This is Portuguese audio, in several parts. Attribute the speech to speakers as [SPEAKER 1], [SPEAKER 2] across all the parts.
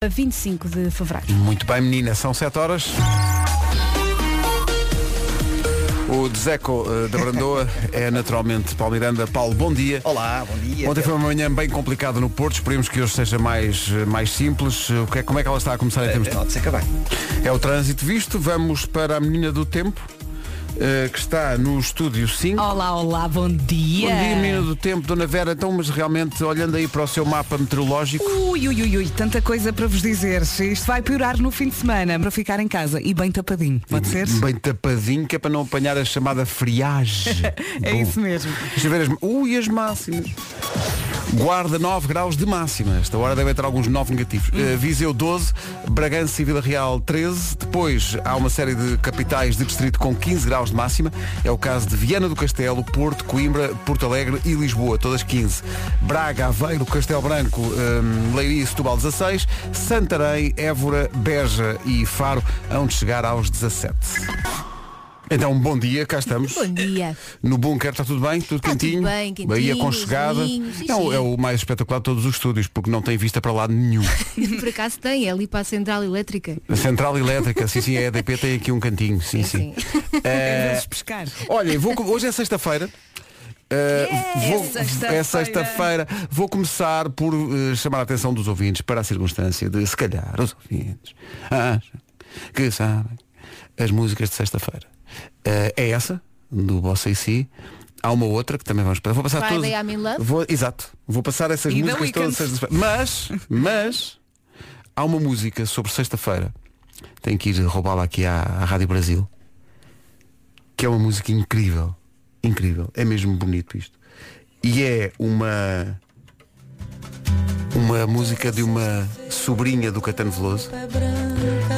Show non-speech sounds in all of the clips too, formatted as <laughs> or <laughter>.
[SPEAKER 1] para 25 de fevereiro.
[SPEAKER 2] Muito bem, menina, são 7 horas. O Deseco eh, da Brandoa é naturalmente Paulo Miranda. Paulo, bom dia.
[SPEAKER 3] Olá, bom dia.
[SPEAKER 2] Ontem foi uma manhã bem complicada no Porto, esperemos que hoje seja mais, eh, mais simples. O que é- como é que ela está a começar em termos de...
[SPEAKER 3] Não, de se acabar.
[SPEAKER 2] É o trânsito visto, vamos para a menina do tempo, eh, que está no estúdio 5.
[SPEAKER 1] Olá, olá,
[SPEAKER 2] Bom
[SPEAKER 1] bom dia.
[SPEAKER 2] dia, menina do tempo, Dona Vera, então, mas realmente, olhando aí para o seu mapa meteorológico,
[SPEAKER 1] Ui, ui, ui, ui, tanta coisa para vos dizer. Isto vai piorar no fim de semana, para ficar em casa e bem tapadinho. Pode ser?
[SPEAKER 2] bem tapadinho, que é para não apanhar a chamada friagem.
[SPEAKER 1] É
[SPEAKER 2] Bom.
[SPEAKER 1] isso mesmo.
[SPEAKER 2] Deixa eu ver as... Ui, as máximas. Guarda 9 graus de máxima. Esta hora deve ter alguns 9 negativos. Eh, Viseu 12, Bragança e Vila Real 13. Depois há uma série de capitais de distrito com 15 graus de máxima. É o caso de Viana do Castelo, Porto, Coimbra, Porto Alegre e Lisboa, todas 15. Braga, Aveiro, Castelo Branco, um, Leiria e Setúbal 16. Santarém, Évora, Beja e Faro hão de chegar aos 17. Então, bom dia, cá estamos.
[SPEAKER 4] Bom dia.
[SPEAKER 2] No bunker está tudo bem? Tudo
[SPEAKER 4] Está tudo
[SPEAKER 2] quentinho?
[SPEAKER 4] bem, quentinho,
[SPEAKER 2] Bahia aconchegada.
[SPEAKER 4] soninho, sim,
[SPEAKER 2] É o,
[SPEAKER 4] sim.
[SPEAKER 2] é o mais espetacular de todos os estúdios, porque não tem vista para lado nenhum.
[SPEAKER 4] <laughs> Por acaso tem, é ali para a central elétrica.
[SPEAKER 2] A central elétrica, sim, sim, a EDP tem aqui um cantinho, sim, sim. Eh,
[SPEAKER 1] É vezes pescar.
[SPEAKER 2] Olhem, vou, com- hoje é sexta-feira. Uh, vou-
[SPEAKER 1] É sexta-feira.
[SPEAKER 2] é sexta-feira. Vou começar por uh, chamar a atenção dos ouvintes para a circunstância de, se calhar, os ouvintes acham que sabem as músicas de sexta-feira. Uh, é essa, do Bossa e Si. Há uma outra que também vamos passar. Vou passar
[SPEAKER 4] Friday
[SPEAKER 2] todas-
[SPEAKER 4] I'm in Love?
[SPEAKER 2] Vou, exato. Vou passar essas
[SPEAKER 1] E The
[SPEAKER 2] músicas todas
[SPEAKER 1] Weeknd.
[SPEAKER 2] sexta-feira. Mas, mas, há uma música sobre sexta-feira. Tenho que ir roubá-la aqui à, à Rádio Brasil que é uma música incrível. Incrível. É mesmo bonito isto. E é uma. Uma música de uma sobrinha do Catano Veloso.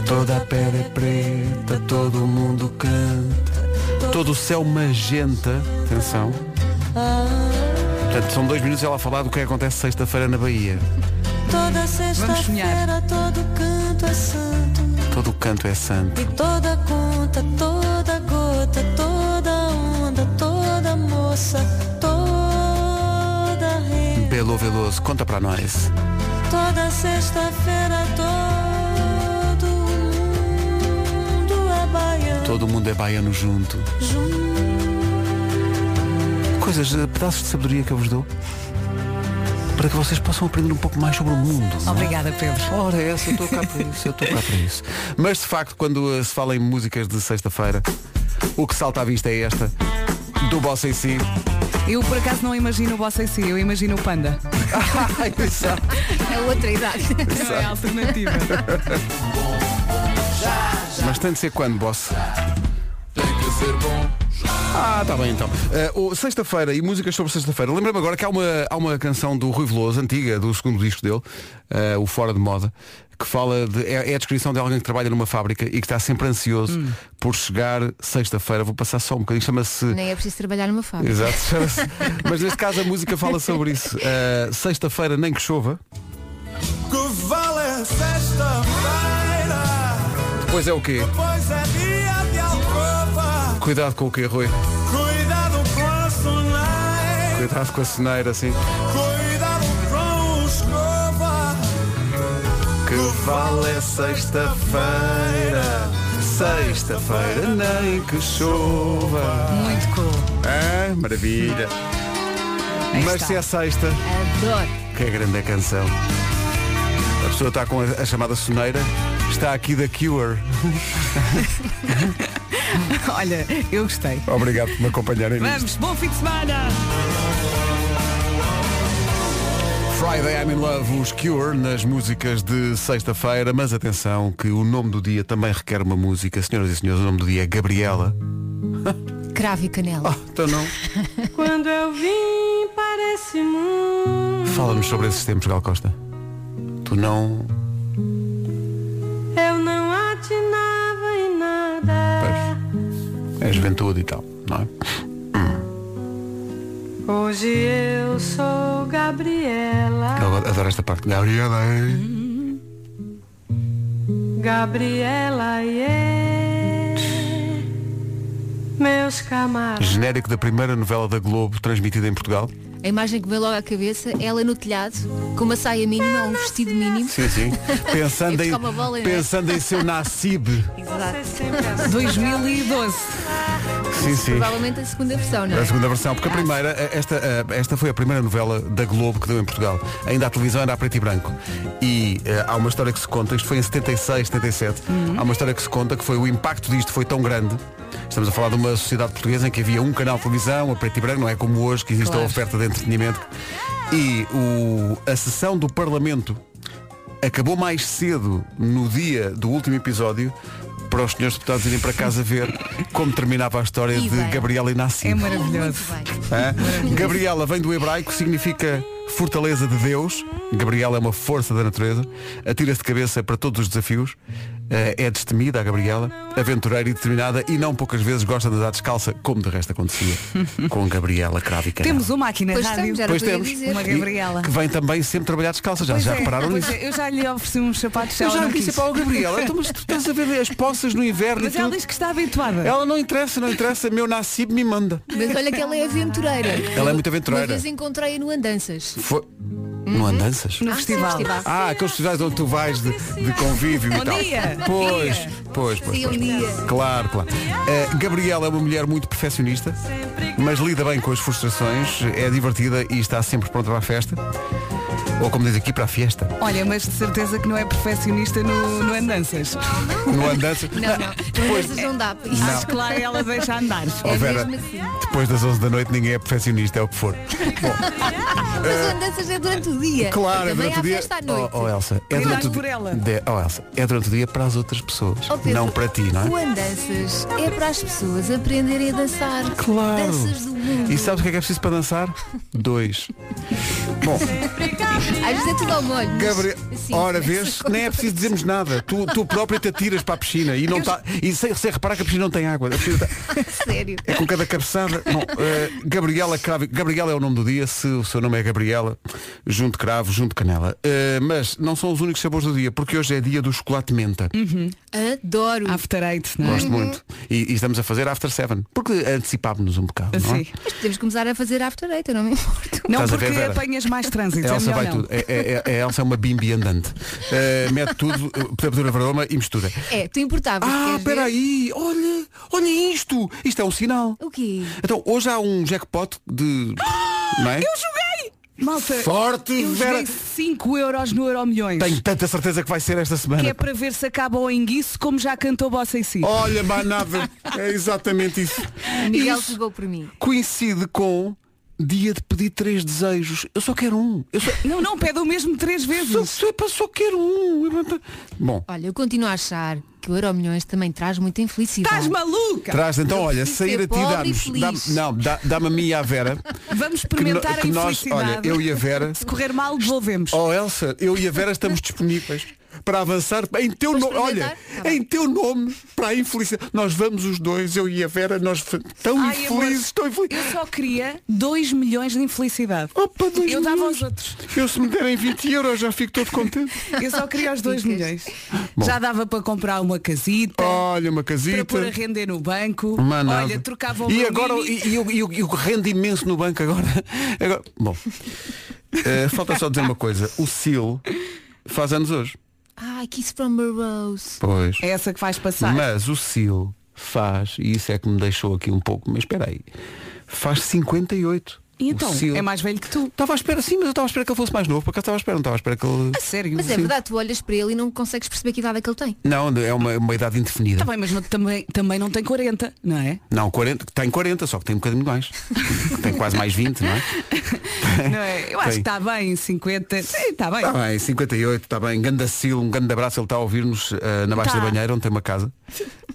[SPEAKER 2] Toda a pedra é preta, todo o mundo canta, todo o céu magenta. Atenção. Portanto, são dois minutos ela a falar do que acontece sexta-feira na Bahia.
[SPEAKER 5] Toda
[SPEAKER 1] Vamos sonhar.
[SPEAKER 5] sexta-feira todo canto é santo
[SPEAKER 2] Todo o canto é santo.
[SPEAKER 5] E toda conta, toda gota, toda onda, toda moça, toda rei
[SPEAKER 2] Belo Veloso, conta para nós.
[SPEAKER 5] Toda sexta-feira todo mundo é baiano
[SPEAKER 2] Todo mundo é baiano junto. Coisas, eh, pedaços de sabedoria que eu vos dou para que vocês possam aprender um pouco mais sobre o mundo. não é?
[SPEAKER 1] Obrigada, Pedro.
[SPEAKER 2] Ora, essa eu estou cá para isso, eu estou cá para isso. Mas de facto, quando eh, se fala em músicas de sexta-feira, o que salta à vista é esta, do Bossa em si. <laughs>
[SPEAKER 1] Eu por acaso não imagino o Bossa em si, eu imagino o Panda.
[SPEAKER 2] Ai, exato.
[SPEAKER 4] É outra idade.
[SPEAKER 1] Não é alternativa.
[SPEAKER 2] Mas tem de ser quando, boss? Ah, tá bem então. Eh, o- sexta-feira e músicas sobre sexta-feira. Lembra-me agora que há uma, há uma canção do Rui Veloso, antiga, do segundo disco dele, eh, o Fora de Moda, que fala de. É, é a descrição de alguém que trabalha numa fábrica e que está sempre ansioso por chegar sexta-feira. Vou passar só um bocadinho, chama-se.
[SPEAKER 4] Nem é preciso trabalhar numa fábrica.
[SPEAKER 2] Exato, chama-se. Mas neste caso a música fala sobre isso. Eh, sexta-feira nem que chova.
[SPEAKER 6] Que vale sexta-feira,
[SPEAKER 2] Depois é o quê?
[SPEAKER 6] pois é dia de alcova.
[SPEAKER 2] Cuidado com o quê, Rui?
[SPEAKER 6] Cuidado com a soneira,
[SPEAKER 2] Cuidado com a ceneira, assim.
[SPEAKER 6] cuidado com o escova.
[SPEAKER 2] Que vale é sexta-feira, sexta-feira nem que chova.
[SPEAKER 1] Muito cool.
[SPEAKER 2] Ah, maravilha.
[SPEAKER 1] Aí
[SPEAKER 2] Mas
[SPEAKER 1] está.
[SPEAKER 2] se é sexta,
[SPEAKER 4] Adoro.
[SPEAKER 2] que é grande a canção. A pessoa está com a, a chamada soneira, está aqui da Cure.
[SPEAKER 1] <laughs> Olha, eu gostei.
[SPEAKER 2] Obrigado por me acompanharem nisto.
[SPEAKER 1] Vamos, bom fim de semana!
[SPEAKER 2] Friday I'm in Love, os Cure, nas músicas de sexta-feira, mas atenção que o nome do dia também requer uma música. Senhoras e senhores, o nome do dia é Gabriela.
[SPEAKER 4] Cravo e canela.
[SPEAKER 2] Ah, então não.
[SPEAKER 5] Quando eu vim para esse mundo
[SPEAKER 2] Fala-nos sobre esses tempos, Gal Costa. Tu não.
[SPEAKER 5] Eu não atinava em nada
[SPEAKER 2] É a juventude e tal, não é?
[SPEAKER 5] Hoje eu sou Gabriela,
[SPEAKER 2] Eu adoro esta parte. Gabriela, é hein?
[SPEAKER 5] Gabriela e meus camaradas.
[SPEAKER 2] genérico da primeira novela da Globo transmitida em Portugal.
[SPEAKER 4] A imagem que me veio logo à cabeça, ela no telhado, com uma saia mínima, um vestido mínimo.
[SPEAKER 2] Sim, sim. Pensando,
[SPEAKER 4] Ia
[SPEAKER 2] em,
[SPEAKER 4] buscar uma bola, não <laughs> é?
[SPEAKER 2] pensando em
[SPEAKER 4] <laughs>
[SPEAKER 2] seu Nassib.
[SPEAKER 4] Exato.
[SPEAKER 1] 2012.
[SPEAKER 2] Sim, sim.
[SPEAKER 4] Provavelmente a segunda versão, não
[SPEAKER 2] A
[SPEAKER 4] é?
[SPEAKER 2] segunda versão, porque a primeira, eh, esta, eh, esta foi a primeira novela da Globo que deu em Portugal. Ainda a televisão era a preto e branco. E eh, há uma história que se conta, isto foi em 76, 77,
[SPEAKER 4] Uhum.
[SPEAKER 2] há uma história que se conta que foi o impacto disto foi tão grande. Estamos a falar de uma sociedade portuguesa em que havia um canal de televisão, a preto e branco, não é como hoje, que existe a
[SPEAKER 4] Claro.
[SPEAKER 2] oferta de entretenimento. E o, a sessão do Parlamento acabou mais cedo no dia do último episódio para os senhores deputados irem para casa ver como terminava a história
[SPEAKER 4] E
[SPEAKER 2] de
[SPEAKER 4] bem.
[SPEAKER 2] Gabriela Inácio.
[SPEAKER 1] É maravilhoso.
[SPEAKER 4] Muito bem.
[SPEAKER 2] Hã? Gabriela vem do hebraico, significa fortaleza de Deus. Gabriela é uma força da natureza. Atira-se de cabeça para todos os desafios. Eh, É destemida a Gabriela, aventureira e determinada e não poucas vezes gosta de andar descalça, como de resto
[SPEAKER 1] <laughs>
[SPEAKER 2] acontecia com Gabriela Crávica.
[SPEAKER 1] Temos um uma aqui na
[SPEAKER 4] Pois
[SPEAKER 1] rádio.
[SPEAKER 4] estamos, já era
[SPEAKER 2] Pois
[SPEAKER 4] o que eu ia
[SPEAKER 2] temos.
[SPEAKER 4] dizer.
[SPEAKER 1] Uma
[SPEAKER 2] E-
[SPEAKER 1] Gabriela.
[SPEAKER 2] Que vem também sempre trabalhar descalça. Já,
[SPEAKER 1] Pois
[SPEAKER 2] já
[SPEAKER 1] é,
[SPEAKER 2] repararam
[SPEAKER 1] pois
[SPEAKER 2] nisso?
[SPEAKER 1] é, eu já lhe ofereci uns sapatos se
[SPEAKER 2] Eu
[SPEAKER 1] ela
[SPEAKER 2] já
[SPEAKER 1] não
[SPEAKER 2] disse
[SPEAKER 1] quis.
[SPEAKER 2] para o Gabriela, então, mas tu estás a ver as poças no inverno
[SPEAKER 1] Mas
[SPEAKER 2] e
[SPEAKER 1] ela
[SPEAKER 2] tudo.
[SPEAKER 1] diz que está habituada.
[SPEAKER 2] Ela não interessa, não interessa. Meu nascido me manda.
[SPEAKER 4] Mas olha que ela é aventureira.
[SPEAKER 2] Ela é muito aventureira.
[SPEAKER 4] Uma
[SPEAKER 1] assim-
[SPEAKER 4] vez encontrei-a no Andanças.
[SPEAKER 2] Foi... Não
[SPEAKER 1] Uhum.
[SPEAKER 2] andanças?
[SPEAKER 1] No
[SPEAKER 4] Ah, sim,
[SPEAKER 1] festival.
[SPEAKER 4] festival.
[SPEAKER 2] Ah, aqueles festivais onde tu vais de, de convívio e
[SPEAKER 1] Bom
[SPEAKER 2] tal.
[SPEAKER 1] dia.
[SPEAKER 2] Pois,
[SPEAKER 1] Dia.
[SPEAKER 2] pois, pois.
[SPEAKER 4] Sim,
[SPEAKER 2] pois.
[SPEAKER 4] um dia.
[SPEAKER 2] Claro, claro. Eh, Gabriela é uma mulher muito perfeccionista, mas lida bem com as frustrações, é divertida e está sempre pronta para a festa. Ou como diz aqui, para a festa.
[SPEAKER 1] Olha, mas de certeza que não é perfeccionista no, no andanças.
[SPEAKER 4] <laughs>
[SPEAKER 2] No andança.
[SPEAKER 4] Não, não. Andanças não dá. Isso
[SPEAKER 1] Acho que lá ela deixa andar.
[SPEAKER 2] Oh,
[SPEAKER 4] É
[SPEAKER 2] Vera,
[SPEAKER 4] mesmo assim.
[SPEAKER 2] depois das 11 da noite ninguém é perfeccionista, é o que for.
[SPEAKER 4] Mas o Andanças é durante o dia.
[SPEAKER 2] Claro, é
[SPEAKER 4] Também
[SPEAKER 2] durante
[SPEAKER 4] há
[SPEAKER 2] o dia.
[SPEAKER 4] festa à noite.
[SPEAKER 2] Oh, oh, Elsa, é
[SPEAKER 1] Cuidado
[SPEAKER 2] durante o
[SPEAKER 1] por
[SPEAKER 2] dia.
[SPEAKER 1] ela.
[SPEAKER 2] de- Oh, Elsa, é durante o dia para as outras pessoas,
[SPEAKER 4] Oh, Pedro,
[SPEAKER 2] não para ti, não é?
[SPEAKER 4] O Andanças é para as pessoas aprenderem a dançar.
[SPEAKER 2] Claro.
[SPEAKER 4] Danças do mundo.
[SPEAKER 2] E sabes o que é que é preciso para
[SPEAKER 4] <laughs>
[SPEAKER 2] dançar? Dois. Bom,
[SPEAKER 4] Às vezes é tudo ao molho. mas,
[SPEAKER 2] Gabriel,
[SPEAKER 4] assim,
[SPEAKER 2] ora
[SPEAKER 4] essa
[SPEAKER 2] vês,
[SPEAKER 4] coisa-
[SPEAKER 2] nem é preciso dizermos nada. Tu, tu próprio te atiras para a piscina e não tá, e sem, sem reparar que a piscina não tem água. A piscina tá-
[SPEAKER 4] <laughs> Sério.
[SPEAKER 2] é com cada cabeçada. Bom, eh, Gabriela Cravo. Gabriela é o nome do dia, se o seu nome é Gabriela, junto cravo, junto canela. Eh, mas não são os únicos sabores do dia, porque hoje é dia do chocolate menta.
[SPEAKER 1] Uhum.
[SPEAKER 4] Adoro.
[SPEAKER 2] Ah.
[SPEAKER 1] After Eight, não <laughs> é?
[SPEAKER 2] Gosto muito. E, e estamos a fazer after seven. Porque antecipámos-nos um bocado, não é?
[SPEAKER 1] Sim.
[SPEAKER 4] Mas podemos começar a fazer after eight, eu não me importo.
[SPEAKER 1] Não
[SPEAKER 2] Estás a ver,
[SPEAKER 1] porque
[SPEAKER 2] Vera?
[SPEAKER 1] apanhas mais trânsito,
[SPEAKER 2] A
[SPEAKER 1] é
[SPEAKER 2] Elsa
[SPEAKER 1] melhor
[SPEAKER 2] vai
[SPEAKER 1] não.
[SPEAKER 2] tudo. É, é- é- a Elsa é uma bimbi andante. Uh, mete tudo, uh, temperatura verdoma e mistura.
[SPEAKER 4] É, tu importavas.
[SPEAKER 2] Ah,
[SPEAKER 4] queres ver?
[SPEAKER 2] espera aí, olha, olha isto. Isto é um sinal.
[SPEAKER 4] O quê?
[SPEAKER 2] Então, hoje há um jackpot de... Não é?
[SPEAKER 1] Malta,
[SPEAKER 2] Forte,
[SPEAKER 1] Ah, eu
[SPEAKER 2] Vera.
[SPEAKER 1] joguei 5 euros no Euro Milhões.
[SPEAKER 2] Tenho tanta certeza que vai ser esta semana.
[SPEAKER 1] Que é para ver se acaba o enguiço, como já cantou Bossa e Si.
[SPEAKER 2] Olha, mais nada. É exatamente
[SPEAKER 1] <laughs>
[SPEAKER 2] isso.
[SPEAKER 4] Miguel
[SPEAKER 2] Isso
[SPEAKER 4] pegou por mim.
[SPEAKER 2] coincide com dia de pedir três desejos. Eu só quero um. Eu só,
[SPEAKER 1] Não, não, pede o mesmo três
[SPEAKER 2] só,
[SPEAKER 1] vezes.
[SPEAKER 2] só, só quero um. Bom,
[SPEAKER 4] Olha, eu continuo a achar que o Euro Milhões também traz muita
[SPEAKER 1] Estás
[SPEAKER 4] infelicidade.
[SPEAKER 1] maluca?
[SPEAKER 2] Traz então,
[SPEAKER 4] Eu
[SPEAKER 2] olha,
[SPEAKER 1] é
[SPEAKER 4] preciso
[SPEAKER 2] sair
[SPEAKER 4] ser
[SPEAKER 2] a ti
[SPEAKER 4] pobre e
[SPEAKER 2] dá-nos.
[SPEAKER 4] feliz.
[SPEAKER 2] dá-me- não, dá- dá-me a mim e à Vera.
[SPEAKER 1] Vamos
[SPEAKER 2] Que, no-
[SPEAKER 1] experimentar
[SPEAKER 2] que
[SPEAKER 1] a
[SPEAKER 2] nós,
[SPEAKER 1] infelicidade.
[SPEAKER 2] olha, eu e a Vera.
[SPEAKER 1] Se correr mal, devolvemos.
[SPEAKER 2] Oh Elsa, eu e a Vera estamos disponíveis para avançar em teu
[SPEAKER 4] Vamos
[SPEAKER 2] nome. Olha,
[SPEAKER 4] experimentar? Tá
[SPEAKER 2] em
[SPEAKER 4] bem.
[SPEAKER 2] teu nome, para a infelicidade. Nós vamos os dois, eu e a Vera, nós f- tão
[SPEAKER 1] Ai, amor,
[SPEAKER 2] infelizes, tão infelizes.
[SPEAKER 1] Eu só queria 2 milhões de infelicidade.
[SPEAKER 2] Opa, dois
[SPEAKER 1] Eu dava
[SPEAKER 2] milhões.
[SPEAKER 1] aos outros.
[SPEAKER 2] Eu se me derem 20 euros já fico todo
[SPEAKER 1] <laughs>
[SPEAKER 2] contente.
[SPEAKER 1] Eu só queria os 2
[SPEAKER 4] Ficas.
[SPEAKER 1] milhões. Já dava para comprar uma casita,
[SPEAKER 2] Olha, uma
[SPEAKER 1] É. para pôr a
[SPEAKER 2] casita.
[SPEAKER 1] render no banco.
[SPEAKER 2] Mas nada.
[SPEAKER 1] Olha, trocava o
[SPEAKER 2] e
[SPEAKER 1] meu
[SPEAKER 2] agora
[SPEAKER 1] mini.
[SPEAKER 2] e, e, eu- e, eu- e eu rendo imenso no banco agora. <laughs> Agora- bom, Eh, falta só dizer uma coisa. O Sil faz anos hoje.
[SPEAKER 4] Ai, Ah, Kiss from a Rose.
[SPEAKER 2] Pois.
[SPEAKER 1] É essa que vais passar.
[SPEAKER 2] Mas o Sil faz, e isso é que me deixou aqui um pouco, mas espera aí, faz 58.
[SPEAKER 1] E
[SPEAKER 2] O
[SPEAKER 1] então,
[SPEAKER 2] Sil.
[SPEAKER 1] é mais velho que tu.
[SPEAKER 2] Estava à espera, sim, mas eu estava à espera que ele fosse mais novo, porque eu estava à espera, não estava à espera que ele.
[SPEAKER 1] A sério.
[SPEAKER 4] Mas é verdade, tu olhas para ele e não consegues perceber que idade é que ele tem.
[SPEAKER 2] Não, é uma, uma idade indefinida.
[SPEAKER 1] Está Tá bem, mas não- também, também não tem 40, não é?
[SPEAKER 2] Não, 40, tem 40, só que tem um bocadinho
[SPEAKER 1] <laughs>
[SPEAKER 2] mais. tem quase mais 20, não é?
[SPEAKER 1] Não é? Eu acho que
[SPEAKER 2] Tem.
[SPEAKER 1] está bem, 50. Sim, está bem.
[SPEAKER 2] Está Tá bem, 58, está tá bem. Ganda Sil, um grande abraço. Ele está a ouvir-nos eh, na Baixa
[SPEAKER 1] Tá.
[SPEAKER 2] da Banheira, onde tem uma casa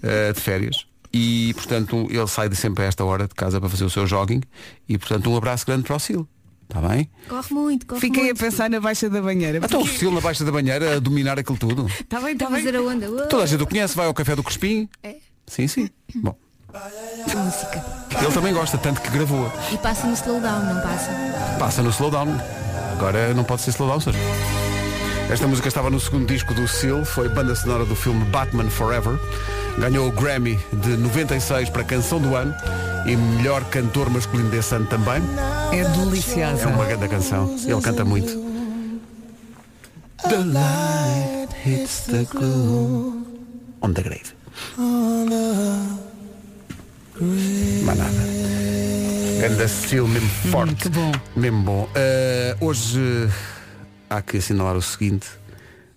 [SPEAKER 2] eh, de férias. E, portanto, ele sai de sempre a esta hora de casa para fazer o seu jogging. E, portanto, um abraço grande para o Sil. Está bem?
[SPEAKER 4] Corre muito, corre
[SPEAKER 1] Fiquei a
[SPEAKER 4] muito.
[SPEAKER 1] pensar na baixa da banheira.
[SPEAKER 2] Então o Sil na Baixa da Banheira a dominar aquilo tudo.
[SPEAKER 1] Está bem, está
[SPEAKER 4] Está a fazer
[SPEAKER 1] bem.
[SPEAKER 4] a onda. Uou.
[SPEAKER 2] Toda a gente o conhece, vai ao Café do Crespim.
[SPEAKER 4] É.
[SPEAKER 2] Sim, sim. Bom,
[SPEAKER 4] Que música.
[SPEAKER 2] ele também gosta, tanto que gravou.
[SPEAKER 4] E passa no slowdown, não passa?
[SPEAKER 2] Passa no slowdown. Agora não pode ser slowdown, Sérgio. Esta música estava no segundo disco do Seal, foi banda sonora do filme Batman Forever. Ganhou o Grammy de 96 para Canção do Ano e melhor cantor masculino desse ano também.
[SPEAKER 1] É deliciosa.
[SPEAKER 2] É uma grande canção. Ele canta muito. The light hits the gloom on the grave. Mais nada. Grande Seal, mesmo forte.
[SPEAKER 1] que bom.
[SPEAKER 2] Mesmo bom. Eh, hoje eh, há que assinalar o seguinte.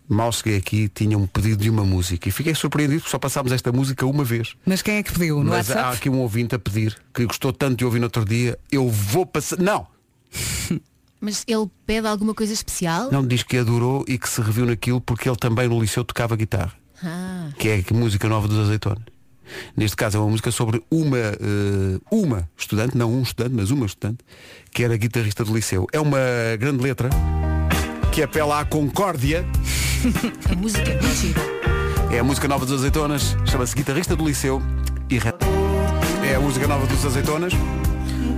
[SPEAKER 2] Mal cheguei aqui, tinha um pedido de uma música e fiquei surpreendido porque só passámos esta música uma vez.
[SPEAKER 1] Mas quem é que pediu? No
[SPEAKER 2] Mas há
[SPEAKER 1] WhatsApp?
[SPEAKER 2] aqui um ouvinte a pedir que gostou tanto de ouvir no outro dia. Eu vou passar. Não!
[SPEAKER 4] Mas ele pede alguma coisa especial?
[SPEAKER 2] Não diz que adorou e que se reviu naquilo porque ele também no liceu tocava guitarra.
[SPEAKER 4] Ah,
[SPEAKER 2] Que é a música nova dos azeitonas. Neste caso é uma música sobre uma, eh, uma estudante, não um estudante, mas uma estudante, que era guitarrista do liceu. É uma grande letra que apela à concórdia.
[SPEAKER 4] a música é muito gira.
[SPEAKER 2] É a música nova dos azeitonas, chama-se Guitarrista do Liceu e Ra- É a música nova dos azeitonas.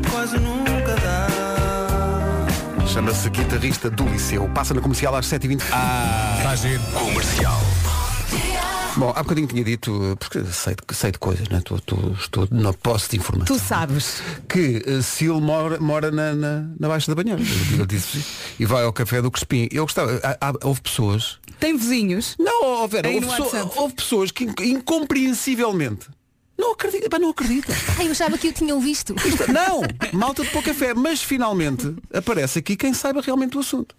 [SPEAKER 6] Quase nunca dá.
[SPEAKER 2] Chama-se Guitarrista do Liceu. Passa na comercial às 7h20.
[SPEAKER 3] Comercial.
[SPEAKER 2] Bom, há bocadinho tinha dito, eh, porque sei de, sei de coisas, não é? Estou- estou- estou na posse de informação.
[SPEAKER 1] Tu sabes.
[SPEAKER 2] Que eh, Sil mora, mora na, na, na Baixa da Banheira. Ele disse isso. E vai ao Café do Crespim. Eu gostava. há- há- houve pessoas.
[SPEAKER 1] Tem vizinhos?
[SPEAKER 2] Não, ó, Vera,
[SPEAKER 1] Aí
[SPEAKER 2] houve,
[SPEAKER 1] no
[SPEAKER 2] pessoa-
[SPEAKER 1] WhatsApp.
[SPEAKER 2] houve pessoas que in- incompreensivelmente. Não acredito, pá, não
[SPEAKER 1] <laughs>
[SPEAKER 2] acredito.
[SPEAKER 4] Ah, eu achava que o tinham visto.
[SPEAKER 2] Isto- é- Não, malta de pouca fé, mas finalmente aparece aqui quem saiba realmente o assunto.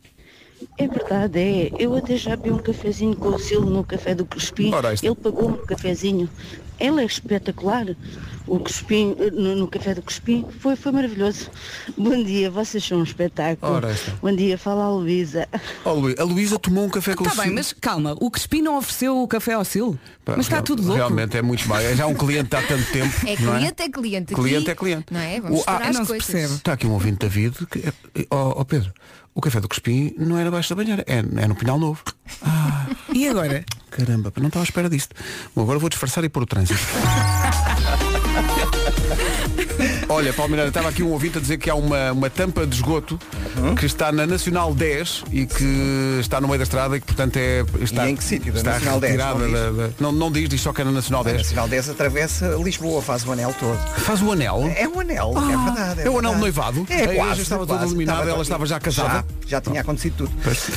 [SPEAKER 7] É verdade, é. Eu até já bebi um cafezinho com o Silo no café do Crespim.
[SPEAKER 2] Ora, é- aí está.
[SPEAKER 7] Ele pagou-me um cafezinho. Ela é espetacular. O Crespim, eh, no, no café do Crespim, foi, foi maravilhoso. Bom dia, vocês são um espetáculo.
[SPEAKER 2] Ora, é. aí está.
[SPEAKER 7] Bom dia, fala a Luísa.
[SPEAKER 2] Ó, Lu- a Luísa tomou um café com o
[SPEAKER 1] Está Tá bem,
[SPEAKER 2] Sil.
[SPEAKER 1] mas calma, o Crespim não ofereceu o café ao Sil?
[SPEAKER 2] Pá,
[SPEAKER 1] Mas está
[SPEAKER 2] real-
[SPEAKER 1] tudo louco.
[SPEAKER 2] Realmente é muito mal. É Já um cliente há tanto tempo.
[SPEAKER 4] <laughs> É
[SPEAKER 2] não
[SPEAKER 4] cliente, é cliente. Aqui,
[SPEAKER 2] Cliente é cliente.
[SPEAKER 4] Não é? Vamos
[SPEAKER 2] O-
[SPEAKER 4] esperar
[SPEAKER 2] ah,
[SPEAKER 4] as
[SPEAKER 1] não se
[SPEAKER 4] coisas.
[SPEAKER 1] percebe.
[SPEAKER 2] Está aqui um ouvinte David que é, ó, ó, Pedro, o café do Crespim não era abaixo da banheira, é, é no Pinal Novo.
[SPEAKER 1] E agora?
[SPEAKER 2] Caramba, não estava à espera disto. Bom, agora vou disfarçar e pôr o
[SPEAKER 1] <laughs>
[SPEAKER 2] trânsito. Olha, Palmeira, estava aqui um ouvinte a dizer que há uma, uma tampa de esgoto
[SPEAKER 8] Hum?
[SPEAKER 2] que está na Nacional 10 e que está no meio da estrada e que, portanto, é, está,
[SPEAKER 8] E em que sítio da
[SPEAKER 2] está
[SPEAKER 8] Nacional 10?
[SPEAKER 2] retirada
[SPEAKER 8] Não
[SPEAKER 2] da- da- Não, não diz, diz só que é na Nacional
[SPEAKER 8] A
[SPEAKER 2] 10.
[SPEAKER 8] Nacional 10 atravessa Lisboa, faz o anel todo.
[SPEAKER 2] Faz o anel.
[SPEAKER 8] É um anel, é verdade.
[SPEAKER 2] é o
[SPEAKER 8] verdade.
[SPEAKER 2] anel do noivado?
[SPEAKER 8] É,
[SPEAKER 2] A
[SPEAKER 8] quase.
[SPEAKER 2] igreja estava toda
[SPEAKER 8] quase.
[SPEAKER 2] iluminada, ela
[SPEAKER 8] toda-
[SPEAKER 2] estava já casada? Ah.
[SPEAKER 8] Já, já tinha acontecido tudo.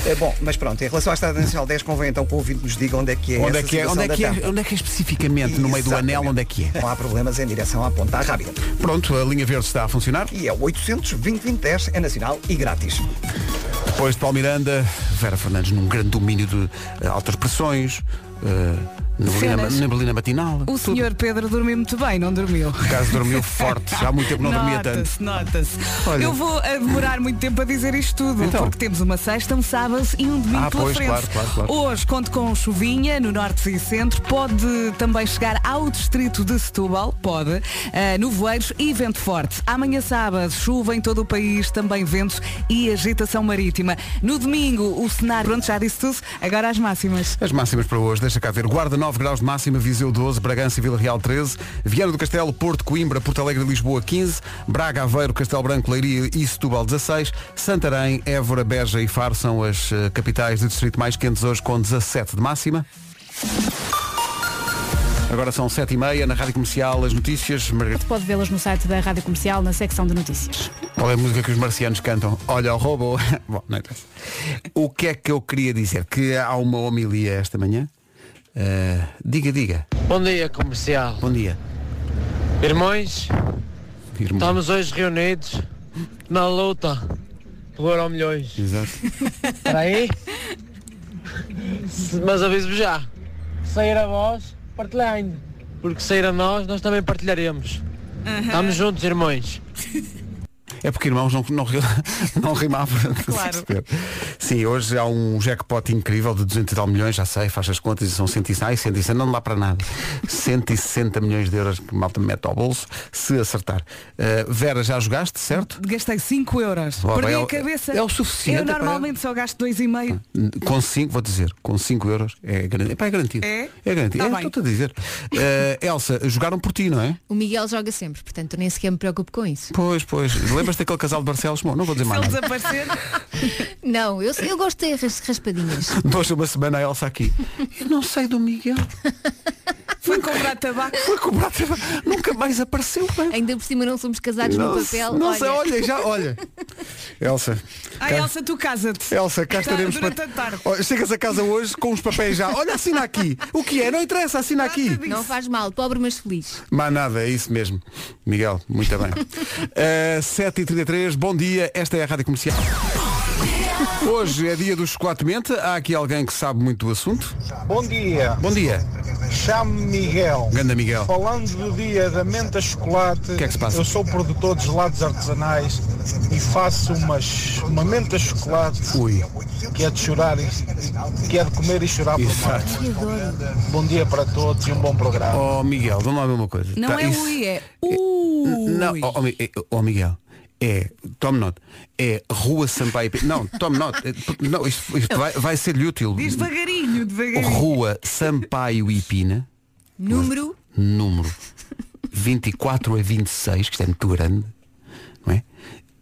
[SPEAKER 8] É, bom, mas pronto, em relação à Estrada Nacional 10, convém então que o ouvinte nos diga onde é que é
[SPEAKER 2] Onde
[SPEAKER 8] essa
[SPEAKER 2] é que é?
[SPEAKER 8] situação
[SPEAKER 2] Onde é
[SPEAKER 8] da
[SPEAKER 2] que é,
[SPEAKER 8] tampa.
[SPEAKER 2] onde é que é especificamente? No meio do
[SPEAKER 8] Exatamente.
[SPEAKER 2] anel, onde é que é?
[SPEAKER 8] Não há problemas em direção à ponta à rábida.
[SPEAKER 2] Pronto, a linha verde está a funcionar.
[SPEAKER 8] E é 800 2010 é nacional e grátis.
[SPEAKER 2] Depois de Paulo Miranda, Vera Fernandes num grande domínio de eh, altas pressões, eh, neblina,
[SPEAKER 1] Cenas.
[SPEAKER 2] neblina matinal.
[SPEAKER 1] O senhor Pedro dormiu muito bem, não dormiu?
[SPEAKER 2] O caso dormiu forte, já há muito tempo Tipo, não dormia tanto.
[SPEAKER 1] Nota-se, nota-se.
[SPEAKER 2] Olha.
[SPEAKER 1] Eu vou eh, demorar muito tempo a dizer isto tudo,
[SPEAKER 2] Então.
[SPEAKER 1] porque temos uma sexta, um sábado e um domingo
[SPEAKER 2] Ah,
[SPEAKER 1] pela
[SPEAKER 2] pois,
[SPEAKER 1] frente.
[SPEAKER 2] claro, claro, claro.
[SPEAKER 1] Hoje conto com chuvinha no norte e centro, pode também chegar ao distrito de Setúbal, pode, eh, nevoeiros e vento forte. Amanhã sábado, chuva em todo o país, também ventos e agitação marítima. No domingo, o cenário, pronto, já disse tudo, agora as máximas.
[SPEAKER 2] As máximas para hoje, deixa cá ver. Guarda 9 graus de máxima, Viseu 12, Bragança e Vila Real 13, Viana do Castelo, Porto, Coimbra, Porto Alegre e Lisboa 15, Braga, Aveiro, Castelo Branco, Leiria e Setúbal 16, Santarém, Évora, Beja e Faro são as eh, capitais do distrito mais quentes hoje com 17 de máxima. Agora são 7h30 na Rádio Comercial, as notícias. Margarida,
[SPEAKER 9] Pode vê-las no site <laughs> da Rádio Comercial, na secção de notícias.
[SPEAKER 2] Qual é a música que os marcianos cantam? Olha o robô. <laughs> Bom, não interessa. O que é que eu queria dizer? Que há uma homilia esta manhã. Eh, diga, diga.
[SPEAKER 10] Bom dia, comercial.
[SPEAKER 2] Bom dia.
[SPEAKER 10] Irmãos,
[SPEAKER 2] Irmão.
[SPEAKER 10] estamos hoje reunidos na luta pelo Euro Milhões.
[SPEAKER 2] Exato.
[SPEAKER 9] <laughs>
[SPEAKER 10] Espera aí. Se- Mas aviso-vos já. Sair a vós, partilhem. Porque sair a nós, nós também partilharemos. Estamos juntos, irmãos.
[SPEAKER 2] É porque irmãos não, não, ri- <laughs> não rimava. <laughs> Claro. Sim, hoje há um jackpot incrível de 200 e tal milhões, já sei, faz as contas e são 160, ai, 160 não dá para nada. 160 milhões de euros que malta me mete ao bolso, se acertar. Eh, Vera, já jogaste, certo?
[SPEAKER 1] Gastei 5 euros.
[SPEAKER 2] Oh,
[SPEAKER 1] Perdi
[SPEAKER 2] bem, é
[SPEAKER 1] a
[SPEAKER 2] o-
[SPEAKER 1] cabeça.
[SPEAKER 2] é o suficiente, é.
[SPEAKER 1] Eu
[SPEAKER 2] pá.
[SPEAKER 1] normalmente só gasto 2,5.
[SPEAKER 2] Com 5, vou dizer, com 5 euros é garantido. É, pá, é garantido.
[SPEAKER 1] É?
[SPEAKER 2] garantido. é,
[SPEAKER 1] Tá bem.
[SPEAKER 2] estou-te a dizer. Eh, Elsa, jogaram por ti, não é?
[SPEAKER 4] O Miguel joga sempre, portanto eu nem sequer me preocupo com isso.
[SPEAKER 2] Pois, pois. Lembras-te daquele casal de Barcelos? Bom, não vou dizer
[SPEAKER 1] Se
[SPEAKER 2] mais
[SPEAKER 1] ele
[SPEAKER 2] nada.
[SPEAKER 1] desaparecer,
[SPEAKER 4] Não, eu, eu gosto de
[SPEAKER 2] <laughs>
[SPEAKER 4] ras- raspadinhas.
[SPEAKER 2] Dois uma semana a Elsa aqui. Eu não sei do Miguel.
[SPEAKER 1] foi Foi comprar tabaco.
[SPEAKER 2] Foi comprar tabaco. Nunca mais apareceu. é?
[SPEAKER 4] Ainda por cima não somos casados
[SPEAKER 2] Não
[SPEAKER 4] no
[SPEAKER 2] se-
[SPEAKER 4] papel.
[SPEAKER 2] não sei, olha, já, olha. Elsa.
[SPEAKER 1] Ah,
[SPEAKER 2] cá-
[SPEAKER 1] Elsa, tu casa-te.
[SPEAKER 2] Elsa, cá
[SPEAKER 1] Tá,
[SPEAKER 2] estaremos
[SPEAKER 1] durante
[SPEAKER 2] para.
[SPEAKER 1] a tarde.
[SPEAKER 2] Oh, chegas a casa hoje com os papéis já. Olha, assina aqui. O que é? Não interessa, assina aqui.
[SPEAKER 4] Não faz mal, pobre mas feliz.
[SPEAKER 2] Mas nada, é isso mesmo. Miguel, muito bem. Eh, 7h33, bom dia, esta é a Rádio Comercial. Hoje é dia do chocolate menta, há aqui alguém que sabe muito do assunto.
[SPEAKER 11] Bom dia,
[SPEAKER 2] Bom dia,
[SPEAKER 11] chamo-me Miguel.
[SPEAKER 2] Ganda Miguel.
[SPEAKER 11] Falando do dia da menta chocolate,
[SPEAKER 2] que é que se passa?
[SPEAKER 11] eu sou produtor de gelados artesanais e faço umas, uma menta chocolate que é de chorar, e- que é de comer e chorar por
[SPEAKER 2] Exato.
[SPEAKER 11] mais. Bom dia para todos e um bom programa.
[SPEAKER 2] Oh Miguel, não é a mesma coisa.
[SPEAKER 1] Não
[SPEAKER 2] Tá,
[SPEAKER 1] é
[SPEAKER 2] isso-
[SPEAKER 1] o I, é
[SPEAKER 2] Não, ó ó, Mi- ó, Miguel, é, tome nota, é Rua Sampaio Pina. Não, tome nota, é, porque- não, isto, isto vai, vai ser-lhe útil.
[SPEAKER 1] Diz devagarinho, devagarinho.
[SPEAKER 2] Rua Sampaio e Pina,
[SPEAKER 4] Número.
[SPEAKER 2] número 24 a 26, que isto é muito grande, não é?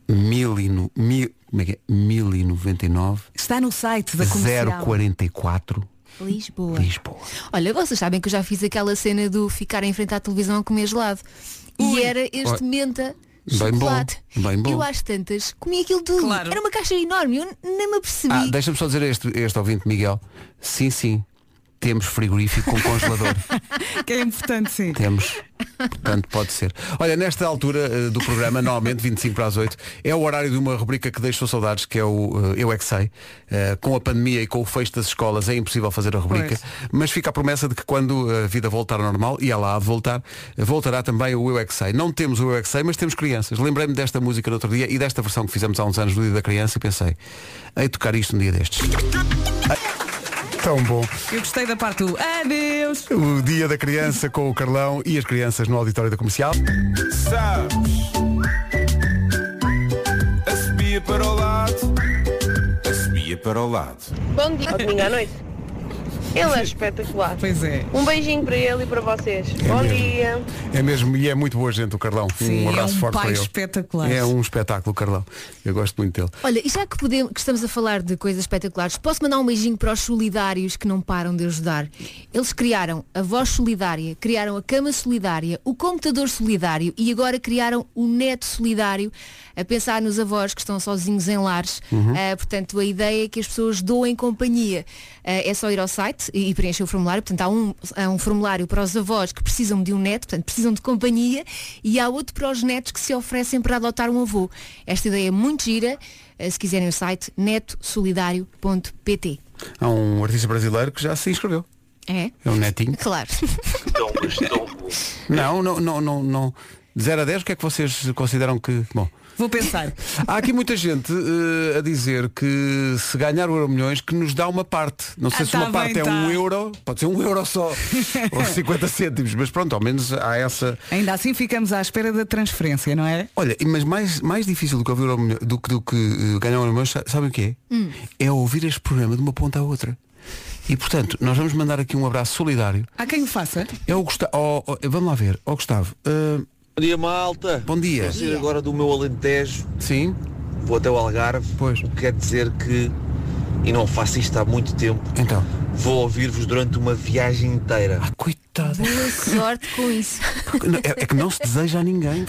[SPEAKER 2] Mil e no, mil, como é que é? 1099
[SPEAKER 1] Está no site da comercial.
[SPEAKER 2] 044
[SPEAKER 4] Lisboa.
[SPEAKER 2] Lisboa.
[SPEAKER 4] Olha, vocês sabem que eu já fiz aquela cena do ficar em frente à televisão a comer gelado. E era
[SPEAKER 2] Olha.
[SPEAKER 4] este menta
[SPEAKER 2] Bem
[SPEAKER 4] chocolate.
[SPEAKER 2] bom, bem bom.
[SPEAKER 4] Eu às tantas comi aquilo tudo.
[SPEAKER 1] Claro.
[SPEAKER 4] Era uma caixa enorme, eu nem me apercebi.
[SPEAKER 2] Ah, deixa-me só dizer a este, a este ouvinte Miguel. Sim, sim, temos frigorífico com congelador.
[SPEAKER 1] Que é importante, sim.
[SPEAKER 2] Temos. Portanto, pode ser. Olha, nesta altura eh, do programa, normalmente 25 para as 8, é o horário de uma rubrica que deixou saudades, que é o eh, Eu É Que Sei. Eh, com a pandemia e com o fecho das escolas é impossível fazer a rubrica, mas fica a promessa de que quando a vida voltar ao normal, e ela há de voltar, eh, voltará também o Eu É Que Sei. Não temos o Eu É Que Sei, mas temos crianças. Lembrei-me desta música no outro dia e desta versão que fizemos há uns anos do Dia da Criança e pensei, hei de tocar isto um dia destes. Ai, Tão bom.
[SPEAKER 1] Eu gostei da parte do adeus.
[SPEAKER 2] O Dia da Criança com o Carlão e as crianças no auditório da comercial.
[SPEAKER 3] Sabes? A subia para o lado. A subia para o lado.
[SPEAKER 12] Bom dia, domingo à noite. Ele é espetacular.
[SPEAKER 1] Pois é.
[SPEAKER 12] Um beijinho para ele e para vocês. Bom
[SPEAKER 2] mesmo.
[SPEAKER 12] dia.
[SPEAKER 2] É mesmo, e é muito boa gente o Carlão.
[SPEAKER 1] Sim,
[SPEAKER 2] um abraço
[SPEAKER 1] é um
[SPEAKER 2] forte
[SPEAKER 1] pai
[SPEAKER 2] para ele.
[SPEAKER 1] espetacular.
[SPEAKER 2] É um espetáculo, o Carlão. Eu gosto muito dele.
[SPEAKER 4] Olha, e já que, podemos, que estamos a falar de coisas espetaculares, posso mandar um beijinho para os solidários que não param de ajudar. Eles criaram a voz solidária, criaram a cama solidária, o computador solidário e agora criaram o neto solidário, a pensar nos avós que estão sozinhos em lares. Ah, portanto, a ideia é que as pessoas doem companhia. Ah, é só ir ao site e, e preencher o formulário. Portanto, há um, há um formulário para os avós que precisam de um neto, portanto, precisam de companhia, e há outro para os netos que se oferecem para adotar um avô. Esta ideia é muito gira. Eh, Se quiserem o site netosolidario.pt.
[SPEAKER 2] Há um artista brasileiro que já se inscreveu.
[SPEAKER 4] É?
[SPEAKER 2] É um
[SPEAKER 1] <laughs>
[SPEAKER 2] netinho.
[SPEAKER 4] Claro.
[SPEAKER 2] Não, não, não, não, não. De 0 a 10, o que é que vocês consideram que. Bom.
[SPEAKER 1] Vou pensar.
[SPEAKER 2] Há aqui muita gente eh, a dizer que se ganhar o Euro Milhões que nos dá uma parte. Não sei
[SPEAKER 1] Ah,
[SPEAKER 2] se
[SPEAKER 1] tá
[SPEAKER 2] uma
[SPEAKER 1] bem,
[SPEAKER 2] parte é
[SPEAKER 1] tá.
[SPEAKER 2] um euro, pode ser um euro só,
[SPEAKER 1] <laughs>
[SPEAKER 2] ou 50 cêntimos, mas pronto, ao menos há essa.
[SPEAKER 1] Ainda assim ficamos à espera da transferência, não é?
[SPEAKER 2] Olha, e mas mais, mais difícil do que, ouvir o Euro Milhões- do, que- do que eh, ganhar o Euro Milhões, sa- sabem o que é?
[SPEAKER 1] Hum.
[SPEAKER 2] É ouvir este programa de uma ponta à outra. E portanto, nós vamos mandar aqui um abraço solidário.
[SPEAKER 1] Há quem o faça?
[SPEAKER 2] É o Gustavo. vamos lá ver, ó Gustavo. eh,
[SPEAKER 13] Bom dia, malta.
[SPEAKER 2] Bom dia.
[SPEAKER 13] Vou sair agora do meu Alentejo.
[SPEAKER 2] Sim.
[SPEAKER 13] Vou até o Algarve.
[SPEAKER 2] Pois.
[SPEAKER 13] O que quer dizer que, e não faço isto há muito tempo,
[SPEAKER 2] então. Ah,
[SPEAKER 13] vou ouvir-vos durante uma viagem inteira.
[SPEAKER 2] coitado.
[SPEAKER 4] Boa sorte com isso.
[SPEAKER 2] É, é que não se deseja a ninguém.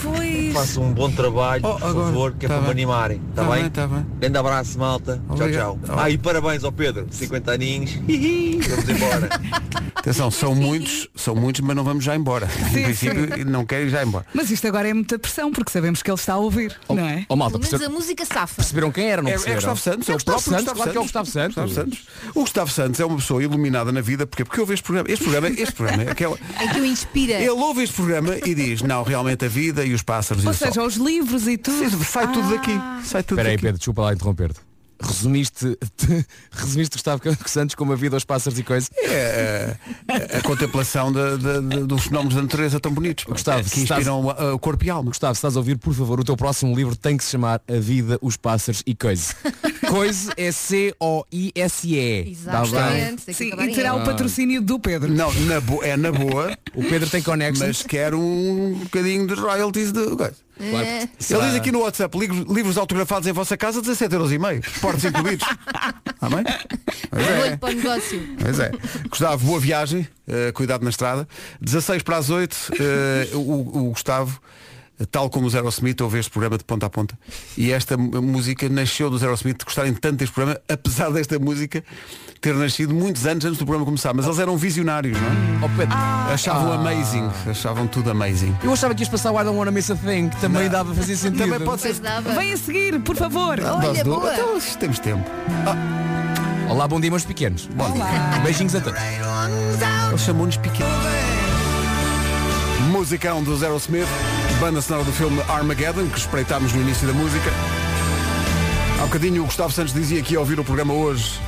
[SPEAKER 13] Façam um bom trabalho,
[SPEAKER 2] Oh,
[SPEAKER 13] por
[SPEAKER 2] agora.
[SPEAKER 13] favor, que é
[SPEAKER 2] Tá
[SPEAKER 13] para me
[SPEAKER 2] bem.
[SPEAKER 13] animarem. Está
[SPEAKER 2] Tá
[SPEAKER 13] bem?
[SPEAKER 2] bem, tá bem.
[SPEAKER 13] Grande abraço, malta.
[SPEAKER 2] Obrigado.
[SPEAKER 13] Tchau, tchau. Ah, e parabéns ao Pedro. 50 aninhos. Hihi, Vamos embora.
[SPEAKER 2] Atenção, são muitos, são muitos, mas não vamos já embora.
[SPEAKER 1] Sim,
[SPEAKER 2] Em princípio, não quero ir já embora.
[SPEAKER 1] Mas isto agora é muita pressão, porque sabemos que ele está a ouvir, não é?
[SPEAKER 14] Oh, malta,
[SPEAKER 4] Pelo menos a
[SPEAKER 14] perce-
[SPEAKER 4] música safa.
[SPEAKER 14] perceberam quem era, não
[SPEAKER 2] É- é
[SPEAKER 14] perceberam?
[SPEAKER 2] Gustavo Santos, é o
[SPEAKER 14] Gustavo
[SPEAKER 2] próprio
[SPEAKER 14] Santos,
[SPEAKER 2] Gustavo
[SPEAKER 14] claro que é o Gustavo Santos.
[SPEAKER 2] Gustavo Santos. O Gustavo Santos é uma pessoa iluminada na vida, porque porque ouve este programa. Este programa, este programa é
[SPEAKER 1] <laughs>
[SPEAKER 2] aquela.
[SPEAKER 4] É que o inspira.
[SPEAKER 2] Ele ouve este programa e diz, não, realmente a vida e os pássaros e
[SPEAKER 1] Ou
[SPEAKER 2] o sol.
[SPEAKER 1] seja, Ah. os livros e tudo.
[SPEAKER 2] Sai tudo daqui. Sai tudo
[SPEAKER 14] Espera aí,
[SPEAKER 2] daqui.
[SPEAKER 14] Pedro, desculpa lá interromper-te. Resumiste, <laughs> resumiste Gustavo Santos como a vida aos pássaros e coisa.
[SPEAKER 2] É, é, a contemplação da- da- da- dos fenómenos da natureza tão bonitos.
[SPEAKER 14] Gustavo,
[SPEAKER 2] que
[SPEAKER 14] se estás-
[SPEAKER 2] inspiram a- a- o corpo e a alma.
[SPEAKER 14] Gustavo, se estás a ouvir, por favor, o teu próximo livro tem que se chamar A Vida, os Pássaros e Coisa. <laughs> Coisa é C-O-I-S-E. Tá bem?
[SPEAKER 4] Exatamente. tem que
[SPEAKER 1] Sim,
[SPEAKER 4] acabar
[SPEAKER 1] e
[SPEAKER 4] em
[SPEAKER 1] terá
[SPEAKER 4] E.
[SPEAKER 1] o patrocínio do Pedro.
[SPEAKER 2] Não, na bo- é na boa,
[SPEAKER 14] O Pedro tem connections.
[SPEAKER 2] mas quero um bocadinho dos royalties do.
[SPEAKER 4] Eh,
[SPEAKER 2] Claro. Ele diz aqui no WhatsApp, livros, livros autografados em vossa casa, 17,5€.
[SPEAKER 14] <laughs>
[SPEAKER 2] Portos incluídos. Está bem? Pois é.
[SPEAKER 4] Olho para o negócio.
[SPEAKER 2] Pois é. Gustavo, boa viagem, eh, cuidado na estrada. 16 para as 8, eh, o, o Gustavo, tal como o Aerosmith, ouve este programa de ponta a ponta. E esta m- música nasceu dos Aerosmith, de gostarem tanto deste programa, <laughs> apesar desta música ter nascido muitos anos antes do programa começar. Mas eles eram visionários, não é? achavam
[SPEAKER 14] Ah.
[SPEAKER 2] amazing, achavam tudo amazing.
[SPEAKER 14] Eu achava que ias passar o I don't wanna miss a thing, que também dava a fazer sentido.
[SPEAKER 2] Também pode ser.
[SPEAKER 1] Vem a seguir, por favor.
[SPEAKER 2] Nós do- Então, temos tempo. Ah.
[SPEAKER 14] Olá, bom dia, meus pequenos. Bom dia. Beijinhos a todos.
[SPEAKER 2] Ele chamou-nos pequeno. Musicão do Zero Smith, banda sonora do filme Armageddon, que espreitámos no início da música. Há bocadinho o Gustavo Santos dizia que ia ouvir o programa hoje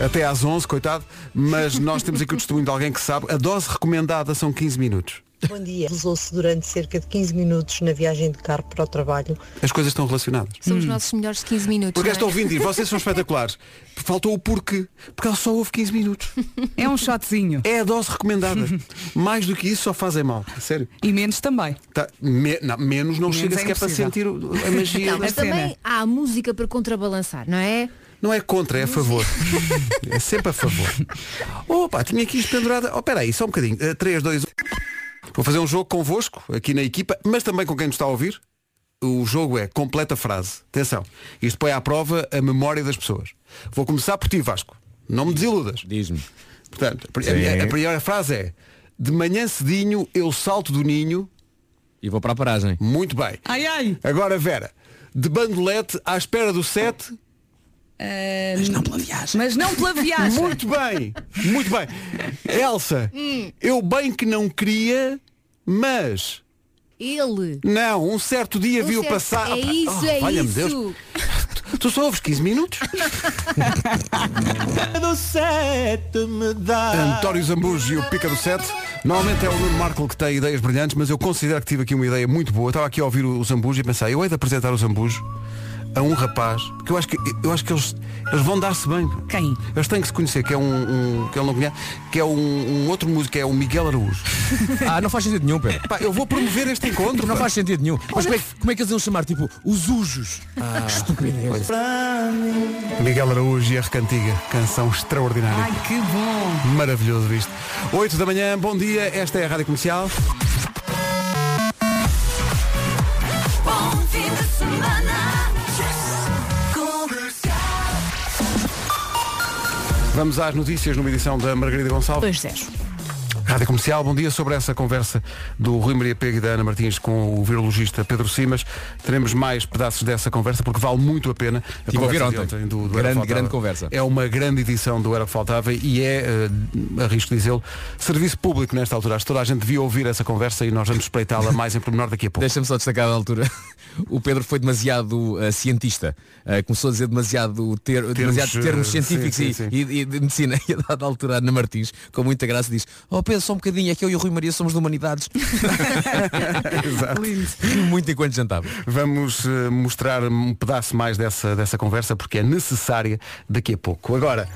[SPEAKER 2] até às 11, coitado, mas nós temos aqui o testemunho de alguém que sabe. A dose recomendada são 15 minutos.
[SPEAKER 15] Bom dia. Usou-se durante cerca de 15 minutos na viagem de carro para o trabalho.
[SPEAKER 2] As coisas estão relacionadas.
[SPEAKER 4] São os nossos melhores 15 minutos.
[SPEAKER 2] Hum. Porque
[SPEAKER 4] não é?
[SPEAKER 2] esta ouvinte diz, vocês são espetaculares. Faltou o porquê. Porque ela só ouve 15 minutos.
[SPEAKER 1] É um shotzinho.
[SPEAKER 2] É a dose recomendada. Mais do que isso só fazem mal. a Sério.
[SPEAKER 1] E menos também.
[SPEAKER 2] menos não
[SPEAKER 1] Menos
[SPEAKER 2] chega
[SPEAKER 1] é
[SPEAKER 2] sequer para
[SPEAKER 1] impossível.
[SPEAKER 2] sentir o- a magia
[SPEAKER 4] Não,
[SPEAKER 2] da
[SPEAKER 4] mas também há a música para contrabalançar, não é?
[SPEAKER 2] Não é contra, é
[SPEAKER 14] <laughs>
[SPEAKER 2] a favor. é sempre a favor. Oh pá, tinha aqui isto pendurado. Oh, espera aí, só um bocadinho. 3, 2, 1. Vou fazer um jogo convosco, aqui na equipa, mas também com quem nos está a ouvir. O jogo é completa frase. Atenção, isto põe à prova a memória das pessoas. Vou começar por ti, Vasco. Não me desiludas.
[SPEAKER 14] Diz-me.
[SPEAKER 2] Portanto, a pri-
[SPEAKER 14] Sim.
[SPEAKER 2] a, minha- a primeira frase é De manhã cedinho eu salto do ninho
[SPEAKER 14] E vou para a paragem.
[SPEAKER 2] Muito bem.
[SPEAKER 1] Ai, ai.
[SPEAKER 2] Agora, Vera, de bandolete à espera do sete
[SPEAKER 1] mas não pela viagem. Mas não pela viagem.
[SPEAKER 2] Muito bem, muito bem. Elsa,
[SPEAKER 4] Hum.
[SPEAKER 2] eu bem que não queria, mas.
[SPEAKER 4] Ele.
[SPEAKER 2] Não, um certo dia
[SPEAKER 4] Um
[SPEAKER 2] viu
[SPEAKER 4] certo-
[SPEAKER 2] passar.
[SPEAKER 4] É isso,
[SPEAKER 2] Oh,
[SPEAKER 4] é
[SPEAKER 2] valha-me
[SPEAKER 4] isso.
[SPEAKER 2] Deus. Tu só ouves 15 minutos?
[SPEAKER 6] <laughs> do sete me dá.
[SPEAKER 2] António Zambujo e o Pica do Sete. Normalmente é o Nuno Marco que tem ideias brilhantes, mas eu considero que tive aqui uma ideia muito boa. Estava aqui a ouvir o Zambujo e pensei, eu hei de apresentar o Zambujo a um rapaz, que eu acho que, eu acho que eles, eles vão dar-se bem.
[SPEAKER 1] Quem?
[SPEAKER 2] Eles têm que se conhecer, que é um, um- que ele não conhece, que é um, um outro músico, que é o Miguel Araújo.
[SPEAKER 14] Ah, não faz sentido nenhum, Pedro.
[SPEAKER 2] Pá, eu vou promover este encontro.
[SPEAKER 14] Não
[SPEAKER 2] pá.
[SPEAKER 14] faz sentido nenhum. Mas como é, que- como é que eles iam chamar? Tipo, os ujos.
[SPEAKER 2] Ah,
[SPEAKER 14] Estupidez.
[SPEAKER 2] Miguel Araújo e a Recantiga, canção extraordinária.
[SPEAKER 1] Ai, que bom.
[SPEAKER 2] Maravilhoso isto. 8 da manhã, bom dia, esta é a Rádio Comercial. Vamos às notícias numa edição da Margarida Gonçalves.
[SPEAKER 9] 2-0.
[SPEAKER 2] Rádio Comercial, bom dia. Sobre essa conversa do Rui Maria Pego e da Ana Martins com o virologista Pedro Simas, teremos mais pedaços dessa conversa porque vale muito a pena. A
[SPEAKER 14] Tive a ouvir
[SPEAKER 2] conversa de
[SPEAKER 14] ontem.
[SPEAKER 2] do, do
[SPEAKER 14] Grande,
[SPEAKER 2] Era Faltável.
[SPEAKER 14] grande conversa.
[SPEAKER 2] É uma grande edição do Era o que Faltava e é, eh, arrisco dizê-lo, serviço público nesta altura. Acho que toda a gente devia ouvir essa conversa e nós
[SPEAKER 14] <laughs>
[SPEAKER 2] vamos espreitá-la mais em pormenor daqui a pouco.
[SPEAKER 14] Deixa-me só destacar a altura. <laughs> O Pedro foi demasiado eh, cientista. Eh, começou a dizer demasiado, ter, termos, demasiado termos
[SPEAKER 2] eh,
[SPEAKER 14] científicos
[SPEAKER 2] sim,
[SPEAKER 14] e,
[SPEAKER 2] sim, sim.
[SPEAKER 14] e- e de medicina. <laughs> E a dada altura a Ana Martins, com muita graça, diz Oh Pedro, só um bocadinho, é que eu e o Rui Maria somos de
[SPEAKER 1] <laughs>
[SPEAKER 14] Humanidades.
[SPEAKER 2] Exato.
[SPEAKER 14] Rio muito enquanto jantava.
[SPEAKER 2] Vamos eh, mostrar um pedaço mais dessa, dessa conversa porque é necessária daqui a pouco. Agora,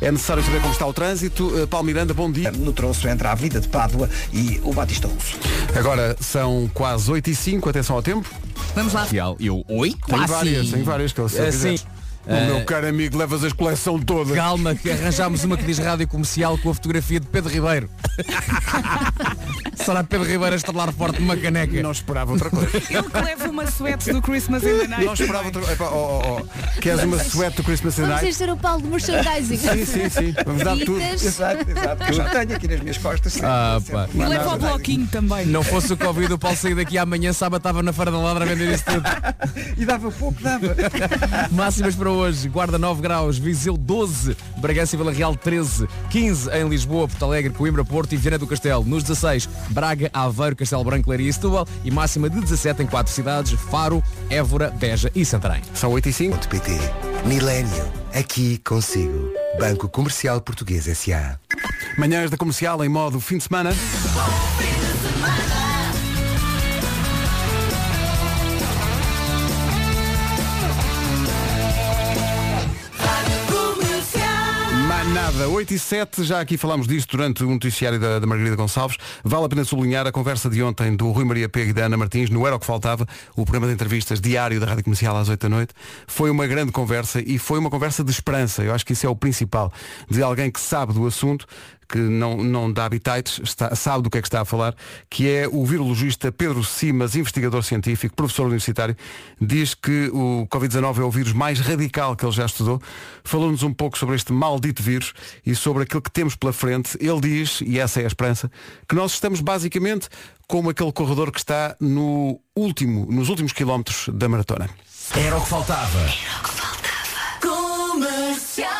[SPEAKER 2] é necessário saber como está o trânsito. Eh, Paulo Miranda, bom dia.
[SPEAKER 8] No troço entre a Avenida de Pádua e o Batista Russo.
[SPEAKER 2] Agora são quase 8 e 5 atenção ao tempo.
[SPEAKER 1] Vamos lá.
[SPEAKER 14] Real. E eu, oi?
[SPEAKER 2] Tem
[SPEAKER 14] quase."
[SPEAKER 2] várias, tem várias que eu sei.
[SPEAKER 16] É,
[SPEAKER 14] Eh, sim.
[SPEAKER 2] O meu caro amigo, levas as coleção toda.
[SPEAKER 14] Calma, que arranjámos uma que diz rádio comercial com a fotografia de Pedro Ribeiro. <laughs> Será Pedro Ribeiro a estalar forte numa caneca?
[SPEAKER 2] Não esperava outra coisa.
[SPEAKER 1] Ele que leva uma suéte do Christmas in the Night.
[SPEAKER 2] Não esperava outra coisa. Epá, oh, oh, oh. Queres uma suéte do Christmas and
[SPEAKER 4] Vamos
[SPEAKER 2] Night?
[SPEAKER 4] este o Paulo de merchandising.
[SPEAKER 2] Sim, sim, sim. Vamos dar tudo.
[SPEAKER 4] Fitas.
[SPEAKER 8] Exato, exato. que Eu <laughs> já tenho aqui nas minhas costas. sim.
[SPEAKER 14] Ah, pá.
[SPEAKER 1] E leva ao bloquinho também.
[SPEAKER 14] Não fosse o Covid, o Paulo sair daqui amanhã, sábado estava na Fara da Ladra a vender isso tudo.
[SPEAKER 17] <laughs>
[SPEAKER 8] E dava pouco, dava.
[SPEAKER 14] Máximas para hoje. Guarda 9 graus, Viseu 12, Bragança e Vila Real 13, 15 em Lisboa, Porto Alegre, Coimbra, Porto e Viana do Castelo. Nos 16, Braga, Aveiro, Castelo Branco, Leiria e Setúbal. E máxima de 17 em quatro cidades, Faro, Évora, Beja e Santarém.
[SPEAKER 2] São 8 e 5.
[SPEAKER 18] PT. Milênio. Aqui consigo. Banco Comercial Português S.A.
[SPEAKER 2] Manhãs da comercial em modo fim de semana. Nada, 8 e 7, já aqui falámos disto durante o noticiário da, da Margarida Gonçalves. Vale a pena sublinhar a conversa de ontem do Rui Maria Pego e da Ana Martins, no Era o que Faltava, o programa de entrevistas diário da Rádio Comercial às 8 da noite. Foi uma grande conversa e foi uma conversa de esperança, eu acho que isso é o principal, de alguém que sabe do assunto, que não, não dá habitats, está- sabe do que é que está a falar, que é o virologista Pedro Simas, investigador científico, professor universitário, diz que o Covid-19 é o vírus mais radical que ele já estudou. Falou-nos um pouco sobre este maldito vírus e sobre aquilo que temos pela frente. Ele diz, e essa é a esperança, que nós estamos basicamente como aquele corredor que está no último, nos últimos quilómetros da maratona.
[SPEAKER 19] Era o que faltava.
[SPEAKER 5] Comercial.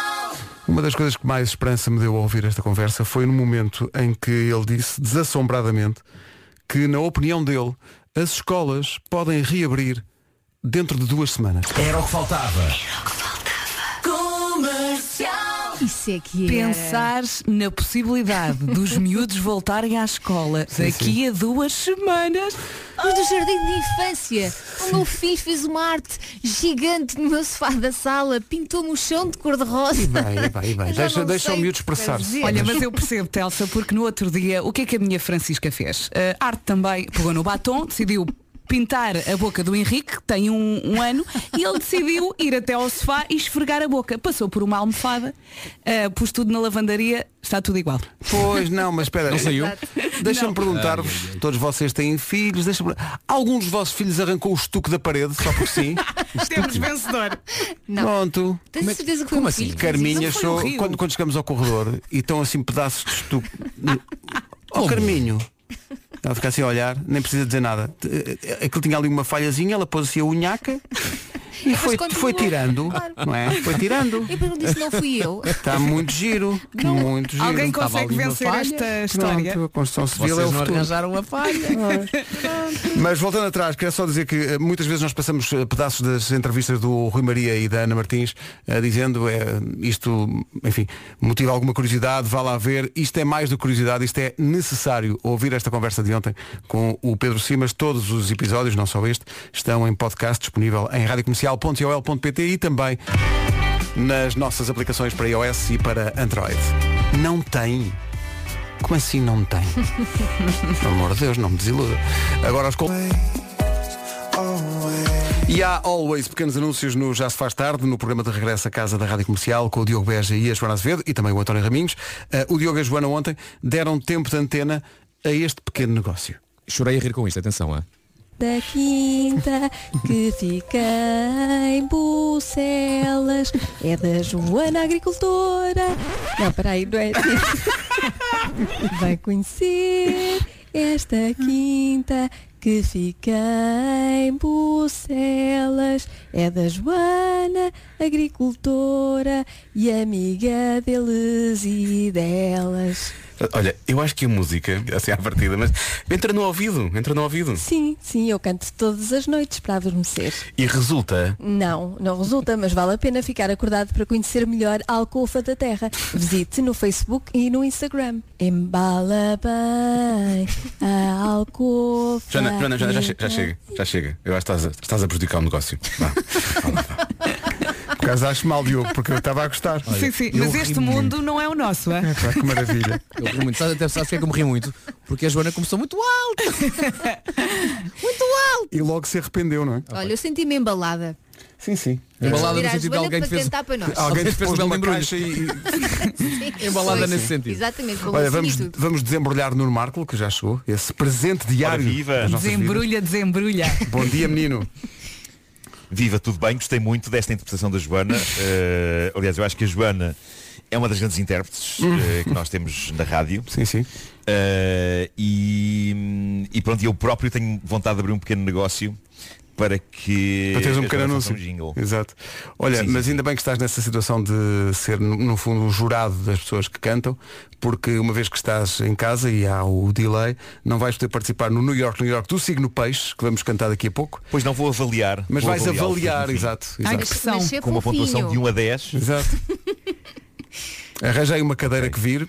[SPEAKER 2] Uma das coisas que mais esperança me deu ao ouvir esta conversa foi no momento em que ele disse, desassombradamente, que, na opinião dele, as escolas podem reabrir dentro de duas semanas.
[SPEAKER 4] É.
[SPEAKER 19] Era o que faltava.
[SPEAKER 5] Comercial.
[SPEAKER 4] Isso é que era.
[SPEAKER 1] Pensar na possibilidade dos miúdos voltarem à escola
[SPEAKER 4] Sim,
[SPEAKER 1] daqui a duas semanas.
[SPEAKER 4] Os do jardim de infância. O meu filho fez uma arte gigante no meu sofá da sala, pintou-me o chão de cor-de-rosa.
[SPEAKER 2] E bem, e bem, e bem.
[SPEAKER 4] Eu já
[SPEAKER 2] Deixa-
[SPEAKER 4] não
[SPEAKER 2] deixa o
[SPEAKER 4] sei
[SPEAKER 2] miúdo
[SPEAKER 4] o que
[SPEAKER 2] expressar-se.
[SPEAKER 4] fazer.
[SPEAKER 1] Olha, mas eu percebo, Telsa, porque no outro dia, o que é que a minha Francisca fez? A arte também pegou no batom, decidiu pintar a boca do Henrique, que tem um, um ano, e ele decidiu ir até ao sofá e esfregar a boca. Passou por uma almofada, ah, pus tudo na lavandaria, está tudo igual.
[SPEAKER 2] Pois não, mas espera.
[SPEAKER 14] Não saiu?
[SPEAKER 2] Deixa-me
[SPEAKER 1] Não.
[SPEAKER 2] perguntar-vos, todos vocês têm filhos, deixa-me. Alguns dos vossos filhos arrancou o estuque da parede, só por sim.
[SPEAKER 1] <laughs> Temos vencedor.
[SPEAKER 2] Pronto.
[SPEAKER 4] Tens
[SPEAKER 2] Como é que-
[SPEAKER 4] certeza que foi
[SPEAKER 2] Como
[SPEAKER 4] um
[SPEAKER 2] assim?
[SPEAKER 4] filho que fez
[SPEAKER 2] Carminha
[SPEAKER 4] isso? Não foi
[SPEAKER 2] achou,
[SPEAKER 4] um rio.
[SPEAKER 2] quando, quando chegamos ao corredor e estão assim pedaços de estuque. oh, Carminho. Ela fica assim a olhar, nem precisa dizer nada. Eh, Aquilo tinha ali uma falhazinha, ela pôs assim a unhaca e
[SPEAKER 4] Mas
[SPEAKER 2] foi,
[SPEAKER 4] continuou.
[SPEAKER 2] foi tirando.
[SPEAKER 4] Claro.
[SPEAKER 2] Não é? Foi tirando.
[SPEAKER 4] Eu pergunto se não fui eu.
[SPEAKER 2] Está muito giro. Muito giro.
[SPEAKER 4] Alguém Estava consegue ali uma vencer falha. esta história?
[SPEAKER 2] Pronto, a construção civil
[SPEAKER 14] Vocês
[SPEAKER 2] é o
[SPEAKER 14] não
[SPEAKER 2] futuro.
[SPEAKER 14] arranjaram uma falha.
[SPEAKER 2] Mas voltando atrás, quero só dizer que eh, muitas vezes nós passamos eh, pedaços das entrevistas do Rui Maria e da Ana Martins eh, dizendo eh, isto, enfim, motiva alguma curiosidade, vá lá ver. Isto é mais do que curiosidade, isto é necessário ouvir esta conversa de ontem com o Pedro Simas. Todos os episódios, não só este, estão em podcast disponível em radiocomercial.ol.pt e também nas nossas aplicações para iOS e para Android. Não tem. Como assim não tem? Pelo amor de Deus, não me desiluda. Agora as col- E há always pequenos anúncios no Já se faz tarde, no programa de regresso à casa da Rádio Comercial, com o Diogo Beja e a Joana Azevedo e também o António Raminhos. Eh, o Diogo e a Joana ontem deram tempo de antena a este pequeno negócio.
[SPEAKER 14] Chorei a rir com isto, atenção, ah.
[SPEAKER 5] Da quinta que fica em Bucelas é da Joana Agricultora. Não, peraí, não é assim. Vai conhecer esta quinta que fica em Bucelas é da Joana Agricultora e amiga deles e delas.
[SPEAKER 17] Olha, eu acho que a música, assim à partida, mas entra no ouvido, entra no ouvido.
[SPEAKER 5] Sim, sim, eu canto todas as noites para adormecer.
[SPEAKER 17] E resulta.
[SPEAKER 5] Não, não resulta, mas vale a pena ficar acordado para conhecer melhor a Alcofa da Terra. Visite no Facebook e no Instagram. Embala bem a Alcofa.
[SPEAKER 17] Joana, Joana, Joana, já, che- já
[SPEAKER 5] da
[SPEAKER 17] chega, já chega. Eu acho que estás a, estás a prejudicar o É um negócio. Vá.
[SPEAKER 2] Por acaso acho mal, Diogo, porque eu estava a gostar.
[SPEAKER 1] sim, sim, mas este mundo não é o nosso, é?
[SPEAKER 2] que maravilha.
[SPEAKER 14] Eu ri muito. Sabe, até sabes porque é que eu me ri muito? Porque a Joana começou muito alto.
[SPEAKER 4] Muito alto.
[SPEAKER 2] E logo se arrependeu, não é?
[SPEAKER 4] Olha, eu senti-me embalada.
[SPEAKER 2] Sim, sim.
[SPEAKER 14] Embalada no
[SPEAKER 4] Tirar a
[SPEAKER 14] sentido de
[SPEAKER 4] Joana
[SPEAKER 14] alguém
[SPEAKER 4] para
[SPEAKER 14] que fez.
[SPEAKER 4] cantar
[SPEAKER 2] <laughs>
[SPEAKER 4] para nós.
[SPEAKER 14] Alguém
[SPEAKER 2] Alguém
[SPEAKER 14] que fez um
[SPEAKER 2] pôs
[SPEAKER 14] belo
[SPEAKER 2] numa
[SPEAKER 14] embrulho.
[SPEAKER 2] caixa
[SPEAKER 14] Embalada
[SPEAKER 4] Foi,
[SPEAKER 14] nesse
[SPEAKER 4] sim.
[SPEAKER 14] sentido.
[SPEAKER 4] Exatamente, com
[SPEAKER 2] Olha,
[SPEAKER 4] lacinho
[SPEAKER 2] vamos,
[SPEAKER 4] e tudo.
[SPEAKER 2] vamos desembrulhar Nuno Marco, que já chegou, esse presente diário. das nossas vidas.
[SPEAKER 1] Desembrulha, desembrulha.
[SPEAKER 2] Bom
[SPEAKER 16] <laughs>
[SPEAKER 2] dia, menino.
[SPEAKER 16] Viva, tudo bem? Gostei muito desta interpretação da Joana. <laughs> Eh, aliás, eu acho que a Joana é uma das grandes intérpretes
[SPEAKER 14] Hum.
[SPEAKER 16] eh, que nós temos na rádio.
[SPEAKER 2] Sim, sim.
[SPEAKER 16] Eh, e, e pronto, eu próprio tenho vontade de abrir um pequeno negócio para que.
[SPEAKER 2] Para teres um
[SPEAKER 16] a
[SPEAKER 2] pequeno
[SPEAKER 16] Joana
[SPEAKER 2] anúncio.
[SPEAKER 16] faça um jingle.
[SPEAKER 2] Exato. Olha,
[SPEAKER 16] Sim, sim,
[SPEAKER 2] mas ainda bem que estás nessa situação de ser, no, no fundo, um jurado das pessoas que cantam, porque uma vez que estás em casa e há o delay, não vais poder participar no New York, New York do signo peixe, que vamos cantar daqui a pouco.
[SPEAKER 16] Pois não vou avaliar.
[SPEAKER 2] Mas
[SPEAKER 16] vou
[SPEAKER 2] vais
[SPEAKER 16] avaliá-lo,
[SPEAKER 2] avaliar,
[SPEAKER 16] enfim.
[SPEAKER 2] exato.
[SPEAKER 16] Ai,
[SPEAKER 2] exato.
[SPEAKER 16] que pressão. Mas ser Com uma fofinho. pontuação de 1 a 10.
[SPEAKER 2] Exato. Arranjei uma cadeira
[SPEAKER 16] <laughs>
[SPEAKER 2] que vir.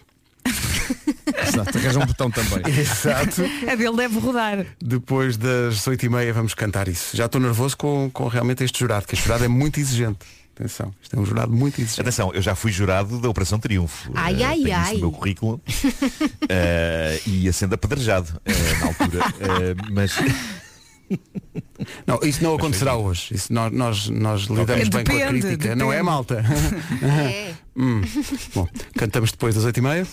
[SPEAKER 14] Exato, arranja um botão também.
[SPEAKER 2] Exato.
[SPEAKER 1] A dele deve rodar.
[SPEAKER 2] Depois das 8h30 vamos cantar isso. Já estou nervoso com, com realmente este jurado, que este jurado é muito exigente. Atenção, isto é um jurado muito exigente.
[SPEAKER 16] Atenção, eu já fui jurado da Operação Triunfo.
[SPEAKER 4] Ai,
[SPEAKER 16] Eh,
[SPEAKER 4] ai,
[SPEAKER 16] tenho isso
[SPEAKER 4] ai.
[SPEAKER 16] no meu currículo. Eh, e ia sendo apedrejado eh, na altura. Eh, mas.
[SPEAKER 2] Não, isso não acontecerá hoje. Isso nós, nós, nós lidamos bem com a
[SPEAKER 16] Depende,
[SPEAKER 2] crítica. Não é
[SPEAKER 16] depende.
[SPEAKER 2] malta. Hum. Bom, cantamos depois das 8h30.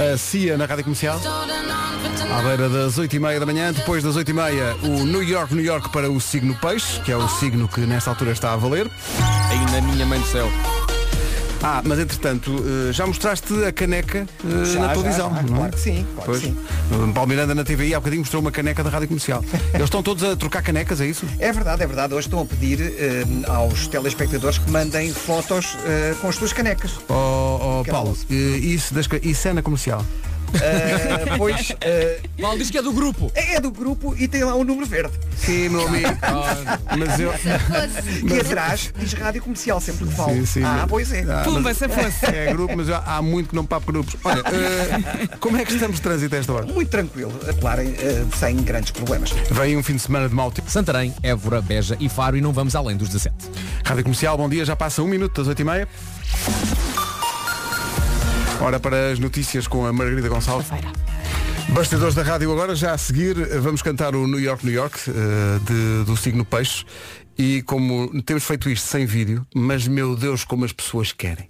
[SPEAKER 2] A CIA na Rádio Comercial. À beira das 8h30 da manhã, depois das 8h30, o New York, New York para o signo peixe, que é o signo que nesta altura está a valer.
[SPEAKER 14] Ainda minha mãe do céu.
[SPEAKER 2] Ah, mas entretanto, eh, já mostraste a caneca eh,
[SPEAKER 8] Já,
[SPEAKER 2] na
[SPEAKER 8] já,
[SPEAKER 2] televisão,
[SPEAKER 8] já,
[SPEAKER 2] não é?
[SPEAKER 8] claro que sim, claro
[SPEAKER 2] pois.
[SPEAKER 8] que sim.
[SPEAKER 2] Eh, Paulo Miranda na TVI há bocadinho mostrou uma caneca da Rádio <laughs> Comercial. Eles estão todos a trocar canecas, é isso?
[SPEAKER 8] É verdade, é verdade. Hoje estão a pedir eh, aos telespectadores que mandem fotos eh, com as suas canecas.
[SPEAKER 2] Oh, oh,
[SPEAKER 8] Que
[SPEAKER 2] Paulo, eh, isso, das, ca- isso é na comercial.
[SPEAKER 16] <laughs>
[SPEAKER 8] Eh, pois. Mal diz que é do grupo. É, do grupo e tem lá um número verde.
[SPEAKER 2] Sim,
[SPEAKER 14] <laughs>
[SPEAKER 2] meu amigo. Mas eu.
[SPEAKER 8] E atrás diz rádio comercial sempre que falo.
[SPEAKER 2] Sim, sim,
[SPEAKER 8] ah,
[SPEAKER 2] mas-
[SPEAKER 8] pois é.
[SPEAKER 2] Ah, mas- É grupo, mas há- há muito que não papo grupos. Olha, eh, como é que estamos de trânsito a esta hora?
[SPEAKER 8] Muito tranquilo, claro, eh, sem grandes problemas.
[SPEAKER 2] Vem um fim de semana de mau tempo.
[SPEAKER 14] Santarém, Évora, Beja e Faro e não vamos além dos 17.
[SPEAKER 2] Rádio Comercial, bom dia, já passa um minuto das 8h30. Ora para as notícias com a Margarida Gonçalves. Bastidores da rádio agora, já a seguir eh, vamos cantar o New York, New York, eh, de- do signo peixe. E como temos feito isto sem vídeo, mas meu Deus, como as pessoas querem.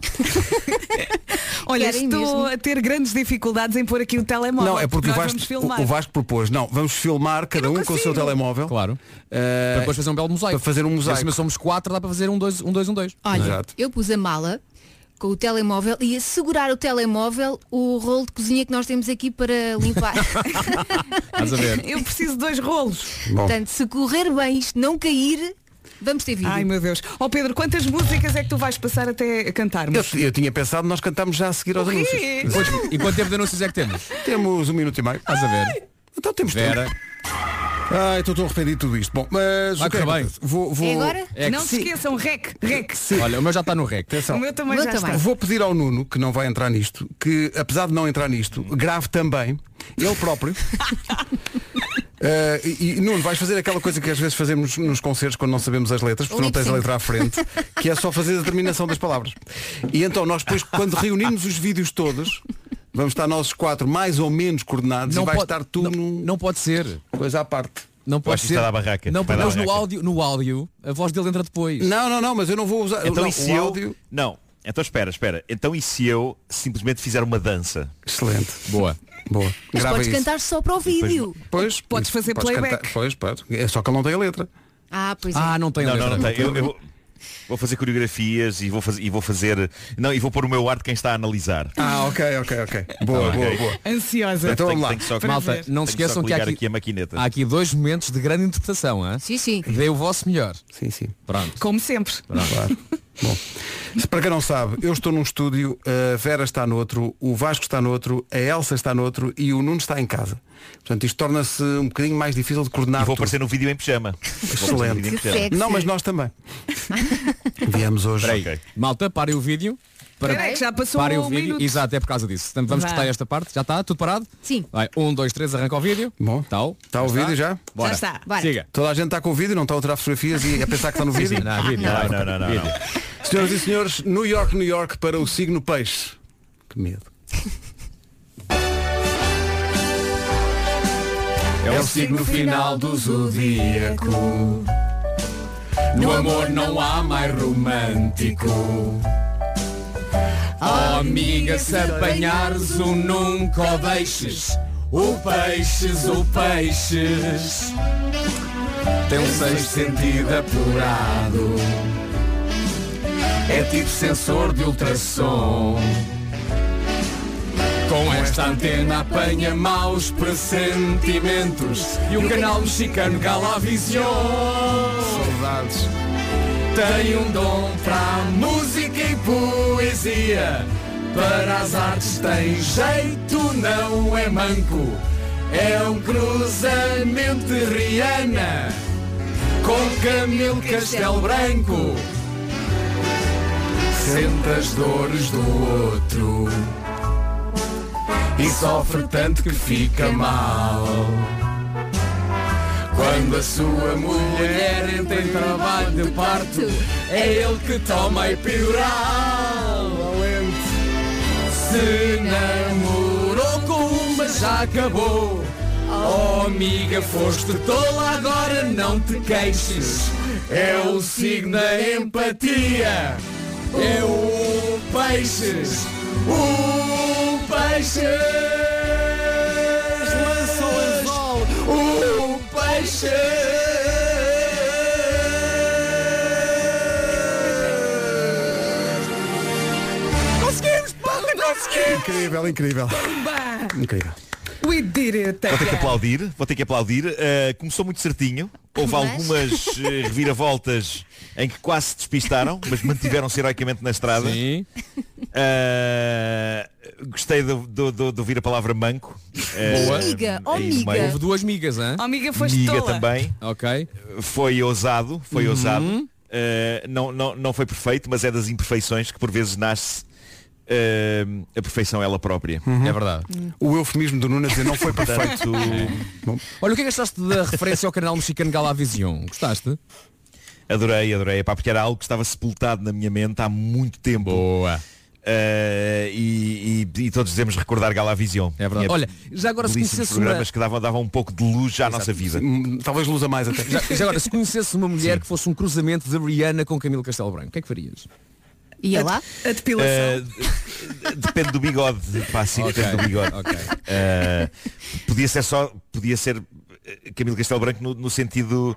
[SPEAKER 1] Olha,
[SPEAKER 4] Querem
[SPEAKER 1] estou
[SPEAKER 4] mesmo.
[SPEAKER 1] a ter grandes dificuldades em pôr aqui o telemóvel.
[SPEAKER 2] Não, é porque o
[SPEAKER 1] nós
[SPEAKER 2] Vasco,
[SPEAKER 1] vamos filmar.
[SPEAKER 2] o- o Vasco propôs. Não, vamos filmar cada um com o seu telemóvel.
[SPEAKER 14] Claro. para depois fazer um belo mosaico.
[SPEAKER 2] Para fazer um mosaico.
[SPEAKER 14] Em cima somos quatro, dá para fazer um, dois, um, dois, um, dois.
[SPEAKER 4] Olha, eu pus a mala com o telemóvel e a segurar o telemóvel o rolo de cozinha que nós temos aqui para limpar.
[SPEAKER 14] Estás a ver?
[SPEAKER 1] Eu preciso de dois rolos.
[SPEAKER 14] Bom.
[SPEAKER 4] Portanto, se correr bem, isto não cair, vamos ter vídeo.
[SPEAKER 1] Ai meu Deus. Ó Pedro, quantas músicas é que tu vais passar até cantarmos?
[SPEAKER 2] Eu, eu tinha pensado, nós cantamos já a seguir aos
[SPEAKER 1] O quê?
[SPEAKER 2] anúncios.
[SPEAKER 1] Pois,
[SPEAKER 14] e quanto tempo de anúncios é que temos?
[SPEAKER 2] Temos um minuto e meio.
[SPEAKER 14] Estás a ver?
[SPEAKER 2] Então temos
[SPEAKER 14] Vera.
[SPEAKER 2] tempo. Ai, estou tão arrependido de tudo isto. Bom, mas
[SPEAKER 14] Vai
[SPEAKER 2] o que é
[SPEAKER 14] correr
[SPEAKER 2] que
[SPEAKER 14] bem.
[SPEAKER 2] acontece? Vou, vou...
[SPEAKER 1] É agora?
[SPEAKER 2] É
[SPEAKER 1] não
[SPEAKER 2] que
[SPEAKER 1] se
[SPEAKER 2] sim.
[SPEAKER 1] esqueçam, rec, rec.
[SPEAKER 14] Olha, o meu já está no rec.
[SPEAKER 2] Atenção.
[SPEAKER 1] O meu também O meu já também. está.
[SPEAKER 2] Vou pedir ao Nuno, que não vai entrar nisto, que apesar de não entrar nisto, grave também, ele próprio. Eh, e, e, Nuno, vais fazer aquela coisa que às vezes fazemos nos concertos quando não sabemos as letras, porque
[SPEAKER 14] O
[SPEAKER 2] não tens
[SPEAKER 14] lip-sync.
[SPEAKER 2] a letra à frente, que é só fazer a terminação das palavras. E então nós depois, quando reunirmos os vídeos todos, vamos estar nós os quatro mais ou menos coordenados e vai estar tu
[SPEAKER 14] não, não pode ser.
[SPEAKER 2] Coisa à parte.
[SPEAKER 14] Não pode
[SPEAKER 16] acho que
[SPEAKER 14] ser.
[SPEAKER 16] isto está da barraca.
[SPEAKER 14] Não,
[SPEAKER 16] Vai
[SPEAKER 14] porque
[SPEAKER 16] dar
[SPEAKER 14] nós no
[SPEAKER 16] barraca.
[SPEAKER 14] áudio, no áudio, a voz dele entra depois.
[SPEAKER 2] Não, não, não, mas eu não vou usar.
[SPEAKER 16] Então e se eu. Não. Então espera, espera. Então e se eu simplesmente fizer uma dança?
[SPEAKER 2] Excelente.
[SPEAKER 14] Boa.
[SPEAKER 2] Boa.
[SPEAKER 4] Mas
[SPEAKER 2] Grava
[SPEAKER 4] podes
[SPEAKER 2] isso.
[SPEAKER 4] cantar só para o
[SPEAKER 2] Depois-
[SPEAKER 4] vídeo.
[SPEAKER 2] Pois,
[SPEAKER 4] Podes fazer playback.
[SPEAKER 2] cantar- Pois, pode. É só que ele não tem a letra.
[SPEAKER 4] Ah, pois é.
[SPEAKER 16] Não, não, não tem. Eu, eu vou fazer coreografias e vou fazer, e vou fazer. Não, e vou pôr o meu ar de quem está a analisar.
[SPEAKER 2] Ah, ok, ok, ok. Boa,
[SPEAKER 16] Tá bem.
[SPEAKER 2] boa, boa.
[SPEAKER 1] Ansiosa.
[SPEAKER 16] Então vamos lá. Tenho que só-
[SPEAKER 14] Malta,
[SPEAKER 16] tenho
[SPEAKER 14] não se
[SPEAKER 16] que só
[SPEAKER 14] esqueçam que há
[SPEAKER 16] ligar
[SPEAKER 14] aqui,
[SPEAKER 16] aqui a maquineta.
[SPEAKER 14] há aqui dois momentos de grande interpretação, hein?
[SPEAKER 4] Sim, sim.
[SPEAKER 14] Dê o vosso melhor.
[SPEAKER 2] Sim, sim.
[SPEAKER 14] Pronto.
[SPEAKER 1] Como sempre.
[SPEAKER 2] Claro. Bom, se para quem não sabe, eu estou num estúdio, a Vera está noutro, o Vasco está noutro, a Elsa está noutro e o Nuno está em casa. Portanto, isto torna-se um bocadinho mais difícil de coordenar.
[SPEAKER 16] E vou
[SPEAKER 2] tudo.
[SPEAKER 16] aparecer num vídeo em pijama. Vou aparecer num vídeo em
[SPEAKER 2] Excelente.
[SPEAKER 16] pijama.
[SPEAKER 2] Não, mas nós também. Viemos hoje.
[SPEAKER 14] Malta, parem o vídeo.
[SPEAKER 1] Espera aí, que já passou
[SPEAKER 14] parem o
[SPEAKER 1] um
[SPEAKER 14] vídeo.
[SPEAKER 1] minuto.
[SPEAKER 14] Exato, é por causa disso. Portanto, vamos
[SPEAKER 1] Vá.
[SPEAKER 14] cortar esta parte. Já está? Tudo parado?
[SPEAKER 4] Sim.
[SPEAKER 14] Vai, um, dois, três, arranca o vídeo.
[SPEAKER 2] Bom.
[SPEAKER 14] Tal.
[SPEAKER 2] Está o vídeo já?
[SPEAKER 14] Bora.
[SPEAKER 4] está. Bora.
[SPEAKER 14] Siga.
[SPEAKER 2] Toda a gente está com o vídeo, não está a tirar fotografias e a pensar que está no
[SPEAKER 14] Sim,
[SPEAKER 2] vídeo?
[SPEAKER 14] sim, não, vídeo, Não, não, não, não, vídeo.
[SPEAKER 2] Senhoras e senhores, New York, New York para o signo peixe. Que medo.
[SPEAKER 14] É o signo final do zodíaco.
[SPEAKER 6] No amor
[SPEAKER 14] não há mais romântico. Oh, amiga, se apanhares
[SPEAKER 2] um
[SPEAKER 14] o nunca o deixes. O peixes, o peixes. Tem um sexto sentido apurado. É tipo sensor de ultrassom. Com esta antena apanha maus pressentimentos E o canal mexicano Galavision Saudades Tem um dom para a música e poesia Para as artes tem jeito, não é manco É um cruzamento de Rihanna Com Camilo Castelo Branco Sente as dores do outro
[SPEAKER 6] E sofre tanto que fica mal Quando a sua mulher entra em trabalho de parto É ele que toma epidural Valente. Se namorou com uma já acabou Oh amiga, foste tola, agora não te queixes É o signo da empatia É o peixes O peixes Lançou o anzol O peixes Conseguimos, pá, conseguimos
[SPEAKER 2] Incrível, incrível.
[SPEAKER 1] Pumba!
[SPEAKER 2] Incrível.
[SPEAKER 1] We did it
[SPEAKER 16] Vou ter que
[SPEAKER 1] again.
[SPEAKER 16] aplaudir, vou ter que aplaudir. Uh, começou muito certinho, houve
[SPEAKER 1] Mas?
[SPEAKER 16] algumas uh, reviravoltas em que quase se despistaram, mas mantiveram-se heroicamente na estrada. Sim. gostei de, de- de- de ouvir a palavra manco.
[SPEAKER 14] Boa.
[SPEAKER 16] Miga,
[SPEAKER 14] oh, miga. Houve duas migas, hein?
[SPEAKER 1] Oh, amiga, foste
[SPEAKER 16] Miga
[SPEAKER 1] tola.
[SPEAKER 16] também.
[SPEAKER 14] Ok.
[SPEAKER 16] Foi ousado, foi
[SPEAKER 14] Uhum.
[SPEAKER 16] ousado. Uh, não, não, não foi perfeito, mas é das imperfeições que por vezes nasce uh, a perfeição ela própria.
[SPEAKER 2] Uhum.
[SPEAKER 14] É verdade.
[SPEAKER 2] O eufemismo do Nuno a dizer não
[SPEAKER 14] <laughs>
[SPEAKER 2] foi perfeito.
[SPEAKER 14] Olha, o que é que achaste da referência ao canal mexicano Galavision? Gostaste?
[SPEAKER 16] Adorei, adorei. Epá, porque era algo que estava sepultado na minha mente há muito tempo. Eh,
[SPEAKER 14] Boa.
[SPEAKER 16] e, e- e todos devemos recordar Galavision. É
[SPEAKER 14] verdade. Olha, já agora se
[SPEAKER 16] belíssimos
[SPEAKER 14] conhecesse
[SPEAKER 16] programas
[SPEAKER 14] uma-
[SPEAKER 16] que davam, davam um pouco de luz à nossa vida.
[SPEAKER 2] <laughs> Talvez luz a mais até.
[SPEAKER 14] Já, já agora, se conhecesse uma mulher que fosse um cruzamento de Rihanna com Camilo Castelo Branco, o que é que farias?
[SPEAKER 16] É.
[SPEAKER 4] Ia lá?
[SPEAKER 1] A
[SPEAKER 16] Eh, d- depende do bigode. Pá, sim,
[SPEAKER 14] Ok,
[SPEAKER 16] depende do bigode.
[SPEAKER 14] ok.
[SPEAKER 16] Eh, podia ser só, podia ser eh, Camilo Castelo Branco no, no sentido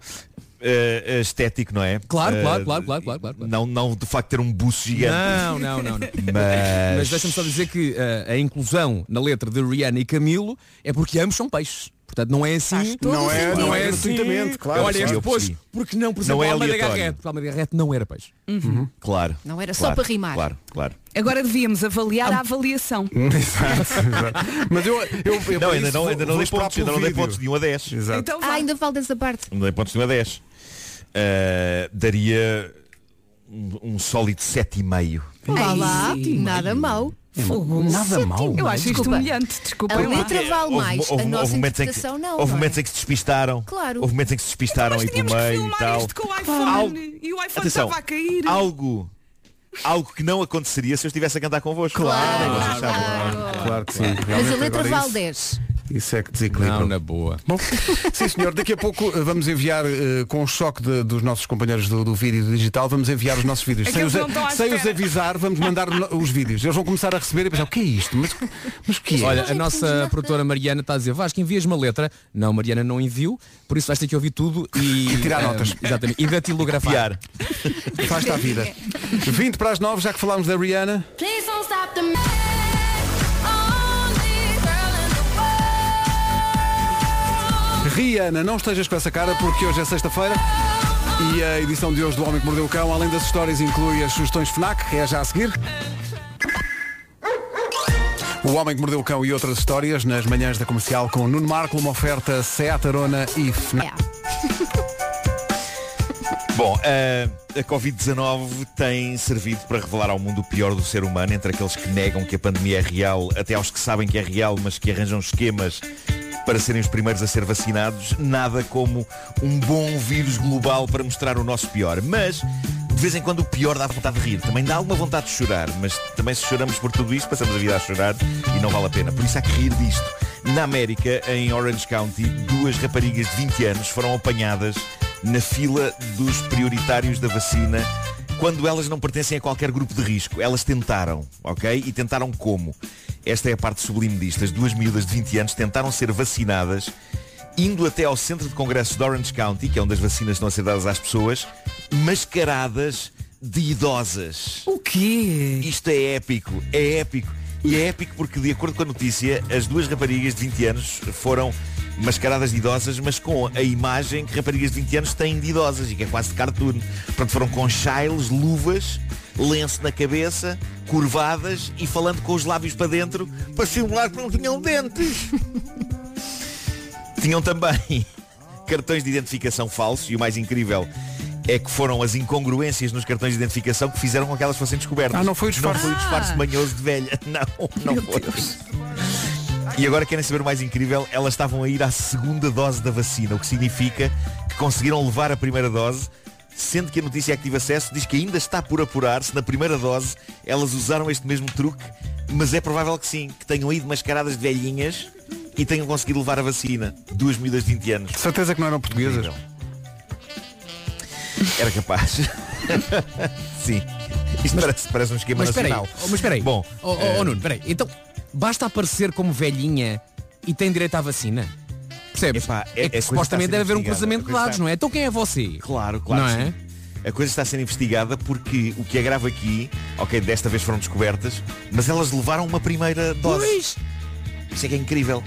[SPEAKER 16] eh, estético, não é?
[SPEAKER 14] Claro,
[SPEAKER 16] Eh,
[SPEAKER 14] claro, claro, claro, claro, claro.
[SPEAKER 16] Não, não de facto ter um buço gigante.
[SPEAKER 14] Não, não, não. não.
[SPEAKER 16] Mas-
[SPEAKER 14] Mas deixa-me só dizer que eh, a inclusão na letra de Rihanna e Camilo é porque ambos são peixes. Portanto, não é
[SPEAKER 16] Eh,
[SPEAKER 14] assim.
[SPEAKER 2] todo Não o é- sentido. não é
[SPEAKER 4] assim.
[SPEAKER 2] gratuitamente, claro,
[SPEAKER 14] Olha,
[SPEAKER 2] claro.
[SPEAKER 14] este
[SPEAKER 2] Eu
[SPEAKER 14] depois,
[SPEAKER 2] percebi.
[SPEAKER 14] porque não, por
[SPEAKER 2] Não
[SPEAKER 14] exemplo,
[SPEAKER 2] é
[SPEAKER 14] Almeida
[SPEAKER 2] aleatório.
[SPEAKER 14] Garrett. Porque Almeida Garrett não era peixe.
[SPEAKER 2] Uhum.
[SPEAKER 16] Claro.
[SPEAKER 4] Não era só para rimar.
[SPEAKER 16] Claro, claro.
[SPEAKER 1] Agora devíamos avaliar a avaliação.
[SPEAKER 2] Mas eu, eu, eu
[SPEAKER 16] não,
[SPEAKER 2] por
[SPEAKER 16] ainda
[SPEAKER 2] isso
[SPEAKER 16] não,
[SPEAKER 2] vou-
[SPEAKER 16] ainda não
[SPEAKER 2] vou
[SPEAKER 16] dei
[SPEAKER 2] esperar
[SPEAKER 16] pontos,
[SPEAKER 2] pelo
[SPEAKER 16] ainda não dei
[SPEAKER 2] vídeo.
[SPEAKER 16] pontos de 1 a 10.
[SPEAKER 1] Então
[SPEAKER 2] Exato.
[SPEAKER 4] Ah, ainda falta essa parte.
[SPEAKER 16] Não dei pontos de 1 a 10. Eh, daria um, um sólido 7,5.
[SPEAKER 4] Olá, lá, nada mau.
[SPEAKER 1] Fogo.
[SPEAKER 16] Nada mau.
[SPEAKER 1] Eu acho isto
[SPEAKER 4] Desculpa.
[SPEAKER 1] humilhante, desculpa.
[SPEAKER 4] A
[SPEAKER 1] lá.
[SPEAKER 4] letra vale
[SPEAKER 16] Houve-
[SPEAKER 4] mais,
[SPEAKER 16] houve-
[SPEAKER 4] a nossa
[SPEAKER 16] houve momentos em que-
[SPEAKER 4] interpretação não.
[SPEAKER 16] Houve
[SPEAKER 4] não é?
[SPEAKER 16] momentos em que se despistaram.
[SPEAKER 4] Claro. Então,
[SPEAKER 16] Houve momentos em que se despistaram aí pelo meio e tal.
[SPEAKER 1] Com o iPhone
[SPEAKER 16] Algo-
[SPEAKER 1] e o iPhone
[SPEAKER 16] Atenção,
[SPEAKER 1] estava a cair.
[SPEAKER 16] algo, algo que não aconteceria se eu estivesse a cantar convosco.
[SPEAKER 4] Claro,
[SPEAKER 16] Vocês sabem.
[SPEAKER 2] Claro que sim.
[SPEAKER 4] Mas
[SPEAKER 2] Realmente
[SPEAKER 4] a letra
[SPEAKER 2] agora
[SPEAKER 4] vale
[SPEAKER 2] isso-
[SPEAKER 4] 10.
[SPEAKER 2] Isso é que desequilibra.
[SPEAKER 16] Então.
[SPEAKER 14] Não, na boa.
[SPEAKER 2] Bom, sim senhor, daqui a pouco eh, vamos enviar, eh, com o choque de- dos nossos companheiros do, do vídeo digital, vamos enviar os nossos vídeos.
[SPEAKER 14] É que
[SPEAKER 2] Sem,
[SPEAKER 14] eles
[SPEAKER 2] os,
[SPEAKER 14] não estão à
[SPEAKER 2] sem os
[SPEAKER 14] espera.
[SPEAKER 2] avisar, vamos mandar no- os vídeos. Eles vão começar a receber e pensar, o que é isto? Mas, mas o que é?
[SPEAKER 14] Olha, a nossa produtora Mariana está a dizer, Vasco, envias uma letra. Não, Mariana não enviou, por isso vais ter que ouvir tudo e.
[SPEAKER 2] E tirar
[SPEAKER 14] eh,
[SPEAKER 2] notas.
[SPEAKER 14] Exatamente. E datilografar.
[SPEAKER 2] Faz-te à vida.
[SPEAKER 14] <laughs>
[SPEAKER 2] 20 para as 9, já que falámos da Rihanna.
[SPEAKER 6] Please don't stop the
[SPEAKER 2] Rihanna, não estejas com essa cara porque hoje é sexta-feira e a edição de hoje do Homem que Mordeu o Cão, além das histórias, inclui as sugestões FNAC, é já a seguir. O Homem que Mordeu o Cão e outras histórias nas manhãs da comercial com Nuno Marco, uma oferta Seat Arona e FNAC.
[SPEAKER 16] Bom, eh, a, a Covid-19 tem servido para revelar ao mundo o pior do ser humano, entre aqueles que negam que a pandemia é real, até aos que sabem que é real, mas que arranjam esquemas para serem os primeiros a ser vacinados, nada como um bom vírus global para mostrar o nosso pior. Mas, de vez em quando, o pior dá vontade de rir. Também dá alguma vontade de chorar, mas também se choramos por tudo isto, passamos a vida a chorar e não vale a pena. Por isso há que rir disto. Na América, em Orange County, duas raparigas de 20 anos foram apanhadas na fila dos prioritários da vacina quando elas não pertencem a qualquer grupo de risco. Elas tentaram, ok? E tentaram como? Esta é a parte sublime disto. As duas miúdas de 20 anos tentaram ser vacinadas indo até ao centro de congressos de Orange County, que é onde as vacinas estão a ser dadas às pessoas, mascaradas de idosas.
[SPEAKER 1] O quê?
[SPEAKER 16] Isto é épico, é épico. E é épico porque, de acordo com a notícia, as duas raparigas de 20 anos foram mascaradas de idosas, mas com a imagem que raparigas de 20 anos têm de idosas e que é quase de cartoon. Portanto, foram com chiles, luvas, lenço na cabeça, curvadas e falando com os lábios para dentro para simular que não tinham dentes. Tinham também <laughs> cartões de identificação falsos e o mais incrível é que foram as incongruências nos cartões de identificação que fizeram com que elas fossem descobertas.
[SPEAKER 2] Ah, não foi o
[SPEAKER 16] <laughs>
[SPEAKER 2] disfarce.
[SPEAKER 16] Não foi o disfarce manhoso de velha. Não, não foi. E agora querem saber o mais incrível, elas estavam a ir à segunda dose da vacina, o que significa que conseguiram levar a primeira dose, sendo que a notícia Active Acesso diz que ainda está por apurar se na primeira dose elas usaram este mesmo truque, mas é provável que sim, que tenham ido mascaradas de velhinhas e tenham conseguido levar a vacina. Duas miúdas de 20 anos. Então,
[SPEAKER 2] Certeza que não eram portuguesas?
[SPEAKER 16] Era capaz. <laughs> sim. Isto parece, parece um esquema
[SPEAKER 14] Mas espera aí,
[SPEAKER 16] nacional.
[SPEAKER 14] oh, mas espera aí.
[SPEAKER 16] Bom, eh,
[SPEAKER 14] Oh, oh, oh, Nuno, espera aí. Então, basta aparecer como velhinha e tem direito à vacina? Percebes?
[SPEAKER 16] é-
[SPEAKER 14] é,
[SPEAKER 16] a
[SPEAKER 14] que
[SPEAKER 16] coisa
[SPEAKER 14] supostamente
[SPEAKER 16] está a
[SPEAKER 14] deve
[SPEAKER 16] ser
[SPEAKER 14] haver um
[SPEAKER 16] investigada.
[SPEAKER 14] cruzamento de
[SPEAKER 16] A coisa
[SPEAKER 14] dados,
[SPEAKER 16] está-
[SPEAKER 14] não é? Então quem é você?
[SPEAKER 16] Claro, claro.
[SPEAKER 14] Não
[SPEAKER 16] que
[SPEAKER 14] é?
[SPEAKER 16] sim. A coisa está a ser investigada porque o que é grave aqui, ok, desta vez foram descobertas, mas elas levaram uma primeira dose. Isso é que é incrível.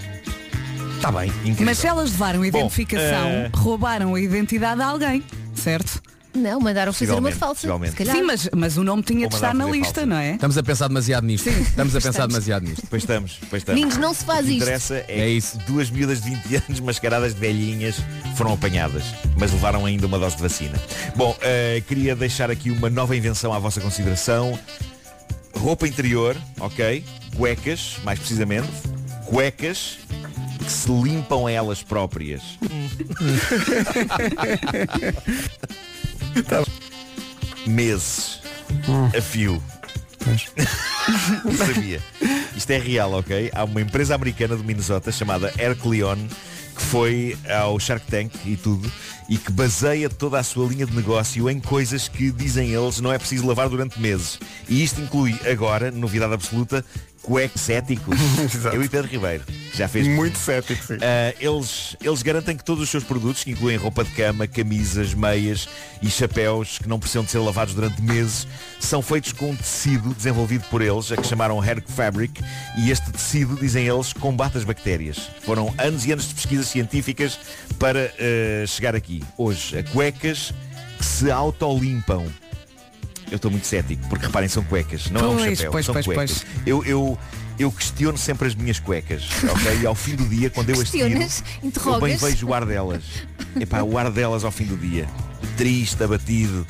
[SPEAKER 14] tá
[SPEAKER 16] Está bem, incrível.
[SPEAKER 1] Mas se elas levaram a
[SPEAKER 16] Bom,
[SPEAKER 1] identificação,
[SPEAKER 16] eh,
[SPEAKER 1] roubaram a identidade a alguém, certo?
[SPEAKER 4] Não, mandaram fazer uma
[SPEAKER 14] Possivelmente,
[SPEAKER 4] falsa.
[SPEAKER 14] possivelmente.
[SPEAKER 4] Se calhar.
[SPEAKER 1] Sim, mas, mas o nome tinha de estar na lista, não é?
[SPEAKER 14] Estamos a pensar demasiado nisto. Estamos a pensar demasiado nisto.
[SPEAKER 16] Pois estamos, pois estamos.
[SPEAKER 4] Meninos, não se faz
[SPEAKER 16] O que
[SPEAKER 4] isto.
[SPEAKER 16] interessa é, isso. Duas miúdas de 20 anos mascaradas de velhinhas foram apanhadas, mas levaram ainda uma dose de vacina. Bom, eh, queria deixar aqui uma nova invenção à vossa consideração. Roupa interior, ok? Cuecas, mais precisamente. Cuecas que se limpam a elas <laughs> próprias. Meses. A fio. Não <laughs> sabia. Isto é real, ok? Há uma empresa americana do Minnesota chamada Herculeon que foi ao Shark Tank e tudo e que baseia toda a sua linha de negócio em coisas que, dizem eles, não é preciso lavar durante meses. E isto inclui agora, novidade absoluta, cuecos
[SPEAKER 2] <laughs>
[SPEAKER 16] éticos. Eu e Pedro Ribeiro, que já fez
[SPEAKER 2] Muito cético, sim.
[SPEAKER 16] Uh, eles, eles garantem que todos os seus produtos, que incluem roupa de cama, camisas, meias e chapéus que não precisam de ser lavados durante meses, são feitos com um tecido desenvolvido por eles, a que chamaram Hair Fabric, e este tecido, dizem eles, combate as bactérias. Foram anos e anos de pesquisas científicas para uh, chegar aqui. Hoje, a cuecas que se autolimpam. Eu estou muito cético, porque reparem, são cuecas, não é um
[SPEAKER 1] Pois,
[SPEAKER 16] chapéu,
[SPEAKER 1] pois,
[SPEAKER 16] são
[SPEAKER 1] pois,
[SPEAKER 16] cuecas.
[SPEAKER 1] pois.
[SPEAKER 16] Eu, eu, eu questiono sempre as minhas cuecas, ok? E ao fim do dia, quando eu as tiro,
[SPEAKER 4] Questionas,
[SPEAKER 16] eu bem
[SPEAKER 4] interrogas.
[SPEAKER 16] vejo o ar delas. Epá, o ar delas ao fim do dia. Triste, abatido.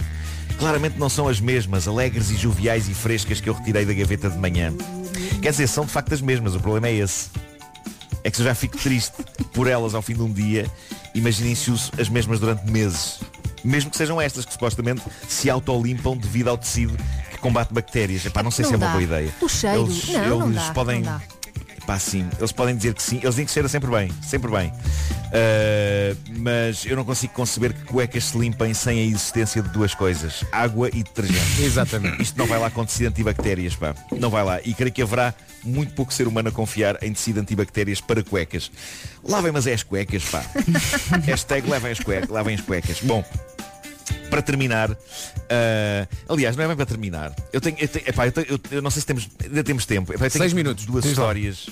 [SPEAKER 16] Claramente não são as mesmas, alegres e joviais e frescas que eu retirei da gaveta de manhã. Quer dizer, são de facto as mesmas, o problema é esse. É que se eu já fico triste por elas ao fim de um dia, imaginem se uso as mesmas durante meses. Mesmo que sejam estas que supostamente se autolimpam devido ao tecido que combate bactérias. Epá, não sei
[SPEAKER 4] Não
[SPEAKER 16] se é
[SPEAKER 4] dá.
[SPEAKER 16] uma boa ideia.
[SPEAKER 4] O cheiro.
[SPEAKER 16] Eles,
[SPEAKER 4] não, não
[SPEAKER 16] eles
[SPEAKER 4] dá,
[SPEAKER 16] podem.
[SPEAKER 4] não dá.
[SPEAKER 16] Pá, sim, eles podem dizer que sim, eles dizem que cheira sempre bem, sempre bem. Uh, mas eu não consigo conceber que cuecas se limpem sem a existência de duas coisas, água e detergente.
[SPEAKER 14] Exatamente.
[SPEAKER 16] Isto não vai lá com tecido antibactérias, pá. Não vai lá. E creio que haverá muito pouco ser humano a confiar em tecido antibactérias para cuecas. Lavem, mas é as cuecas, pá.
[SPEAKER 14] <laughs>
[SPEAKER 16] Hashtag lavem as cuecas, lavem as cuecas. Bom, para terminar, ah, aliás, não é bem para terminar. Eu tenho, eu, tenho- epá, eu tenho- eu- eu não sei se temos, ainda temos tempo. Epá, eu tenho
[SPEAKER 14] Seis
[SPEAKER 16] aqui
[SPEAKER 14] minutos.
[SPEAKER 16] duas
[SPEAKER 14] Diz lá.
[SPEAKER 16] histórias.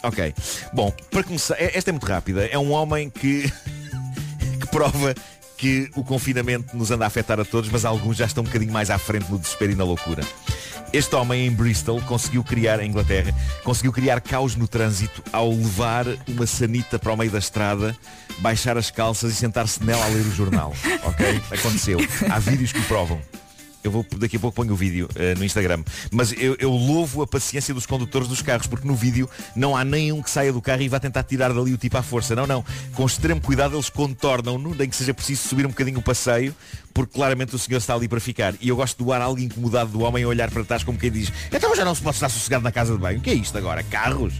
[SPEAKER 16] Ok. Bom, para começar, é- esta é muito rápida. É um homem que <laughs> que prova que o confinamento nos anda a afetar a todos, mas alguns já estão um bocadinho mais à frente no desespero e na loucura. Este homem em Bristol conseguiu criar, em Inglaterra, conseguiu criar caos no trânsito ao levar uma sanita para o meio da estrada, baixar as calças e sentar-se nela a ler o jornal. Ok? Aconteceu. Há vídeos que o provam. Eu vou, daqui a pouco ponho o vídeo eh, no Instagram. Mas eu, eu louvo a paciência dos condutores dos carros, porque no vídeo não há nenhum que saia do carro e vá tentar tirar dali o tipo à força. Não, não. Com extremo cuidado eles contornam-no, nem que seja preciso subir um bocadinho o passeio, porque claramente o senhor está ali para ficar. E eu gosto do ar algo incomodado do homem a olhar para trás como quem diz então já não se pode estar sossegado na casa de banho. O que é isto agora? Carros?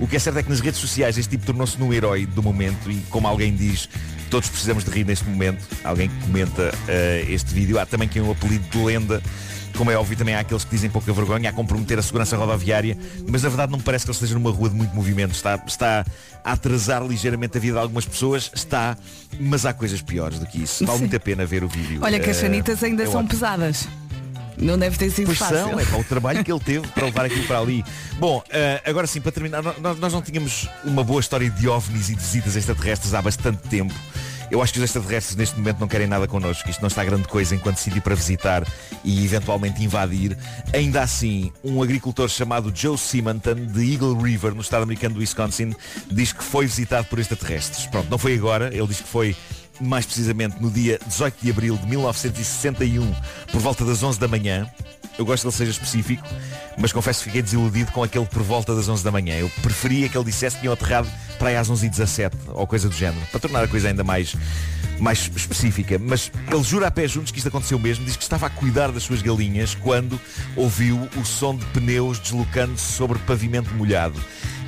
[SPEAKER 16] O que é certo é que nas redes sociais este tipo tornou-se num herói do momento e, como alguém diz, todos precisamos de rir neste momento. Alguém que comenta eh, este vídeo. Há também quem o apelido de lenda. Como é óbvio, também há aqueles que dizem pouca vergonha a comprometer a segurança rodoviária, mas na verdade não me parece que ele esteja numa rua de muito movimento. Está, está a atrasar ligeiramente a vida de algumas pessoas, está, mas há coisas piores do que isso. Vale
[SPEAKER 1] Sim.
[SPEAKER 16] muito a pena ver o vídeo.
[SPEAKER 1] Olha que as
[SPEAKER 16] Eh,
[SPEAKER 1] sanitas ainda
[SPEAKER 16] é
[SPEAKER 1] são
[SPEAKER 16] ótimo.
[SPEAKER 1] pesadas. Não deve ter sido
[SPEAKER 16] Pois
[SPEAKER 1] fácil.
[SPEAKER 16] são, é pá, o trabalho que ele teve para levar aquilo para ali. Bom, eh, agora sim, para terminar, nó- nós, nós não tínhamos uma boa história de ovnis e de visitas extraterrestres há bastante tempo. Eu acho que os extraterrestres neste momento não querem nada connosco. Isto não está grande coisa enquanto sítio para visitar e eventualmente invadir. Ainda assim, um agricultor chamado Joe Simonton, de Eagle River, no estado americano do Wisconsin, diz que foi visitado por extraterrestres. Pronto, não foi agora. Ele diz que foi mais precisamente no dia 18 de abril de 1961, por volta das 11 da manhã. Eu gosto que ele seja específico, mas confesso que fiquei desiludido com aquele por volta das 11 da manhã. Eu preferia que ele dissesse que tinham aterrado para aí às 11h17 ou coisa do género, para tornar a coisa ainda mais, mais específica. Mas ele jura a pé juntos que isto aconteceu mesmo, diz que estava a cuidar das suas galinhas quando ouviu o som de pneus deslocando-se sobre pavimento molhado.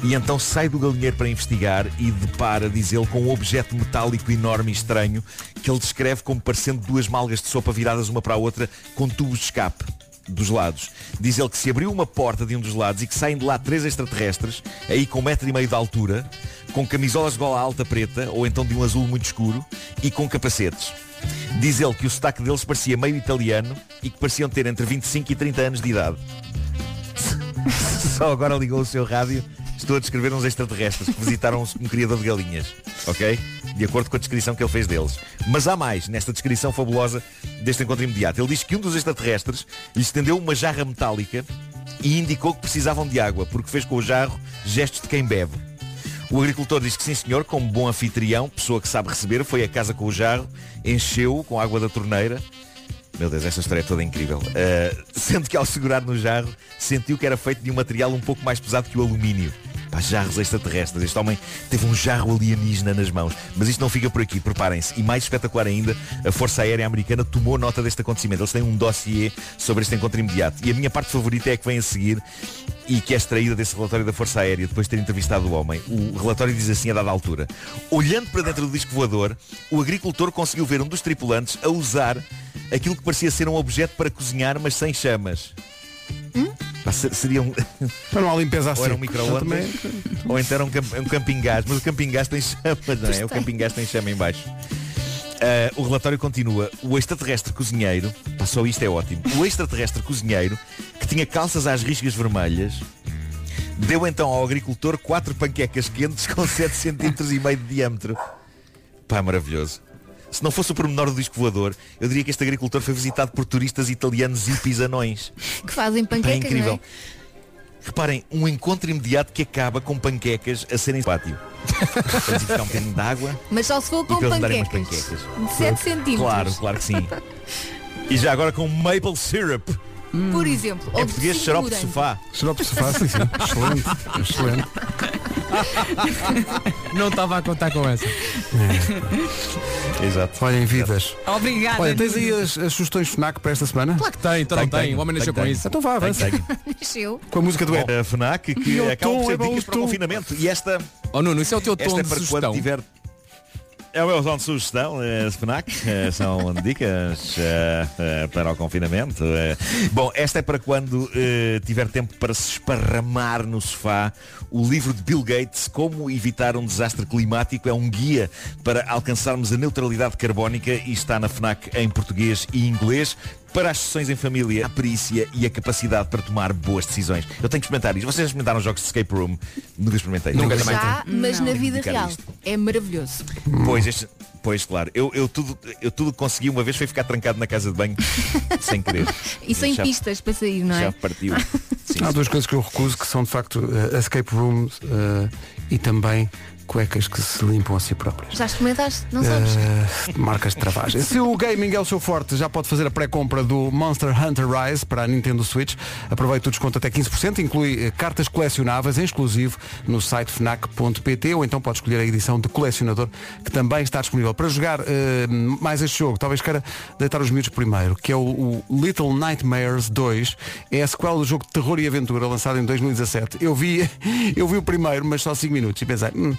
[SPEAKER 16] E então sai do galinheiro para investigar e depara, diz ele, com um objeto metálico enorme e estranho que ele descreve como parecendo duas malgas de sopa viradas uma para a outra com tubos de escape dos lados. Diz ele que se abriu uma porta de um dos lados e que saem de lá três extraterrestres, aí com um metro e meio de altura, com camisolas de gola alta preta, ou então de um azul muito escuro, e com capacetes. Diz ele que o sotaque deles parecia meio italiano e que pareciam ter entre 25 e 30 anos de idade. Só agora ligou o seu rádio. Estou a descrever uns extraterrestres que visitaram um criador de galinhas, ok? De acordo com a descrição que ele fez deles. Mas há mais nesta descrição fabulosa deste encontro imediato. Ele diz que um dos extraterrestres lhe estendeu uma jarra metálica e indicou que precisavam de água, porque fez com o jarro gestos de quem bebe. O agricultor diz que sim senhor, como bom anfitrião, pessoa que sabe receber, foi à casa com o jarro, encheu-o com água da torneira meu Deus, esta história é toda incrível. Uh, sendo que ao segurar no jarro, sentiu que era feito de um material um pouco mais pesado que o alumínio. Pá, jarros extraterrestres. Este homem teve um jarro alienígena nas mãos. Mas isto não fica por aqui, preparem-se. E mais espetacular ainda, a Força Aérea Americana tomou nota deste acontecimento. Eles têm um dossiê sobre este encontro imediato. E a minha parte favorita é a que vem a seguir e que é extraída desse relatório da Força Aérea depois de ter entrevistado o homem. O relatório diz assim a dada altura. Olhando para dentro do disco voador, o agricultor conseguiu ver um dos tripulantes a usar aquilo que parecia ser um objeto para cozinhar, mas sem chamas. Pá, se- Seria um...
[SPEAKER 2] Para não há limpeza a
[SPEAKER 16] Ou era um
[SPEAKER 2] seco.
[SPEAKER 16] micro-ondas,
[SPEAKER 2] Também-
[SPEAKER 16] ou então era um, camp um camping gás, mas o camping gás tem chamas, não é? O camping gás tem chama em baixo. Ah, o relatório continua. O extraterrestre cozinheiro, pá, só isto é ótimo. O extraterrestre cozinheiro, que tinha calças às riscas vermelhas, deu então ao agricultor quatro panquecas quentes com 7 centímetros e meio de diâmetro. Pá, maravilhoso. Se não fosse o pormenor do disco voador, eu diria que este agricultor foi visitado por turistas italianos hippies anões.
[SPEAKER 4] Que fazem
[SPEAKER 16] É
[SPEAKER 4] panquecas,
[SPEAKER 16] incrível.
[SPEAKER 4] não
[SPEAKER 16] Reparem, um encontro imediato que acaba com panquecas a serem pátio. Vamos ficar um bocadinho de água
[SPEAKER 4] é? Mas só se for
[SPEAKER 16] e
[SPEAKER 4] com
[SPEAKER 16] para eles darem
[SPEAKER 4] panquecas.
[SPEAKER 16] umas panquecas.
[SPEAKER 4] De 7 centímetros.
[SPEAKER 16] Claro, claro que sim. E já agora com maple syrup.
[SPEAKER 4] Por exemplo.
[SPEAKER 16] Hum. Em
[SPEAKER 4] ou de
[SPEAKER 16] português, xarope de
[SPEAKER 4] cintura.
[SPEAKER 16] sofá.
[SPEAKER 2] Xarope de sofá,
[SPEAKER 16] <laughs>
[SPEAKER 2] sim, sim. Excelente, excelente.
[SPEAKER 14] Não estava a contar com essa.
[SPEAKER 16] Exato.
[SPEAKER 2] Olhem vidas.
[SPEAKER 14] é.
[SPEAKER 1] <laughs> Obrigada.
[SPEAKER 2] Olha, tens aí as, as sugestões FNAC para esta semana? Claro
[SPEAKER 14] que tem, então não tem. O homem nasceu com isso.
[SPEAKER 2] Então vá, avança.
[SPEAKER 4] Nasceu.
[SPEAKER 2] Com a música do
[SPEAKER 16] Ed. É FNAC,
[SPEAKER 2] E
[SPEAKER 16] que
[SPEAKER 2] o
[SPEAKER 16] acaba
[SPEAKER 2] tom,
[SPEAKER 16] por ser
[SPEAKER 2] é bom,
[SPEAKER 16] dicas
[SPEAKER 2] o
[SPEAKER 16] para o
[SPEAKER 2] tom.
[SPEAKER 16] confinamento. E esta...
[SPEAKER 14] Oh Nuno, esse é o teu tom
[SPEAKER 16] esta é
[SPEAKER 14] de
[SPEAKER 16] para
[SPEAKER 14] sugestão.
[SPEAKER 16] quando tiver... É o meu tom de sugestão, eh, FNAC, eh, são <laughs> dicas eh, eh, para o confinamento. eh. Bom, esta é para quando eh, tiver tempo para se esparramar no sofá. O livro de Bill Gates, Como Evitar um Desastre Climático, é um guia para alcançarmos a neutralidade carbónica e está na FNAC em português e inglês. Para as sessões em família, a perícia e a capacidade para tomar boas decisões. Eu tenho que experimentar isto. Vocês já experimentaram jogos de escape room? Nunca experimentei.
[SPEAKER 4] Já, mas na vida
[SPEAKER 16] Indicar
[SPEAKER 4] real.
[SPEAKER 16] isto.
[SPEAKER 4] É maravilhoso.
[SPEAKER 16] Pois, este- pois claro, eu, eu tudo eu tudo que consegui uma vez foi ficar trancado na casa de banho sem querer.
[SPEAKER 4] E sem
[SPEAKER 16] Já-
[SPEAKER 4] pistas para sair, não
[SPEAKER 16] Já
[SPEAKER 4] é?
[SPEAKER 16] partiu.
[SPEAKER 2] Há duas coisas que eu recuso que são de facto eh, escape rooms eh, e também cuecas que se limpam a si próprias.
[SPEAKER 4] Já experimentaste? Não sabes?
[SPEAKER 2] Eh, marcas de travagem. Se o gaming é o seu forte, já pode fazer a pré-compra do Monster Hunter Rise para a Nintendo Switch. Aproveite o desconto até 15%, inclui eh, cartas colecionáveis em exclusivo no site fnac.pt ou então pode escolher a edição de colecionador que também está disponível. Para jogar eh, mais este jogo, talvez queira deitar os miúdos primeiro, que é o, o Little Nightmares 2. É a sequela do jogo de terror e aventura lançado em 2017. Eu vi, <laughs> eu vi o primeiro, mas só 5 minutos e pensei, hum,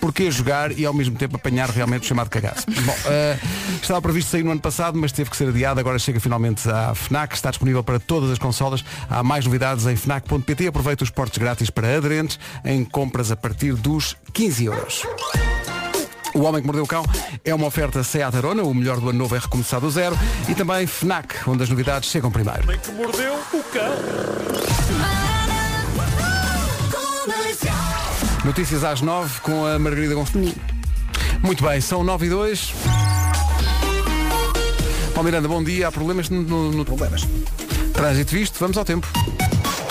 [SPEAKER 2] porquê jogar e ao mesmo tempo apanhar realmente o chamado cagaço? <laughs> Bom, eh, estava previsto sair no ano passado, mas teve que ser adiado. Agora chega finalmente à FNAC, está disponível para todas as consolas. Há mais novidades em FNAC.pt. Aproveita os portes grátis para aderentes em compras a partir dos 15 euros. O Homem que Mordeu o Cão é uma oferta Seat Arona, o melhor do ano novo é recomeçar do zero, e também FNAC, onde as novidades chegam primeiro.
[SPEAKER 6] que mordeu o cão.
[SPEAKER 2] Notícias às 9 com a Margarida Gonçalves. Muito bem, são 9 e 2. Paulo Miranda, bom dia. Há problemas no, no, no... Problemas. Trânsito visto, vamos ao tempo.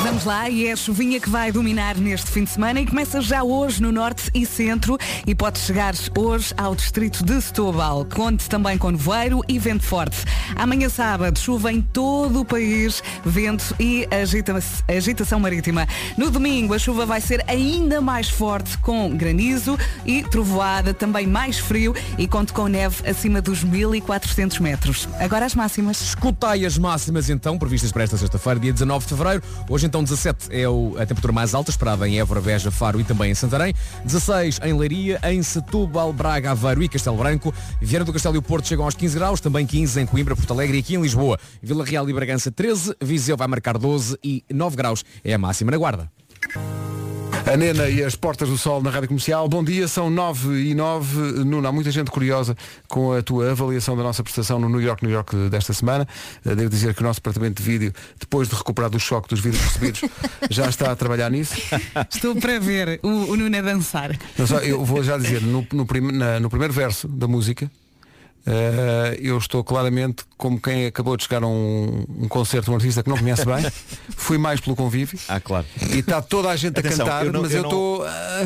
[SPEAKER 1] Vamos lá, e é a chuvinha que vai dominar neste fim de semana e começa já hoje no norte e centro e pode chegar hoje ao distrito de Setúbal. Conte também com nevoeiro e vento forte. Amanhã sábado, chuva em todo o país, vento e agita- agitação marítima. No domingo, a chuva vai ser ainda mais forte com granizo e trovoada, também mais frio e conte com neve acima dos 1400 metros. Agora as máximas.
[SPEAKER 14] Escutai as máximas então, previstas para esta sexta-feira, dia 19 de Fevereiro. Hoje então 17 é o- a temperatura mais alta esperada em Évora, Beja, Faro e também em Santarém. 16 em Leiria, em Setúbal, Braga, Aveiro e Castelo Branco. Vieira do Castelo e o Porto chegam aos 15 graus, também 15 em Coimbra, Porto Alegre e aqui em Lisboa. Vila Real e Bragança 13, Viseu vai marcar 12 e 9 graus é a máxima na guarda.
[SPEAKER 2] A Nena e as Portas do Sol na Rádio Comercial. Bom dia, são 9 e 9. Nuno, há muita gente curiosa com a tua avaliação da nossa prestação no New York, New York desta semana. Eh, Devo dizer que o nosso departamento de vídeo, depois de recuperar do choque dos vídeos recebidos, já está a trabalhar nisso.
[SPEAKER 1] Estou para ver o, o Nuno a dançar.
[SPEAKER 2] Não, só, eu vou já dizer, no, no prim- na- no primeiro verso da música, eh, eu estou claramente como quem acabou de chegar a um, um concerto, de um artista que não
[SPEAKER 16] <laughs>
[SPEAKER 2] conhece bem. Fui mais pelo convívio.
[SPEAKER 16] Ah, claro.
[SPEAKER 2] E está toda a gente
[SPEAKER 16] Atenção,
[SPEAKER 2] a cantar,
[SPEAKER 16] eu não-
[SPEAKER 2] mas
[SPEAKER 16] eu
[SPEAKER 2] eu
[SPEAKER 16] não-
[SPEAKER 2] estou. ah,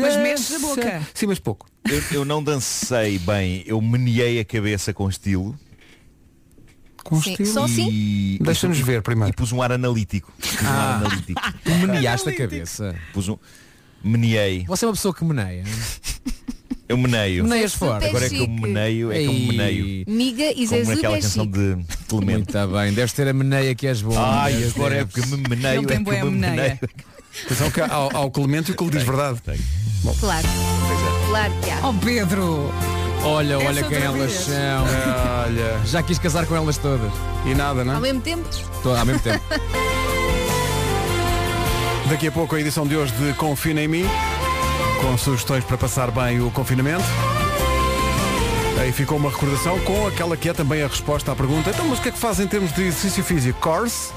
[SPEAKER 1] Mas mexe a boca.
[SPEAKER 2] Sim, mas pouco.
[SPEAKER 16] Eu, eu não dancei bem, eu meneei a cabeça com estilo.
[SPEAKER 2] Com um
[SPEAKER 4] Sim, estilo? só assim?
[SPEAKER 2] Deixa-nos ver primeiro.
[SPEAKER 16] E pus um ar analítico. Pus um ar analítico.
[SPEAKER 14] Tu meneaste a cabeça.
[SPEAKER 16] Pus um... Meneei.
[SPEAKER 14] Você é uma pessoa que meneia.
[SPEAKER 16] Eu meneio.
[SPEAKER 14] Meneias forte.
[SPEAKER 16] Agora é que eu
[SPEAKER 14] Super
[SPEAKER 16] meneio, é que eu
[SPEAKER 14] chique.
[SPEAKER 16] meneio.
[SPEAKER 4] Miga e é
[SPEAKER 16] Como
[SPEAKER 4] Zezu
[SPEAKER 16] naquela canção
[SPEAKER 4] Bechico.
[SPEAKER 16] de Clemente.
[SPEAKER 14] Está bem, deves ter a meneia que és bom.
[SPEAKER 16] Ai,
[SPEAKER 14] Deves
[SPEAKER 16] agora
[SPEAKER 14] ter.
[SPEAKER 16] é porque me meneio,
[SPEAKER 14] Ele tem é que boa eu me meneia. meneio.
[SPEAKER 2] Atenção que há- ao, ao Clemente e o que lhe diz verdade. Bom.
[SPEAKER 4] Claro. Claro que há.
[SPEAKER 1] Oh Pedro!
[SPEAKER 14] Olha,
[SPEAKER 4] Essa
[SPEAKER 14] olha quem
[SPEAKER 4] outra
[SPEAKER 14] elas
[SPEAKER 4] vez.
[SPEAKER 14] são.
[SPEAKER 2] Olha.
[SPEAKER 14] Já quis casar com elas todas.
[SPEAKER 2] E nada, é?
[SPEAKER 4] Ao mesmo tempo.
[SPEAKER 14] Toda ao mesmo tempo.
[SPEAKER 2] Daqui a pouco a edição de hoje de Confina em mim, com sugestões para passar bem o confinamento. Aí ficou uma recordação com aquela que é também a resposta à pergunta. Então, mas o que é que faz em termos de exercício físico? Course?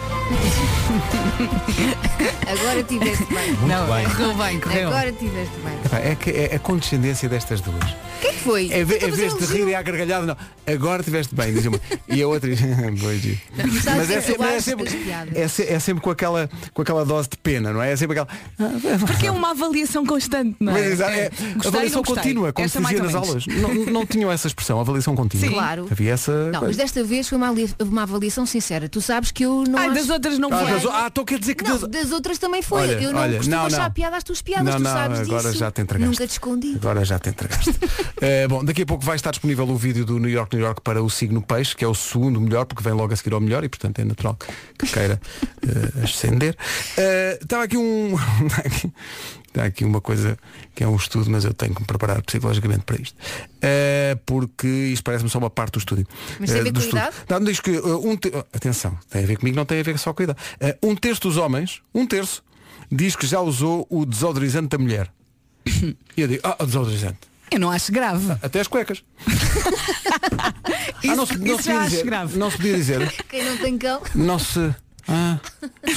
[SPEAKER 4] Agora tiveste bem.
[SPEAKER 2] Muito Não, bem. correu
[SPEAKER 1] bem,
[SPEAKER 2] correu.
[SPEAKER 4] Agora tiveste bem.
[SPEAKER 2] Epá, É, que é a condescendência destas duas.
[SPEAKER 4] O que é que foi?
[SPEAKER 2] É, ve- em
[SPEAKER 4] Estamos a
[SPEAKER 2] vez de
[SPEAKER 4] elogio.
[SPEAKER 2] rir e à gargalhada, não. Agora tiveste bem, diz uma. E a outra diz. <laughs> "Pois, Gil."
[SPEAKER 4] Não, mas sabes
[SPEAKER 2] Mas é
[SPEAKER 4] que eu
[SPEAKER 2] sempre, é
[SPEAKER 4] acho
[SPEAKER 2] sempre-
[SPEAKER 4] as piadas.
[SPEAKER 2] é se- é sempre com, aquela, com aquela dose de pena, não é? É sempre aquela.
[SPEAKER 1] Porque é uma avaliação constante, não é?
[SPEAKER 2] Mas, exato, é,
[SPEAKER 1] Gostei,
[SPEAKER 2] avaliação
[SPEAKER 1] não gostei.
[SPEAKER 2] contínua, como
[SPEAKER 1] Esta
[SPEAKER 2] se
[SPEAKER 1] mais
[SPEAKER 2] dizia
[SPEAKER 1] ou
[SPEAKER 2] nas aulas.
[SPEAKER 1] menos.
[SPEAKER 2] Não, não tinham essa expressão, avaliação contínua.
[SPEAKER 4] Sim. Claro.
[SPEAKER 2] Havia essa.
[SPEAKER 4] Não, mas
[SPEAKER 2] coisa.
[SPEAKER 4] desta vez foi uma, ali- uma avaliação sincera. Tu sabes que eu não.
[SPEAKER 1] Ai,
[SPEAKER 4] acho-
[SPEAKER 1] das outras não
[SPEAKER 2] Ah,
[SPEAKER 1] foi.
[SPEAKER 2] das o- ah, então quer dizer que
[SPEAKER 4] Não,
[SPEAKER 2] das-
[SPEAKER 4] das outras também foi.
[SPEAKER 2] Olha,
[SPEAKER 4] eu não
[SPEAKER 2] olha,
[SPEAKER 4] costumo
[SPEAKER 2] não,
[SPEAKER 4] achar
[SPEAKER 2] não.
[SPEAKER 4] piada às tuas piadas,
[SPEAKER 2] Não,
[SPEAKER 4] tu
[SPEAKER 2] não,
[SPEAKER 4] sabes
[SPEAKER 2] agora
[SPEAKER 4] disso.
[SPEAKER 2] já te entregaste.
[SPEAKER 4] Nunca te escondi. <laughs>
[SPEAKER 2] Agora já te entregaste. Eh, bom, daqui a pouco vai estar disponível o vídeo do New York, New York para o signo peixe, que é o segundo melhor, porque vem logo a seguir ao melhor e, portanto, é natural que queira eh, ascender. Eh, Estava aqui um... <laughs> Está aqui uma coisa que é um estudo, mas eu tenho que me preparar psicologicamente para isto. Eh, porque isto parece-me só uma parte do estúdio.
[SPEAKER 4] Mas tem a ver
[SPEAKER 2] Eh,
[SPEAKER 4] com
[SPEAKER 2] do
[SPEAKER 4] a idade?
[SPEAKER 2] Não, diz que eh, um te- oh, Atenção, tem a ver comigo, não tem a ver só com a idade. Eh, um terço dos homens, um terço, diz que já usou o desodorizante da mulher. E eu digo, ah, desodorizante.
[SPEAKER 1] Eu não acho grave.
[SPEAKER 2] Até as
[SPEAKER 1] <laughs>
[SPEAKER 2] cuecas. Ah,
[SPEAKER 1] Isso-
[SPEAKER 2] não se, não se
[SPEAKER 1] isso
[SPEAKER 2] podia
[SPEAKER 1] já acho
[SPEAKER 2] dizer,
[SPEAKER 1] grave.
[SPEAKER 2] não se podia dizer.
[SPEAKER 4] Quem não tem cão.
[SPEAKER 2] Não se. Ah,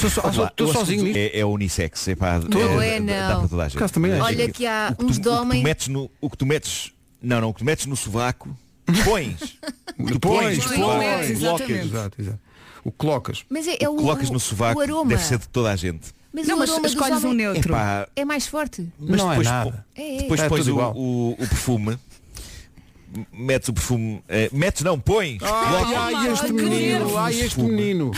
[SPEAKER 2] sou só-
[SPEAKER 16] Vamos
[SPEAKER 2] sou-
[SPEAKER 16] lá,
[SPEAKER 2] estou
[SPEAKER 16] eu acho
[SPEAKER 2] sozinho
[SPEAKER 16] que
[SPEAKER 2] nisto.
[SPEAKER 16] É, é unissex, epá,
[SPEAKER 4] Não é,
[SPEAKER 16] dá- dá-
[SPEAKER 4] não.
[SPEAKER 16] Dá para toda a
[SPEAKER 2] Por
[SPEAKER 16] gente.
[SPEAKER 2] acaso também é.
[SPEAKER 4] Olha que há
[SPEAKER 16] o que tu-
[SPEAKER 4] uns de
[SPEAKER 16] o que tu
[SPEAKER 4] homem.
[SPEAKER 16] metes no, o que tu metes, não, não, o que tu metes no sovaco, pões. Tu
[SPEAKER 2] Pões,
[SPEAKER 16] no
[SPEAKER 2] pões,
[SPEAKER 16] sovaco,
[SPEAKER 2] pões,
[SPEAKER 16] colocas.
[SPEAKER 2] colocas. Exato, exato. O colocas.
[SPEAKER 4] Mas <laughs> é, é o,
[SPEAKER 16] Colocas
[SPEAKER 4] o
[SPEAKER 16] no sovaco,
[SPEAKER 4] aroma.
[SPEAKER 16] deve ser de toda a gente.
[SPEAKER 4] Mas
[SPEAKER 1] Não,
[SPEAKER 4] o
[SPEAKER 1] mas
[SPEAKER 4] aroma dos
[SPEAKER 1] escolhes um
[SPEAKER 4] homens
[SPEAKER 1] neutro.
[SPEAKER 16] Epá,
[SPEAKER 4] É mais forte.
[SPEAKER 16] mas
[SPEAKER 2] Não é
[SPEAKER 16] depois,
[SPEAKER 2] nada.
[SPEAKER 16] pô-
[SPEAKER 4] É, é.
[SPEAKER 16] depois
[SPEAKER 2] É
[SPEAKER 16] pões
[SPEAKER 2] tudo
[SPEAKER 16] o,
[SPEAKER 2] igual.
[SPEAKER 16] o- o perfume, m- metes o perfume, eh, metes não, pões.
[SPEAKER 2] Ai,
[SPEAKER 16] colocas.
[SPEAKER 2] ai, este
[SPEAKER 1] que
[SPEAKER 2] menino,
[SPEAKER 1] nervos.
[SPEAKER 2] ai, este menino.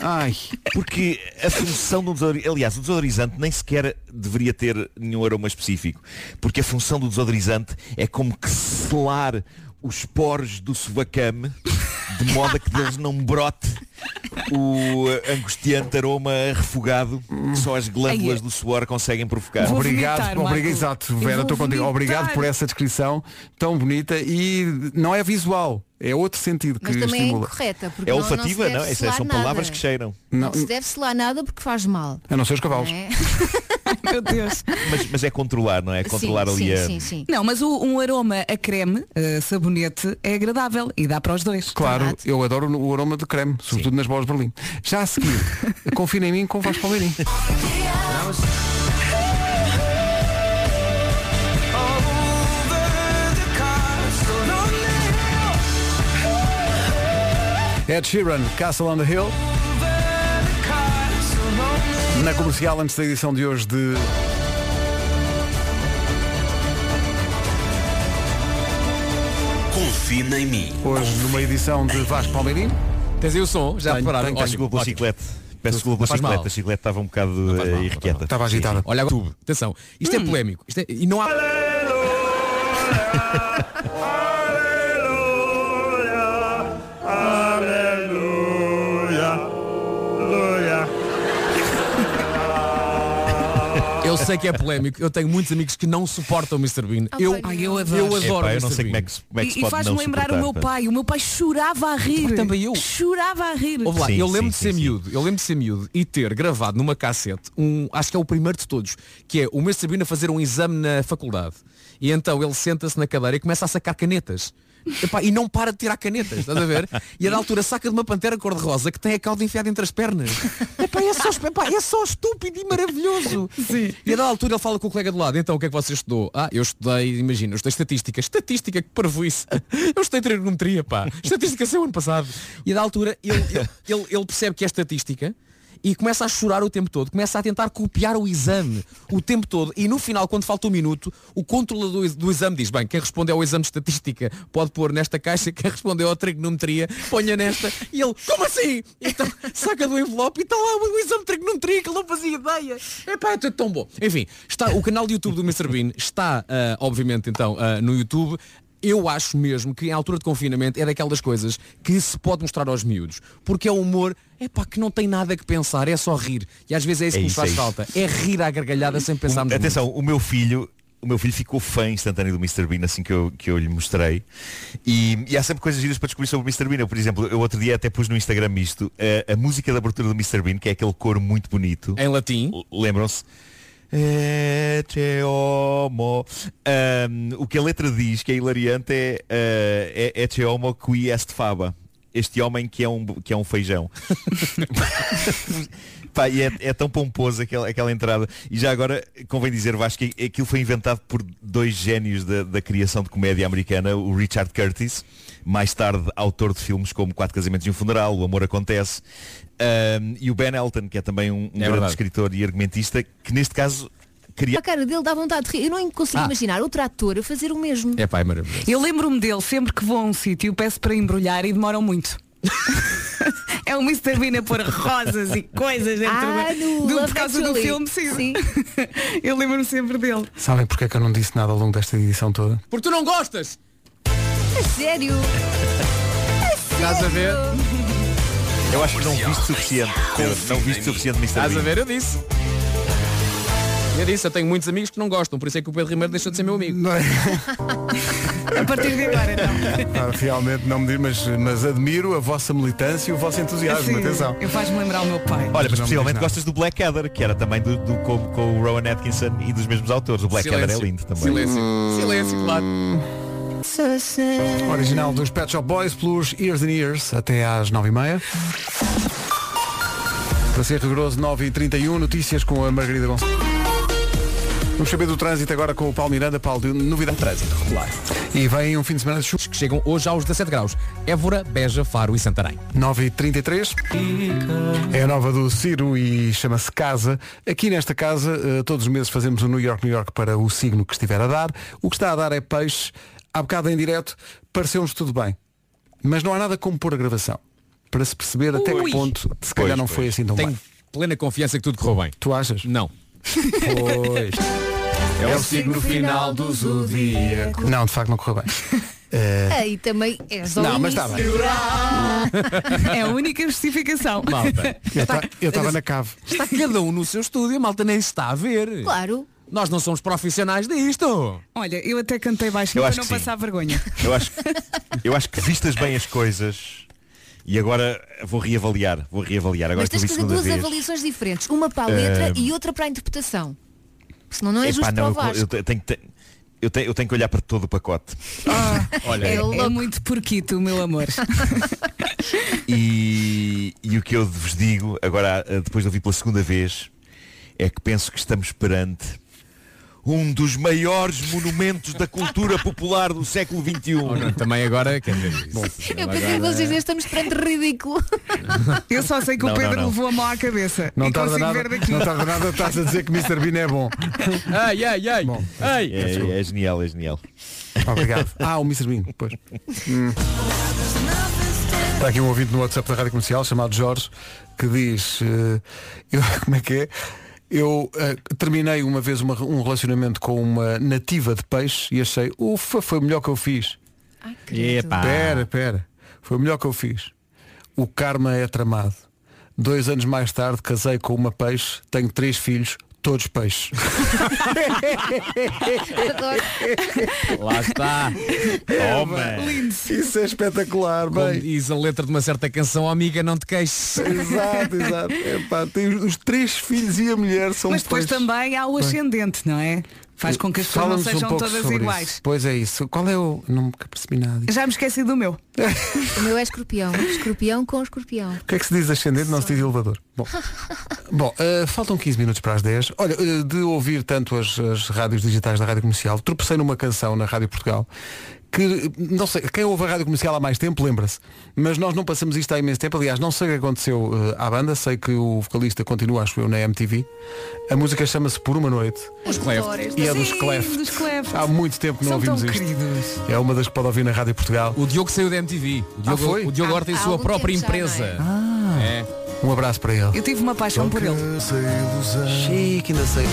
[SPEAKER 2] Ai.
[SPEAKER 16] Porque a função do desodorizante, aliás, o desodorizante nem sequer deveria ter nenhum aroma específico, porque a função do desodorizante é como que selar os poros do sovacame de modo a que deles não brote o eh, angustiante aroma refogado que só as
[SPEAKER 4] é.
[SPEAKER 16] glândulas do suor conseguem provocar.
[SPEAKER 1] Vou
[SPEAKER 2] Obrigado,
[SPEAKER 1] vomitar,
[SPEAKER 2] obrigado,
[SPEAKER 1] Marco.
[SPEAKER 2] exato,
[SPEAKER 1] Eu
[SPEAKER 2] Vera,
[SPEAKER 1] vou
[SPEAKER 2] estou contigo.
[SPEAKER 1] vomitar.
[SPEAKER 2] Obrigado por essa descrição tão bonita e não é visual, é outro sentido que
[SPEAKER 4] Mas também é
[SPEAKER 2] estimula.
[SPEAKER 4] incorreta. Porque
[SPEAKER 16] É
[SPEAKER 4] não- não se
[SPEAKER 16] olfativa,
[SPEAKER 4] deve
[SPEAKER 16] não? Isso é-
[SPEAKER 4] selar
[SPEAKER 16] são
[SPEAKER 4] nada.
[SPEAKER 16] palavras que cheiram.
[SPEAKER 4] Não,
[SPEAKER 2] Não,
[SPEAKER 4] se deve selar nada porque faz mal.
[SPEAKER 2] a não ser os cavalos.
[SPEAKER 4] não é?
[SPEAKER 1] <laughs> Meu Deus.
[SPEAKER 16] Mas, mas é controlar, não é? É Controlar
[SPEAKER 4] <laughs> sim,
[SPEAKER 16] ali a...
[SPEAKER 4] sim, sim, sim.
[SPEAKER 1] Não, mas o- um aroma a creme, eh, sabonete, é agradável e dá para os dois. Tá?
[SPEAKER 2] Claro,
[SPEAKER 4] Verdade.
[SPEAKER 2] eu adoro o aroma de creme, sobretudo nas bolas de Berlim. Já a seguir, confina em mim com Vasco Palmeirim. Ed Sheeran, Castle on the Hill. Na comercial, antes da edição de hoje de.
[SPEAKER 19] Confina em mim.
[SPEAKER 2] Hoje numa edição de Vasco Palmeirim.
[SPEAKER 14] Tens aí o som? Já repararam?
[SPEAKER 16] Peço desculpa pela chiclete. Peço desculpa pela
[SPEAKER 14] Não faz mal.
[SPEAKER 16] chiclete. A chiclete estava um bocado
[SPEAKER 19] é
[SPEAKER 16] eh, irrequieta. Estava agitada.
[SPEAKER 14] Olha agora, tudo. Atenção. Isto
[SPEAKER 12] Hum.
[SPEAKER 14] é polémico. Isto é- E não há. Eu sei que é polémico. Eu tenho muitos amigos que não suportam o Mr. Bean.
[SPEAKER 1] Ah,
[SPEAKER 14] Eu,
[SPEAKER 1] pai, não. Ai, eu adoro.
[SPEAKER 14] adoro
[SPEAKER 16] Epá,
[SPEAKER 14] o
[SPEAKER 16] eu não
[SPEAKER 14] Mr.
[SPEAKER 16] sei
[SPEAKER 14] Bean.
[SPEAKER 16] como é que se- como é que se
[SPEAKER 1] E, e faz-me lembrar o meu
[SPEAKER 2] tá?
[SPEAKER 1] pai. O meu pai chorava a rir.
[SPEAKER 14] Também eu.
[SPEAKER 1] Chorava a rir.
[SPEAKER 14] Ouve lá, eu lembro de ser miúdo, eu lembro de ser miúdo e ter gravado numa cassete, um, acho que é o primeiro de todos, que é o Mr. Bean a fazer um exame na faculdade. E então ele senta-se na cadeira e começa a sacar canetas. Epá, e não para de tirar canetas, estás a ver? E a da altura saca de uma pantera cor-de-rosa que tem a cauda enfiada entre as pernas. Epá, é, só, epá, é só estúpido e maravilhoso. E a da altura ele fala com o colega do lado, então o que é que você estudou? Ah, eu estudei, imagina, eu estudei estatística. Estatística que parvoíce. Eu estudei trigonometria, pá. Estatística saiu ano passado. E a da altura ele, ele, ele- ele percebe que é estatística e começa a chorar o tempo todo, começa a tentar copiar o exame o tempo todo e no final, quando falta um minuto, o controlador do ex- do exame diz, bem, quem respondeu ao exame de estatística pode pôr nesta caixa, quem respondeu à trigonometria, ponha nesta, e ele, como assim? Então, saca do envelope e está lá o exame de trigonometria que ele não fazia ideia. Epá, é tudo tão bom. Enfim, está, o canal do YouTube do Mr. Bean está, ah, obviamente, então, ah, no YouTube. Eu acho mesmo que em altura de confinamento é daquelas coisas que se pode mostrar aos miúdos. Porque é um humor, é pá, que não tem nada que pensar, é só rir. E às vezes é isso
[SPEAKER 16] É
[SPEAKER 14] que nos
[SPEAKER 16] isso,
[SPEAKER 14] faz
[SPEAKER 16] é isso.
[SPEAKER 14] falta. É rir à gargalhada sem pensarmos muito.
[SPEAKER 16] Atenção, o meu filho. O meu filho ficou fã instantâneo do Mr. Bean assim que eu, que eu lhe mostrei. E, e há sempre coisas giras para descobrir sobre o Mr. Bean. Eu, por exemplo, eu outro dia até pus no Instagram isto, a, a música da abertura do Mr. Bean, que é aquele coro muito bonito.
[SPEAKER 14] Em latim.
[SPEAKER 16] Lembram-se? É te homo. Ahm, o que a letra diz, que é hilariante, é, ah, é, é te homo qui est faba. Este homem que é um, que é um feijão. Pá, e é, é tão pomposo aquela, aquela entrada. E já agora, convém dizer, Vasco, que aquilo foi inventado por dois génios da, da criação de comédia americana, o Richard Curtis, mais tarde autor de filmes como Quatro Casamentos e um Funeral, O Amor Acontece, ahm, e o Ben Elton, que é também um, um grande
[SPEAKER 14] verdade.
[SPEAKER 16] escritor e argumentista, que neste caso
[SPEAKER 4] A
[SPEAKER 16] cria...
[SPEAKER 4] cara dele dá vontade de rir. Eu não consigo
[SPEAKER 16] Ah.
[SPEAKER 4] imaginar outro ator a fazer o mesmo.
[SPEAKER 14] É pá, é maravilhoso.
[SPEAKER 1] Eu lembro-me dele sempre que vou a um sítio, peço para embrulhar e
[SPEAKER 4] <laughs>
[SPEAKER 1] demoram muito. é o Mr. Bean a pôr rosas e coisas dentro
[SPEAKER 4] Ah,
[SPEAKER 1] do,
[SPEAKER 4] no
[SPEAKER 1] do-
[SPEAKER 4] Love
[SPEAKER 1] por causa do
[SPEAKER 4] Actually.
[SPEAKER 1] filme, sim. <laughs> Eu lembro-me sempre dele.
[SPEAKER 2] Sabem porque é que eu não disse nada ao longo desta edição toda?
[SPEAKER 14] Porque tu não gostas!
[SPEAKER 4] A É sério?
[SPEAKER 14] Estás a ver?
[SPEAKER 16] Eu acho que não viste suficiente. Pedro, Não viste suficiente, Mr.
[SPEAKER 14] Estás a
[SPEAKER 16] Bean.
[SPEAKER 14] ver? Eu disse. Eu disse, eu tenho muitos amigos que não gostam, por isso é que o Pedro Ribeiro deixou de ser meu amigo.
[SPEAKER 2] é?
[SPEAKER 1] a partir de agora, então.
[SPEAKER 2] Ah, realmente <laughs> não me diz, mas, mas admiro a vossa militância e o vosso entusiasmo.
[SPEAKER 1] Sim,
[SPEAKER 2] Atenção.
[SPEAKER 1] Eu faz-me lembrar o meu pai.
[SPEAKER 16] Olha, mas
[SPEAKER 2] Não me
[SPEAKER 16] possivelmente
[SPEAKER 2] diz nada.
[SPEAKER 16] gostas do Blackadder, que era também do, do- com, com o Rowan Atkinson e dos mesmos autores. O Blackadder é
[SPEAKER 14] Silêncio.
[SPEAKER 16] lindo também.
[SPEAKER 14] Silêncio. Silêncio, claro.
[SPEAKER 2] Original dos Pet Shop Boys pelos Years and Years até às 9h30. Para ser rigoroso, 9h31, notícias com a Margarida Gonçalves. Vamos saber do trânsito agora com o Paulo Miranda. Paulo, de novidade. Trânsito regular. E vem um fim de semana de chuvas
[SPEAKER 14] que chegam hoje aos 17 graus. Évora, Beja, Faro e Santarém.
[SPEAKER 2] 9h33. É a nova do Ciro e chama-se Casa. Aqui nesta casa, eh, todos os meses fazemos o New York, New York para o signo que estiver a dar. O que está a dar é peixe. Há bocado em direto, pareceu-nos tudo bem. Mas não há nada como pôr a gravação. Para se perceber até que
[SPEAKER 14] Ui.
[SPEAKER 2] ponto, se calhar não foi assim tão
[SPEAKER 14] Tenho
[SPEAKER 2] bem.
[SPEAKER 14] plena confiança que tudo correu bem.
[SPEAKER 2] Tu achas?
[SPEAKER 14] Não.
[SPEAKER 2] Pois.
[SPEAKER 14] É o signo final do zodíaco.
[SPEAKER 2] É. Não, de facto não correu bem. Eh,
[SPEAKER 4] Aí também é só
[SPEAKER 2] Não,
[SPEAKER 4] o
[SPEAKER 2] mas
[SPEAKER 16] tá
[SPEAKER 4] início.
[SPEAKER 1] É a única justificação.
[SPEAKER 14] Malta.
[SPEAKER 2] Eu ta- eu estava na cave.
[SPEAKER 14] Está cada um no seu estúdio, a malta nem se está a ver.
[SPEAKER 4] Claro.
[SPEAKER 14] Nós não somos profissionais disto.
[SPEAKER 1] <laughs> Olha, eu até cantei baixinho
[SPEAKER 16] Eu
[SPEAKER 1] para
[SPEAKER 16] acho
[SPEAKER 1] não
[SPEAKER 16] que sim.
[SPEAKER 1] passar vergonha.
[SPEAKER 16] Eu acho, eu acho que vistas bem as coisas e agora vou reavaliar. Vou reavaliar. Agora
[SPEAKER 4] Mas
[SPEAKER 16] que eu
[SPEAKER 4] tens
[SPEAKER 16] vi
[SPEAKER 4] que fazer
[SPEAKER 16] segunda
[SPEAKER 4] duas
[SPEAKER 16] vez.
[SPEAKER 4] avaliações diferentes. Uma para a letra
[SPEAKER 16] Eh,
[SPEAKER 4] e outra para a interpretação. Senão não é
[SPEAKER 16] Epá,
[SPEAKER 4] justo para o
[SPEAKER 16] não, eu-
[SPEAKER 4] Vasco.
[SPEAKER 16] eu, te- tenho, que te- eu, tenho, eu tenho que olhar para todo o pacote. Olha,
[SPEAKER 1] é, é muito porquito, meu amor.
[SPEAKER 16] E, e o que eu vos digo, agora eh, depois de ouvir pela segunda vez, é que penso que estamos perante um dos maiores monumentos da cultura popular do século um. XXI.
[SPEAKER 14] também agora, quer dizer,
[SPEAKER 16] <laughs>
[SPEAKER 14] bom,
[SPEAKER 4] Eu pensei que vocês dois estamos perante ridículo.
[SPEAKER 1] Eu só sei que o
[SPEAKER 14] Não, não,
[SPEAKER 1] Pedro
[SPEAKER 14] não.
[SPEAKER 1] levou a mão à cabeça.
[SPEAKER 2] Não
[SPEAKER 1] e
[SPEAKER 2] tarda,
[SPEAKER 1] consigo
[SPEAKER 2] nada,
[SPEAKER 1] ver daqui.
[SPEAKER 2] não tarda nada, estás a dizer que Mr. Bean é bom.
[SPEAKER 14] Ai, ai, ai. ai.
[SPEAKER 16] É, é genial, é genial.
[SPEAKER 2] Obrigado. <laughs> Ah, o Mr. Bean, pois. Hum. Está aqui um ouvinte no WhatsApp da Rádio Comercial chamado Jorge que diz, eh, eu, <laughs> como é que é? Eu eh, terminei uma vez uma- um relacionamento com uma nativa de peixe e achei, ufa, foi o melhor que eu fiz.
[SPEAKER 16] Ah.
[SPEAKER 14] Epá.
[SPEAKER 2] Pera, pera. Foi o melhor que eu fiz. O karma é tramado. Dois anos mais tarde casei com uma peixe, tenho três filhos, todos peixes.
[SPEAKER 14] Lá está. Toma.
[SPEAKER 2] Isso é espetacular,
[SPEAKER 14] bem. Diz a letra de uma certa canção, "Oh, amiga, não te queixes.
[SPEAKER 2] <laughs> Exato, exato. Epá, tem os, os três filhos e a mulher são
[SPEAKER 1] Mas depois
[SPEAKER 2] peixes.
[SPEAKER 1] também há o ascendente, não é? Faz com que as pessoas não
[SPEAKER 2] Fala-nos um
[SPEAKER 1] sejam
[SPEAKER 2] pouco
[SPEAKER 1] todas
[SPEAKER 2] sobre
[SPEAKER 1] iguais.
[SPEAKER 2] isso. Pois é isso. Qual é o. Não me percebi nada.
[SPEAKER 1] Já me esqueci do meu.
[SPEAKER 4] O meu é escorpião. Escorpião com escorpião.
[SPEAKER 2] O que é que se diz ascendente? Não se diz elevador.
[SPEAKER 1] <laughs>
[SPEAKER 2] Bom, Bom eh, faltam 15 minutos para as 10. Olha, eh, de ouvir tanto as, as rádios digitais da Rádio Comercial, tropecei numa canção na Rádio Portugal que, eh, não sei, quem ouve a Rádio Comercial há mais tempo lembra-se, mas nós não passamos isto há imenso tempo. Aliás, não sei o que aconteceu eh, à banda, sei que o vocalista continua, acho eu, na MTV. A música chama-se Por Uma Noite.
[SPEAKER 1] Os
[SPEAKER 2] Cleft. E é dos
[SPEAKER 1] Sim,
[SPEAKER 2] Cleft.
[SPEAKER 1] dos Cleft.
[SPEAKER 2] Há muito tempo que não
[SPEAKER 1] São tão
[SPEAKER 2] ouvimos isto.
[SPEAKER 1] queridos.
[SPEAKER 2] É uma das que pode ouvir na Rádio Portugal.
[SPEAKER 14] O Diogo saiu da MTV. O Diogo,
[SPEAKER 2] foi?
[SPEAKER 14] O Diogo Ah, agora tem
[SPEAKER 1] Há-
[SPEAKER 14] a
[SPEAKER 1] há
[SPEAKER 14] sua
[SPEAKER 1] algum
[SPEAKER 14] própria
[SPEAKER 1] tempo já,
[SPEAKER 14] empresa. É.
[SPEAKER 2] Um abraço para ele.
[SPEAKER 1] Eu tive uma paixão por ele.
[SPEAKER 2] Chique, ainda sei.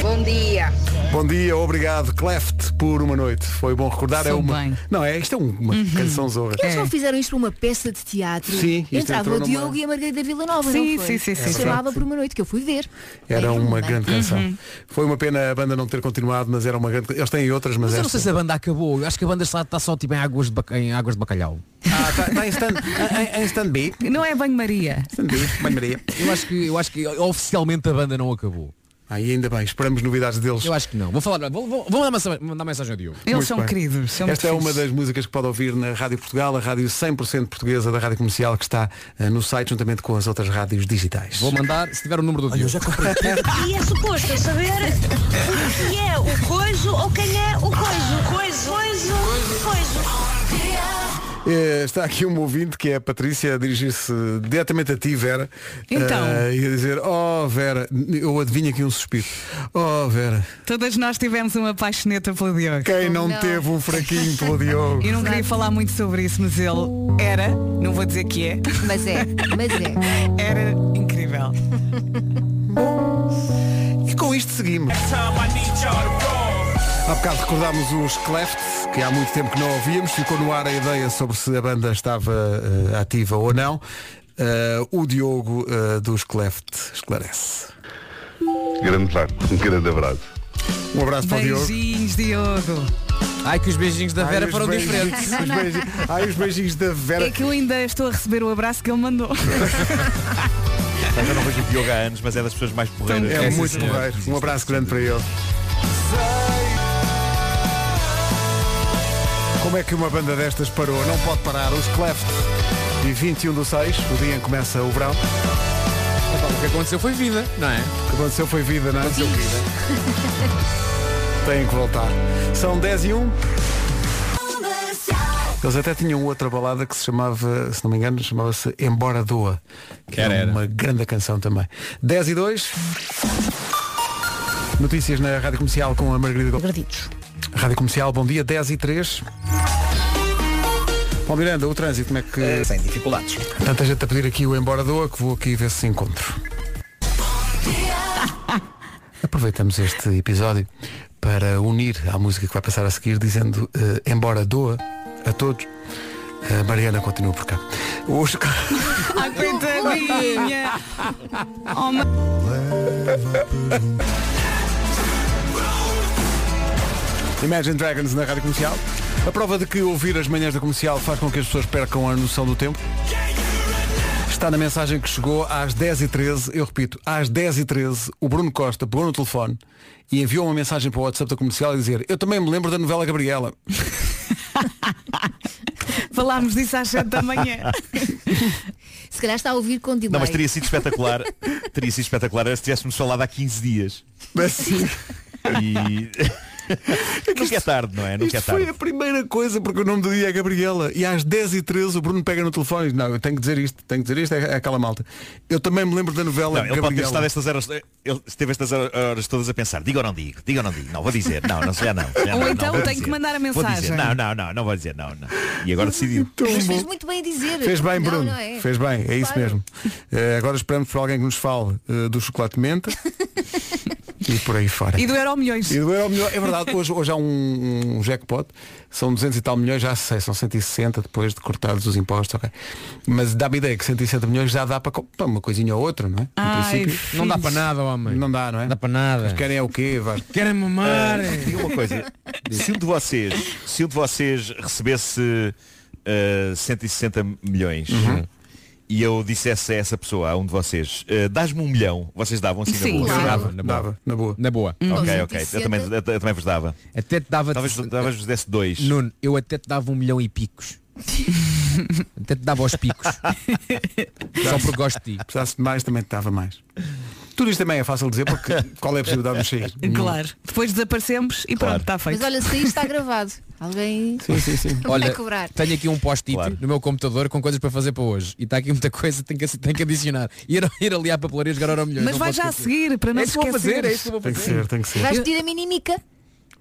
[SPEAKER 12] Bom dia.
[SPEAKER 2] Bom dia, obrigado, Cleft, por uma noite. Foi bom recordar. é
[SPEAKER 1] São
[SPEAKER 2] uma...
[SPEAKER 1] bem.
[SPEAKER 2] Não, é, isto é um- uma canção zorra.
[SPEAKER 4] Eles não fizeram isto para uma peça de teatro.
[SPEAKER 2] Sim, isto
[SPEAKER 4] Entrava
[SPEAKER 2] entrou
[SPEAKER 4] o
[SPEAKER 2] numa-
[SPEAKER 4] Diogo e a Margarida Vila Nova.
[SPEAKER 1] Sim,
[SPEAKER 4] não foi?
[SPEAKER 1] sim, sim, sim,
[SPEAKER 4] Se
[SPEAKER 2] sim.
[SPEAKER 4] chamava por uma noite que eu fui ver.
[SPEAKER 2] Era uma
[SPEAKER 4] bem.
[SPEAKER 2] grande canção.
[SPEAKER 4] Uhum.
[SPEAKER 2] Foi uma pena a banda não ter continuado, mas era uma grande. Eles têm outras, mas,
[SPEAKER 14] Mas eu não
[SPEAKER 2] esta-
[SPEAKER 14] sei se a banda acabou. Eu acho que a banda está, está só tipo em águas de, bac- em águas de bacalhau.
[SPEAKER 2] Ah, está está em stand- em- em stand-by.
[SPEAKER 1] Não é banho-maria.
[SPEAKER 2] Banho-maria.
[SPEAKER 14] Eu acho que, eu acho que oficialmente a banda não acabou.
[SPEAKER 2] Aí ainda bem, esperamos novidades deles.
[SPEAKER 14] Eu acho que não. Vou falar, vou, vou, vou mandar, mensagem, mandar mensagem ao Diogo.
[SPEAKER 2] Muito bem. Esta é uma das músicas que pode ouvir na Rádio Portugal, a rádio 100% portuguesa da Rádio Comercial, que está eh, no site juntamente com as outras rádios digitais.
[SPEAKER 14] Vou mandar, se tiver o número do Diogo.
[SPEAKER 12] E é suposto eu saber o que é o coiso ou quem é o coiso. Coiso, coiso, coiso.
[SPEAKER 2] Eh, Está aqui um ouvinte que é a Patrícia a dirigir-se diretamente a ti, Vera.
[SPEAKER 1] Então.
[SPEAKER 2] Eh, E a dizer, oh Vera, eu adivinho aqui um suspiro. Oh Vera,
[SPEAKER 1] Todas nós tivemos uma paixoneta pelo Diogo.
[SPEAKER 2] quem não, teve um fraquinho pelo Diogo?
[SPEAKER 1] <laughs> Eu não queria falar muito sobre isso, mas ele era, não vou dizer que é.
[SPEAKER 4] Mas é, mas
[SPEAKER 1] é. Era incrível.
[SPEAKER 2] E com isto seguimos. Há bocado recordámos os Cleft, que há muito tempo que não ouvíamos, ficou no ar a ideia sobre se a banda estava eh, ativa ou não. Eh, o Diogo eh, dos Cleft esclarece.
[SPEAKER 20] Grande parte. Um grande abraço.
[SPEAKER 2] Um abraço para o Diogo.
[SPEAKER 1] Beijinhos, Diogo.
[SPEAKER 14] Ai, que os beijinhos da Vera
[SPEAKER 2] os
[SPEAKER 14] foram
[SPEAKER 2] beijinhos,
[SPEAKER 14] diferentes.
[SPEAKER 2] os beijinhos- Ai, os beijinhos da Vera.
[SPEAKER 1] É que eu ainda estou a receber o abraço que
[SPEAKER 14] <laughs>
[SPEAKER 1] ele mandou.
[SPEAKER 16] Eu não vejo o Diogo há anos, mas é das pessoas mais porreiras.
[SPEAKER 2] É muito porreiro. Um abraço grande para ele. Como é que uma banda destas parou? Não pode parar. Os Cleft. E 21 do 6, o dia em que começa o verão.
[SPEAKER 14] O que aconteceu foi vida, não é?
[SPEAKER 2] O que aconteceu foi vida, não é? <laughs> Têm que voltar. São 10 e 1. Eles até tinham outra balada que se chamava, se não me engano, chamava-se Embora Doa. Que era, uma grande canção também. 10 e 2. Notícias na Rádio Comercial com a Margarida Gomes. Rádio Comercial, bom dia, 10 e 3. Bom Miranda, o trânsito, como é que.
[SPEAKER 14] Eh,
[SPEAKER 8] sem dificuldades.
[SPEAKER 2] Tanta gente a pedir aqui o Embora Doa que vou aqui ver se encontro. Aproveitamos este episódio para unir à música que vai passar a seguir, dizendo eh, embora doa a todos, a Mariana continua por cá. Os...
[SPEAKER 1] Ai, coitadinha. Oh, ma-
[SPEAKER 2] Imagine Dragons na Rádio Comercial. A prova de que ouvir as manhãs da comercial faz com que as pessoas percam a noção do tempo. Está na mensagem que chegou às 10h13, eu repito, às 10h13, o Bruno Costa pegou no telefone e enviou uma mensagem para o WhatsApp da comercial a dizer eu também me lembro da novela Gabriela.
[SPEAKER 1] Falámos disso às 7 da manhã.
[SPEAKER 4] Se calhar está a ouvir com delay.
[SPEAKER 16] Não, mas teria sido espetacular. teria sido espetacular era se tivéssemos falado há 15 dias.
[SPEAKER 2] <laughs> Mas sim. <laughs>
[SPEAKER 16] E. Nunca é tarde, não é? Nunca é
[SPEAKER 2] Isto foi
[SPEAKER 16] tarde.
[SPEAKER 2] a primeira coisa, porque o nome do dia é Gabriela. E às 10h13 o Bruno pega no telefone e diz, não, eu tenho que dizer isto, tenho que dizer isto, é aquela malta. Eu também me lembro da novela
[SPEAKER 16] Não, ele pode ter
[SPEAKER 2] Gabriela.
[SPEAKER 16] estado estas horas, ele esteve estas horas todas a pensar, digo ou não digo, digo ou não digo, não, vou dizer, não, não sei, já não. já
[SPEAKER 1] Ou
[SPEAKER 16] não,
[SPEAKER 1] então
[SPEAKER 16] não, vou
[SPEAKER 1] tenho
[SPEAKER 16] dizer.
[SPEAKER 1] que mandar a
[SPEAKER 16] Vou dizer,
[SPEAKER 1] mensagem.
[SPEAKER 16] não, não, não, não vou dizer, não, não. E agora
[SPEAKER 2] <laughs>
[SPEAKER 16] decidiu.
[SPEAKER 4] Mas fez muito bem a dizer.
[SPEAKER 2] um Fez bem,
[SPEAKER 4] Não,
[SPEAKER 2] Bruno.
[SPEAKER 4] não é?
[SPEAKER 2] Fez bem, é isso
[SPEAKER 4] Claro.
[SPEAKER 2] mesmo. Eh, agora esperamos por alguém que nos fale eh, do chocolate
[SPEAKER 4] <laughs>
[SPEAKER 2] menta e por aí fora.
[SPEAKER 1] E do Euro Milhões.
[SPEAKER 2] E do Euro Milhões, é verdade, hoje, hoje há um, um jackpot, são 200 e tal milhões, já sei, são 160 depois de cortados os impostos, ok. Mas dá-me ideia que 160 milhões já dá para, co- para uma coisinha ou outra, não é? No
[SPEAKER 14] Ai,
[SPEAKER 2] princípio.
[SPEAKER 14] Não dá para nada, homem.
[SPEAKER 2] Não dá, não é?
[SPEAKER 14] Dá para nada.
[SPEAKER 2] Mas querem é o quê, Vasco?
[SPEAKER 14] Querem mamar.
[SPEAKER 16] Ah, diga uma coisa. se um de vocês, se um de vocês recebesse ah, 160 milhões
[SPEAKER 2] Uhum.
[SPEAKER 16] e eu dissesse a essa pessoa, a um de vocês, ah, dás-me um milhão, vocês davam assim
[SPEAKER 14] Sim,
[SPEAKER 16] na boa.
[SPEAKER 14] claro. Dava,
[SPEAKER 2] na boa. Dava, na boa.
[SPEAKER 14] Na boa.
[SPEAKER 16] Ok, ok. Eu também, eu, eu também vos dava.
[SPEAKER 14] Até te dava.
[SPEAKER 16] Talvez, talvez vos desse dois.
[SPEAKER 14] Nuno, eu até te dava um milhão e <laughs> picos. até te dava aos picos. Só porque gosto de ti.
[SPEAKER 2] Precisasse de mais, também te dava mais. Tudo isto também é fácil dizer porque qual é a possibilidade de nos sair?
[SPEAKER 1] Claro. Depois desaparecemos e pronto, está feito.
[SPEAKER 4] Mas olha, se aí está gravado. Alguém vai
[SPEAKER 14] Olha,
[SPEAKER 4] cobrar.
[SPEAKER 14] tenho aqui um post-it no meu computador com coisas para fazer para hoje. E está aqui muita coisa, tenho que, tenho que adicionar. Ir, ir ali à papelaria e jogar euro milhões.
[SPEAKER 1] Mas
[SPEAKER 14] não
[SPEAKER 1] vai
[SPEAKER 14] posso
[SPEAKER 1] já a
[SPEAKER 14] esquecer.
[SPEAKER 1] seguir, para não
[SPEAKER 14] é
[SPEAKER 1] se
[SPEAKER 14] isso que vou fazer, é
[SPEAKER 1] esquecermos.
[SPEAKER 14] isso que eu vou fazer.
[SPEAKER 2] tem que
[SPEAKER 4] Vais pedir a minimica.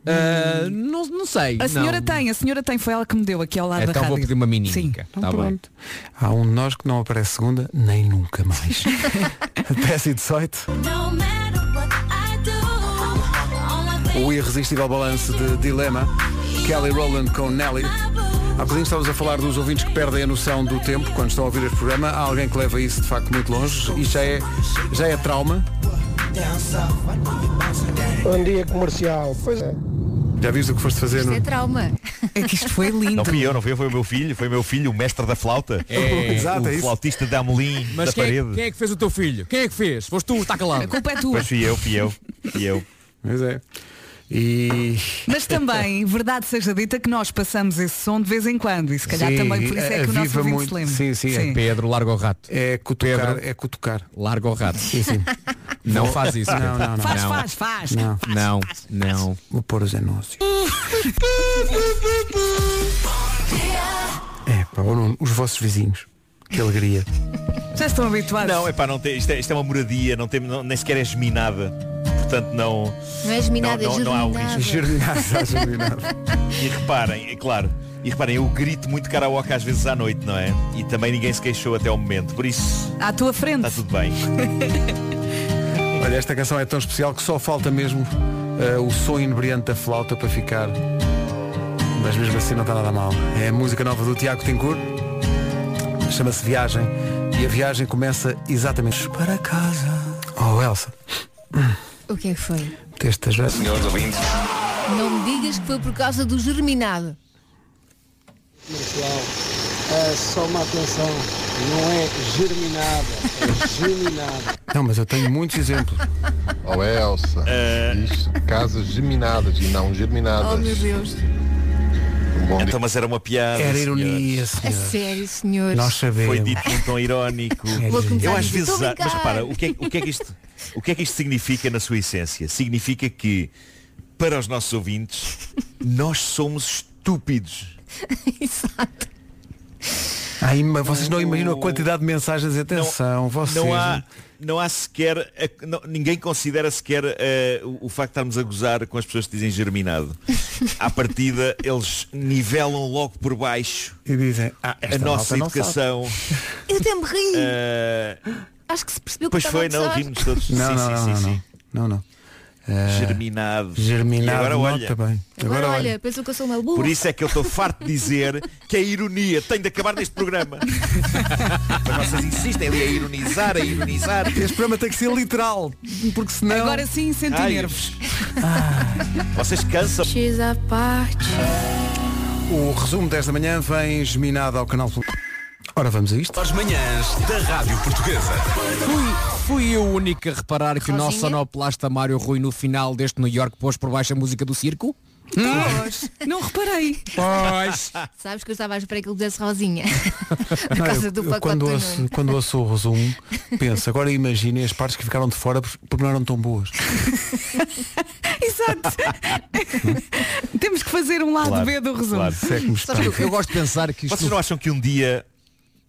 [SPEAKER 14] Ah, não, não sei.
[SPEAKER 1] A senhora
[SPEAKER 14] não.
[SPEAKER 1] tem, a senhora tem, foi ela que me deu aqui ao lado da
[SPEAKER 14] Então
[SPEAKER 1] rádio.
[SPEAKER 14] vou pedir uma
[SPEAKER 1] Sim.
[SPEAKER 14] minica. Tá bem.
[SPEAKER 2] pronto. Há um de nós que não aparece segunda, nem nunca mais.
[SPEAKER 14] <laughs>
[SPEAKER 2] Até e 18. O irresistível balanço de Dilema, Kelly Rowland com Nelly. Há bocadinho estávamos a falar dos ouvintes que perdem a noção do tempo quando estão a ouvir este programa. Há alguém que leva isso de facto muito longe. Isto já é, já é trauma.
[SPEAKER 11] Bom dia comercial. Pois é.
[SPEAKER 2] Já viste o que foste fazer?
[SPEAKER 4] Isto
[SPEAKER 2] Nuno?
[SPEAKER 4] é trauma.
[SPEAKER 1] É que isto foi lindo.
[SPEAKER 16] Não fui eu, não fui eu, foi o meu filho, foi o meu filho, o mestre da flauta.
[SPEAKER 14] É,
[SPEAKER 2] exato,
[SPEAKER 16] o
[SPEAKER 2] é isso.
[SPEAKER 16] flautista da Amolim
[SPEAKER 14] Mas
[SPEAKER 16] da
[SPEAKER 14] quem, é-
[SPEAKER 16] parede.
[SPEAKER 14] quem é que fez o teu filho? Quem é que fez? Foste tu, está
[SPEAKER 1] A
[SPEAKER 14] calado.
[SPEAKER 1] culpa é tua.
[SPEAKER 16] Pois fui eu, fui eu, fui eu.
[SPEAKER 2] Pois é. E
[SPEAKER 1] Mas também, verdade seja dita, que nós passamos esse som de vez em quando e se calhar
[SPEAKER 2] Sim,
[SPEAKER 1] também por isso é que o
[SPEAKER 2] aviva
[SPEAKER 1] nosso ouvinte
[SPEAKER 2] muito.
[SPEAKER 1] se lembra.
[SPEAKER 2] Sim, sim, é
[SPEAKER 14] Pedro, larga o rato.
[SPEAKER 2] é cutucar,
[SPEAKER 14] Pedro.
[SPEAKER 2] é cutucar.
[SPEAKER 14] Larga o rato.
[SPEAKER 2] Sim, sim.
[SPEAKER 14] Não faz isso.
[SPEAKER 2] <laughs> Não, não, não.
[SPEAKER 1] Faz, faz, faz.
[SPEAKER 2] Não.
[SPEAKER 1] faz,
[SPEAKER 14] Não,
[SPEAKER 1] faz, faz.
[SPEAKER 14] não.
[SPEAKER 2] Vou pôr os anúncios. É, pá, o Nuno, os vossos vizinhos. Que <laughs> alegria.
[SPEAKER 1] Já estão habituados.
[SPEAKER 16] Não, epá, não tem, isto, é, isto é uma moradia, não tem, não- nem sequer é geminada. Portanto, não.
[SPEAKER 4] Não és minada,
[SPEAKER 16] Não, não,
[SPEAKER 4] é
[SPEAKER 16] não
[SPEAKER 2] um
[SPEAKER 16] há o
[SPEAKER 4] jornada.
[SPEAKER 2] Jornadas às jornadas.
[SPEAKER 16] E reparem, é claro, e reparem, eu grito muito karaoke às vezes à noite, não é? E também ninguém se queixou até ao momento, por isso
[SPEAKER 1] À tua
[SPEAKER 16] está
[SPEAKER 1] frente.
[SPEAKER 16] tudo bem.
[SPEAKER 2] Olha, esta canção é tão especial que só falta mesmo eh, o som inebriante da flauta para ficar. Mas mesmo assim não está nada mal. É a música nova do Tiago Tincur. Chama-se Viagem. E a viagem começa exatamente para casa. Oh, Elsa,
[SPEAKER 4] O que é que foi?
[SPEAKER 2] testa já.
[SPEAKER 13] Senhores ouvintes,
[SPEAKER 4] Não me digas que foi por causa do germinado.
[SPEAKER 6] Comercial. É só uma atenção. Não é germinada, é germinada.
[SPEAKER 2] Não, mas eu tenho muitos exemplos.
[SPEAKER 21] Oh Elsa, diz casas geminadas e não
[SPEAKER 2] Ah,
[SPEAKER 21] germinadas.
[SPEAKER 4] Oh meu Deus.
[SPEAKER 16] Então, mas era uma piada.
[SPEAKER 2] Era
[SPEAKER 16] senhores.
[SPEAKER 2] ironia,
[SPEAKER 4] A
[SPEAKER 2] senhor.
[SPEAKER 4] sério, senhores.
[SPEAKER 2] Nós
[SPEAKER 16] É Foi
[SPEAKER 2] sabemos.
[SPEAKER 16] dito num tom irónico.
[SPEAKER 2] É
[SPEAKER 4] Vou começar
[SPEAKER 16] Eu
[SPEAKER 4] a
[SPEAKER 16] às
[SPEAKER 4] dizer,
[SPEAKER 16] vezes.
[SPEAKER 4] "Estou a
[SPEAKER 16] Mas
[SPEAKER 4] brincar."
[SPEAKER 16] repara, o que, é, o que é que isto, o que é que isto significa na sua essência? Significa que, para os nossos ouvintes, nós somos estúpidos.
[SPEAKER 4] <laughs> Exato.
[SPEAKER 2] Ai, mas Ah, vocês não imaginam a quantidade de mensagens. Atenção, vocês.
[SPEAKER 16] Não há, não há sequer. a- não- ninguém considera sequer eh, o, o facto de estarmos a gozar com as pessoas que dizem germinado. À partida, eles nivelam logo por baixo
[SPEAKER 2] E dizem, ah,
[SPEAKER 16] a
[SPEAKER 2] esta
[SPEAKER 16] nossa
[SPEAKER 2] malta não sabe.
[SPEAKER 16] educação.
[SPEAKER 4] Eu até me ri.
[SPEAKER 16] eh,
[SPEAKER 4] Acho que se percebeu que
[SPEAKER 16] pois
[SPEAKER 4] estava
[SPEAKER 16] foi,
[SPEAKER 4] a
[SPEAKER 16] não,
[SPEAKER 4] gozar.
[SPEAKER 16] rimos todos.
[SPEAKER 2] Não,
[SPEAKER 16] sim,
[SPEAKER 2] não,
[SPEAKER 16] sim,
[SPEAKER 2] não,
[SPEAKER 16] sim,
[SPEAKER 2] não,
[SPEAKER 16] sim.
[SPEAKER 2] não, não, não. Eh,
[SPEAKER 16] Germinado.
[SPEAKER 2] germinado,
[SPEAKER 16] E agora olha.
[SPEAKER 2] nota bem.
[SPEAKER 4] Agora, olha, pensou que eu sou uma burra.
[SPEAKER 16] Por isso é que eu estou farto de dizer que a ironia tem de acabar neste <laughs> programa. Mas vocês insistem ali a ironizar, a ironizar.
[SPEAKER 2] Este programa tem que ser literal, porque senão.
[SPEAKER 1] Agora sim senti
[SPEAKER 16] Ai. Ah.
[SPEAKER 1] nervos.
[SPEAKER 16] Vocês cansam.
[SPEAKER 4] X à parte.
[SPEAKER 2] O resumo desta manhã vem geminado ao canal. Plus. Ora, vamos a isto.
[SPEAKER 19] Às manhãs da Rádio Portuguesa.
[SPEAKER 14] Fui, fui eu o único a reparar que o nosso
[SPEAKER 4] Rosinha?
[SPEAKER 14] sonoplasta Mário Rui no final deste New York pôs por baixo a música do circo?
[SPEAKER 1] Pois, não reparei.
[SPEAKER 14] Pois!
[SPEAKER 4] Sabes que eu estava à espera que ele pusesse rosinha.
[SPEAKER 16] <laughs>
[SPEAKER 4] Por causa do
[SPEAKER 2] eu,
[SPEAKER 4] pacote
[SPEAKER 2] quando,
[SPEAKER 4] do
[SPEAKER 2] ouço,
[SPEAKER 4] Nuno.
[SPEAKER 2] quando ouço o resumo, penso, agora imaginem as partes que ficaram de fora porque não eram tão boas.
[SPEAKER 1] Exato. Temos que fazer um lado
[SPEAKER 16] Claro,
[SPEAKER 1] B do resumo.
[SPEAKER 16] claro. Se é que me está.
[SPEAKER 14] Sabe, eu gosto de pensar que isto...
[SPEAKER 16] Vocês não acham que um dia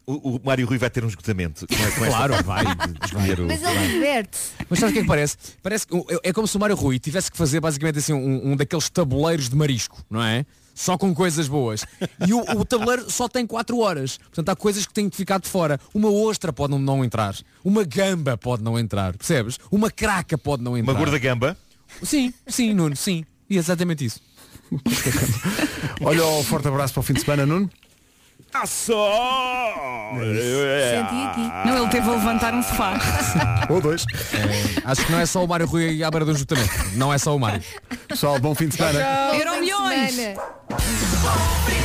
[SPEAKER 16] o, o Mário Rui vai ter um esgotamento? Com, com esta parte
[SPEAKER 14] Claro, vai,
[SPEAKER 16] de- de escolher o-
[SPEAKER 4] Mas ele diverte-se.
[SPEAKER 14] Mas sabes o que é que parece? Parece que o- é como se o Mário Rui tivesse que fazer basicamente assim um, um daqueles tabuleiros de marisco, não é? Só com coisas boas. E o, o tabuleiro só tem 4 horas. Portanto, há coisas que têm que ficar de fora. Uma ostra pode não, não entrar. Uma gamba pode não entrar. Percebes? Uma craca pode não entrar.
[SPEAKER 16] Uma gorda gamba?
[SPEAKER 14] Sim, sim, Nuno, sim. E é exatamente isso.
[SPEAKER 2] <laughs> Olha, um forte abraço para o fim de semana, Nuno.
[SPEAKER 16] Ah, só!
[SPEAKER 1] Não, ele teve a levantar um sofá.
[SPEAKER 2] Ou dois.
[SPEAKER 14] acho que não é só o Mário Rui à beira do ajuntamento. Não é só o Mário.
[SPEAKER 2] Pessoal, bom fim de semana.
[SPEAKER 1] Euro milhões.
[SPEAKER 4] Semana.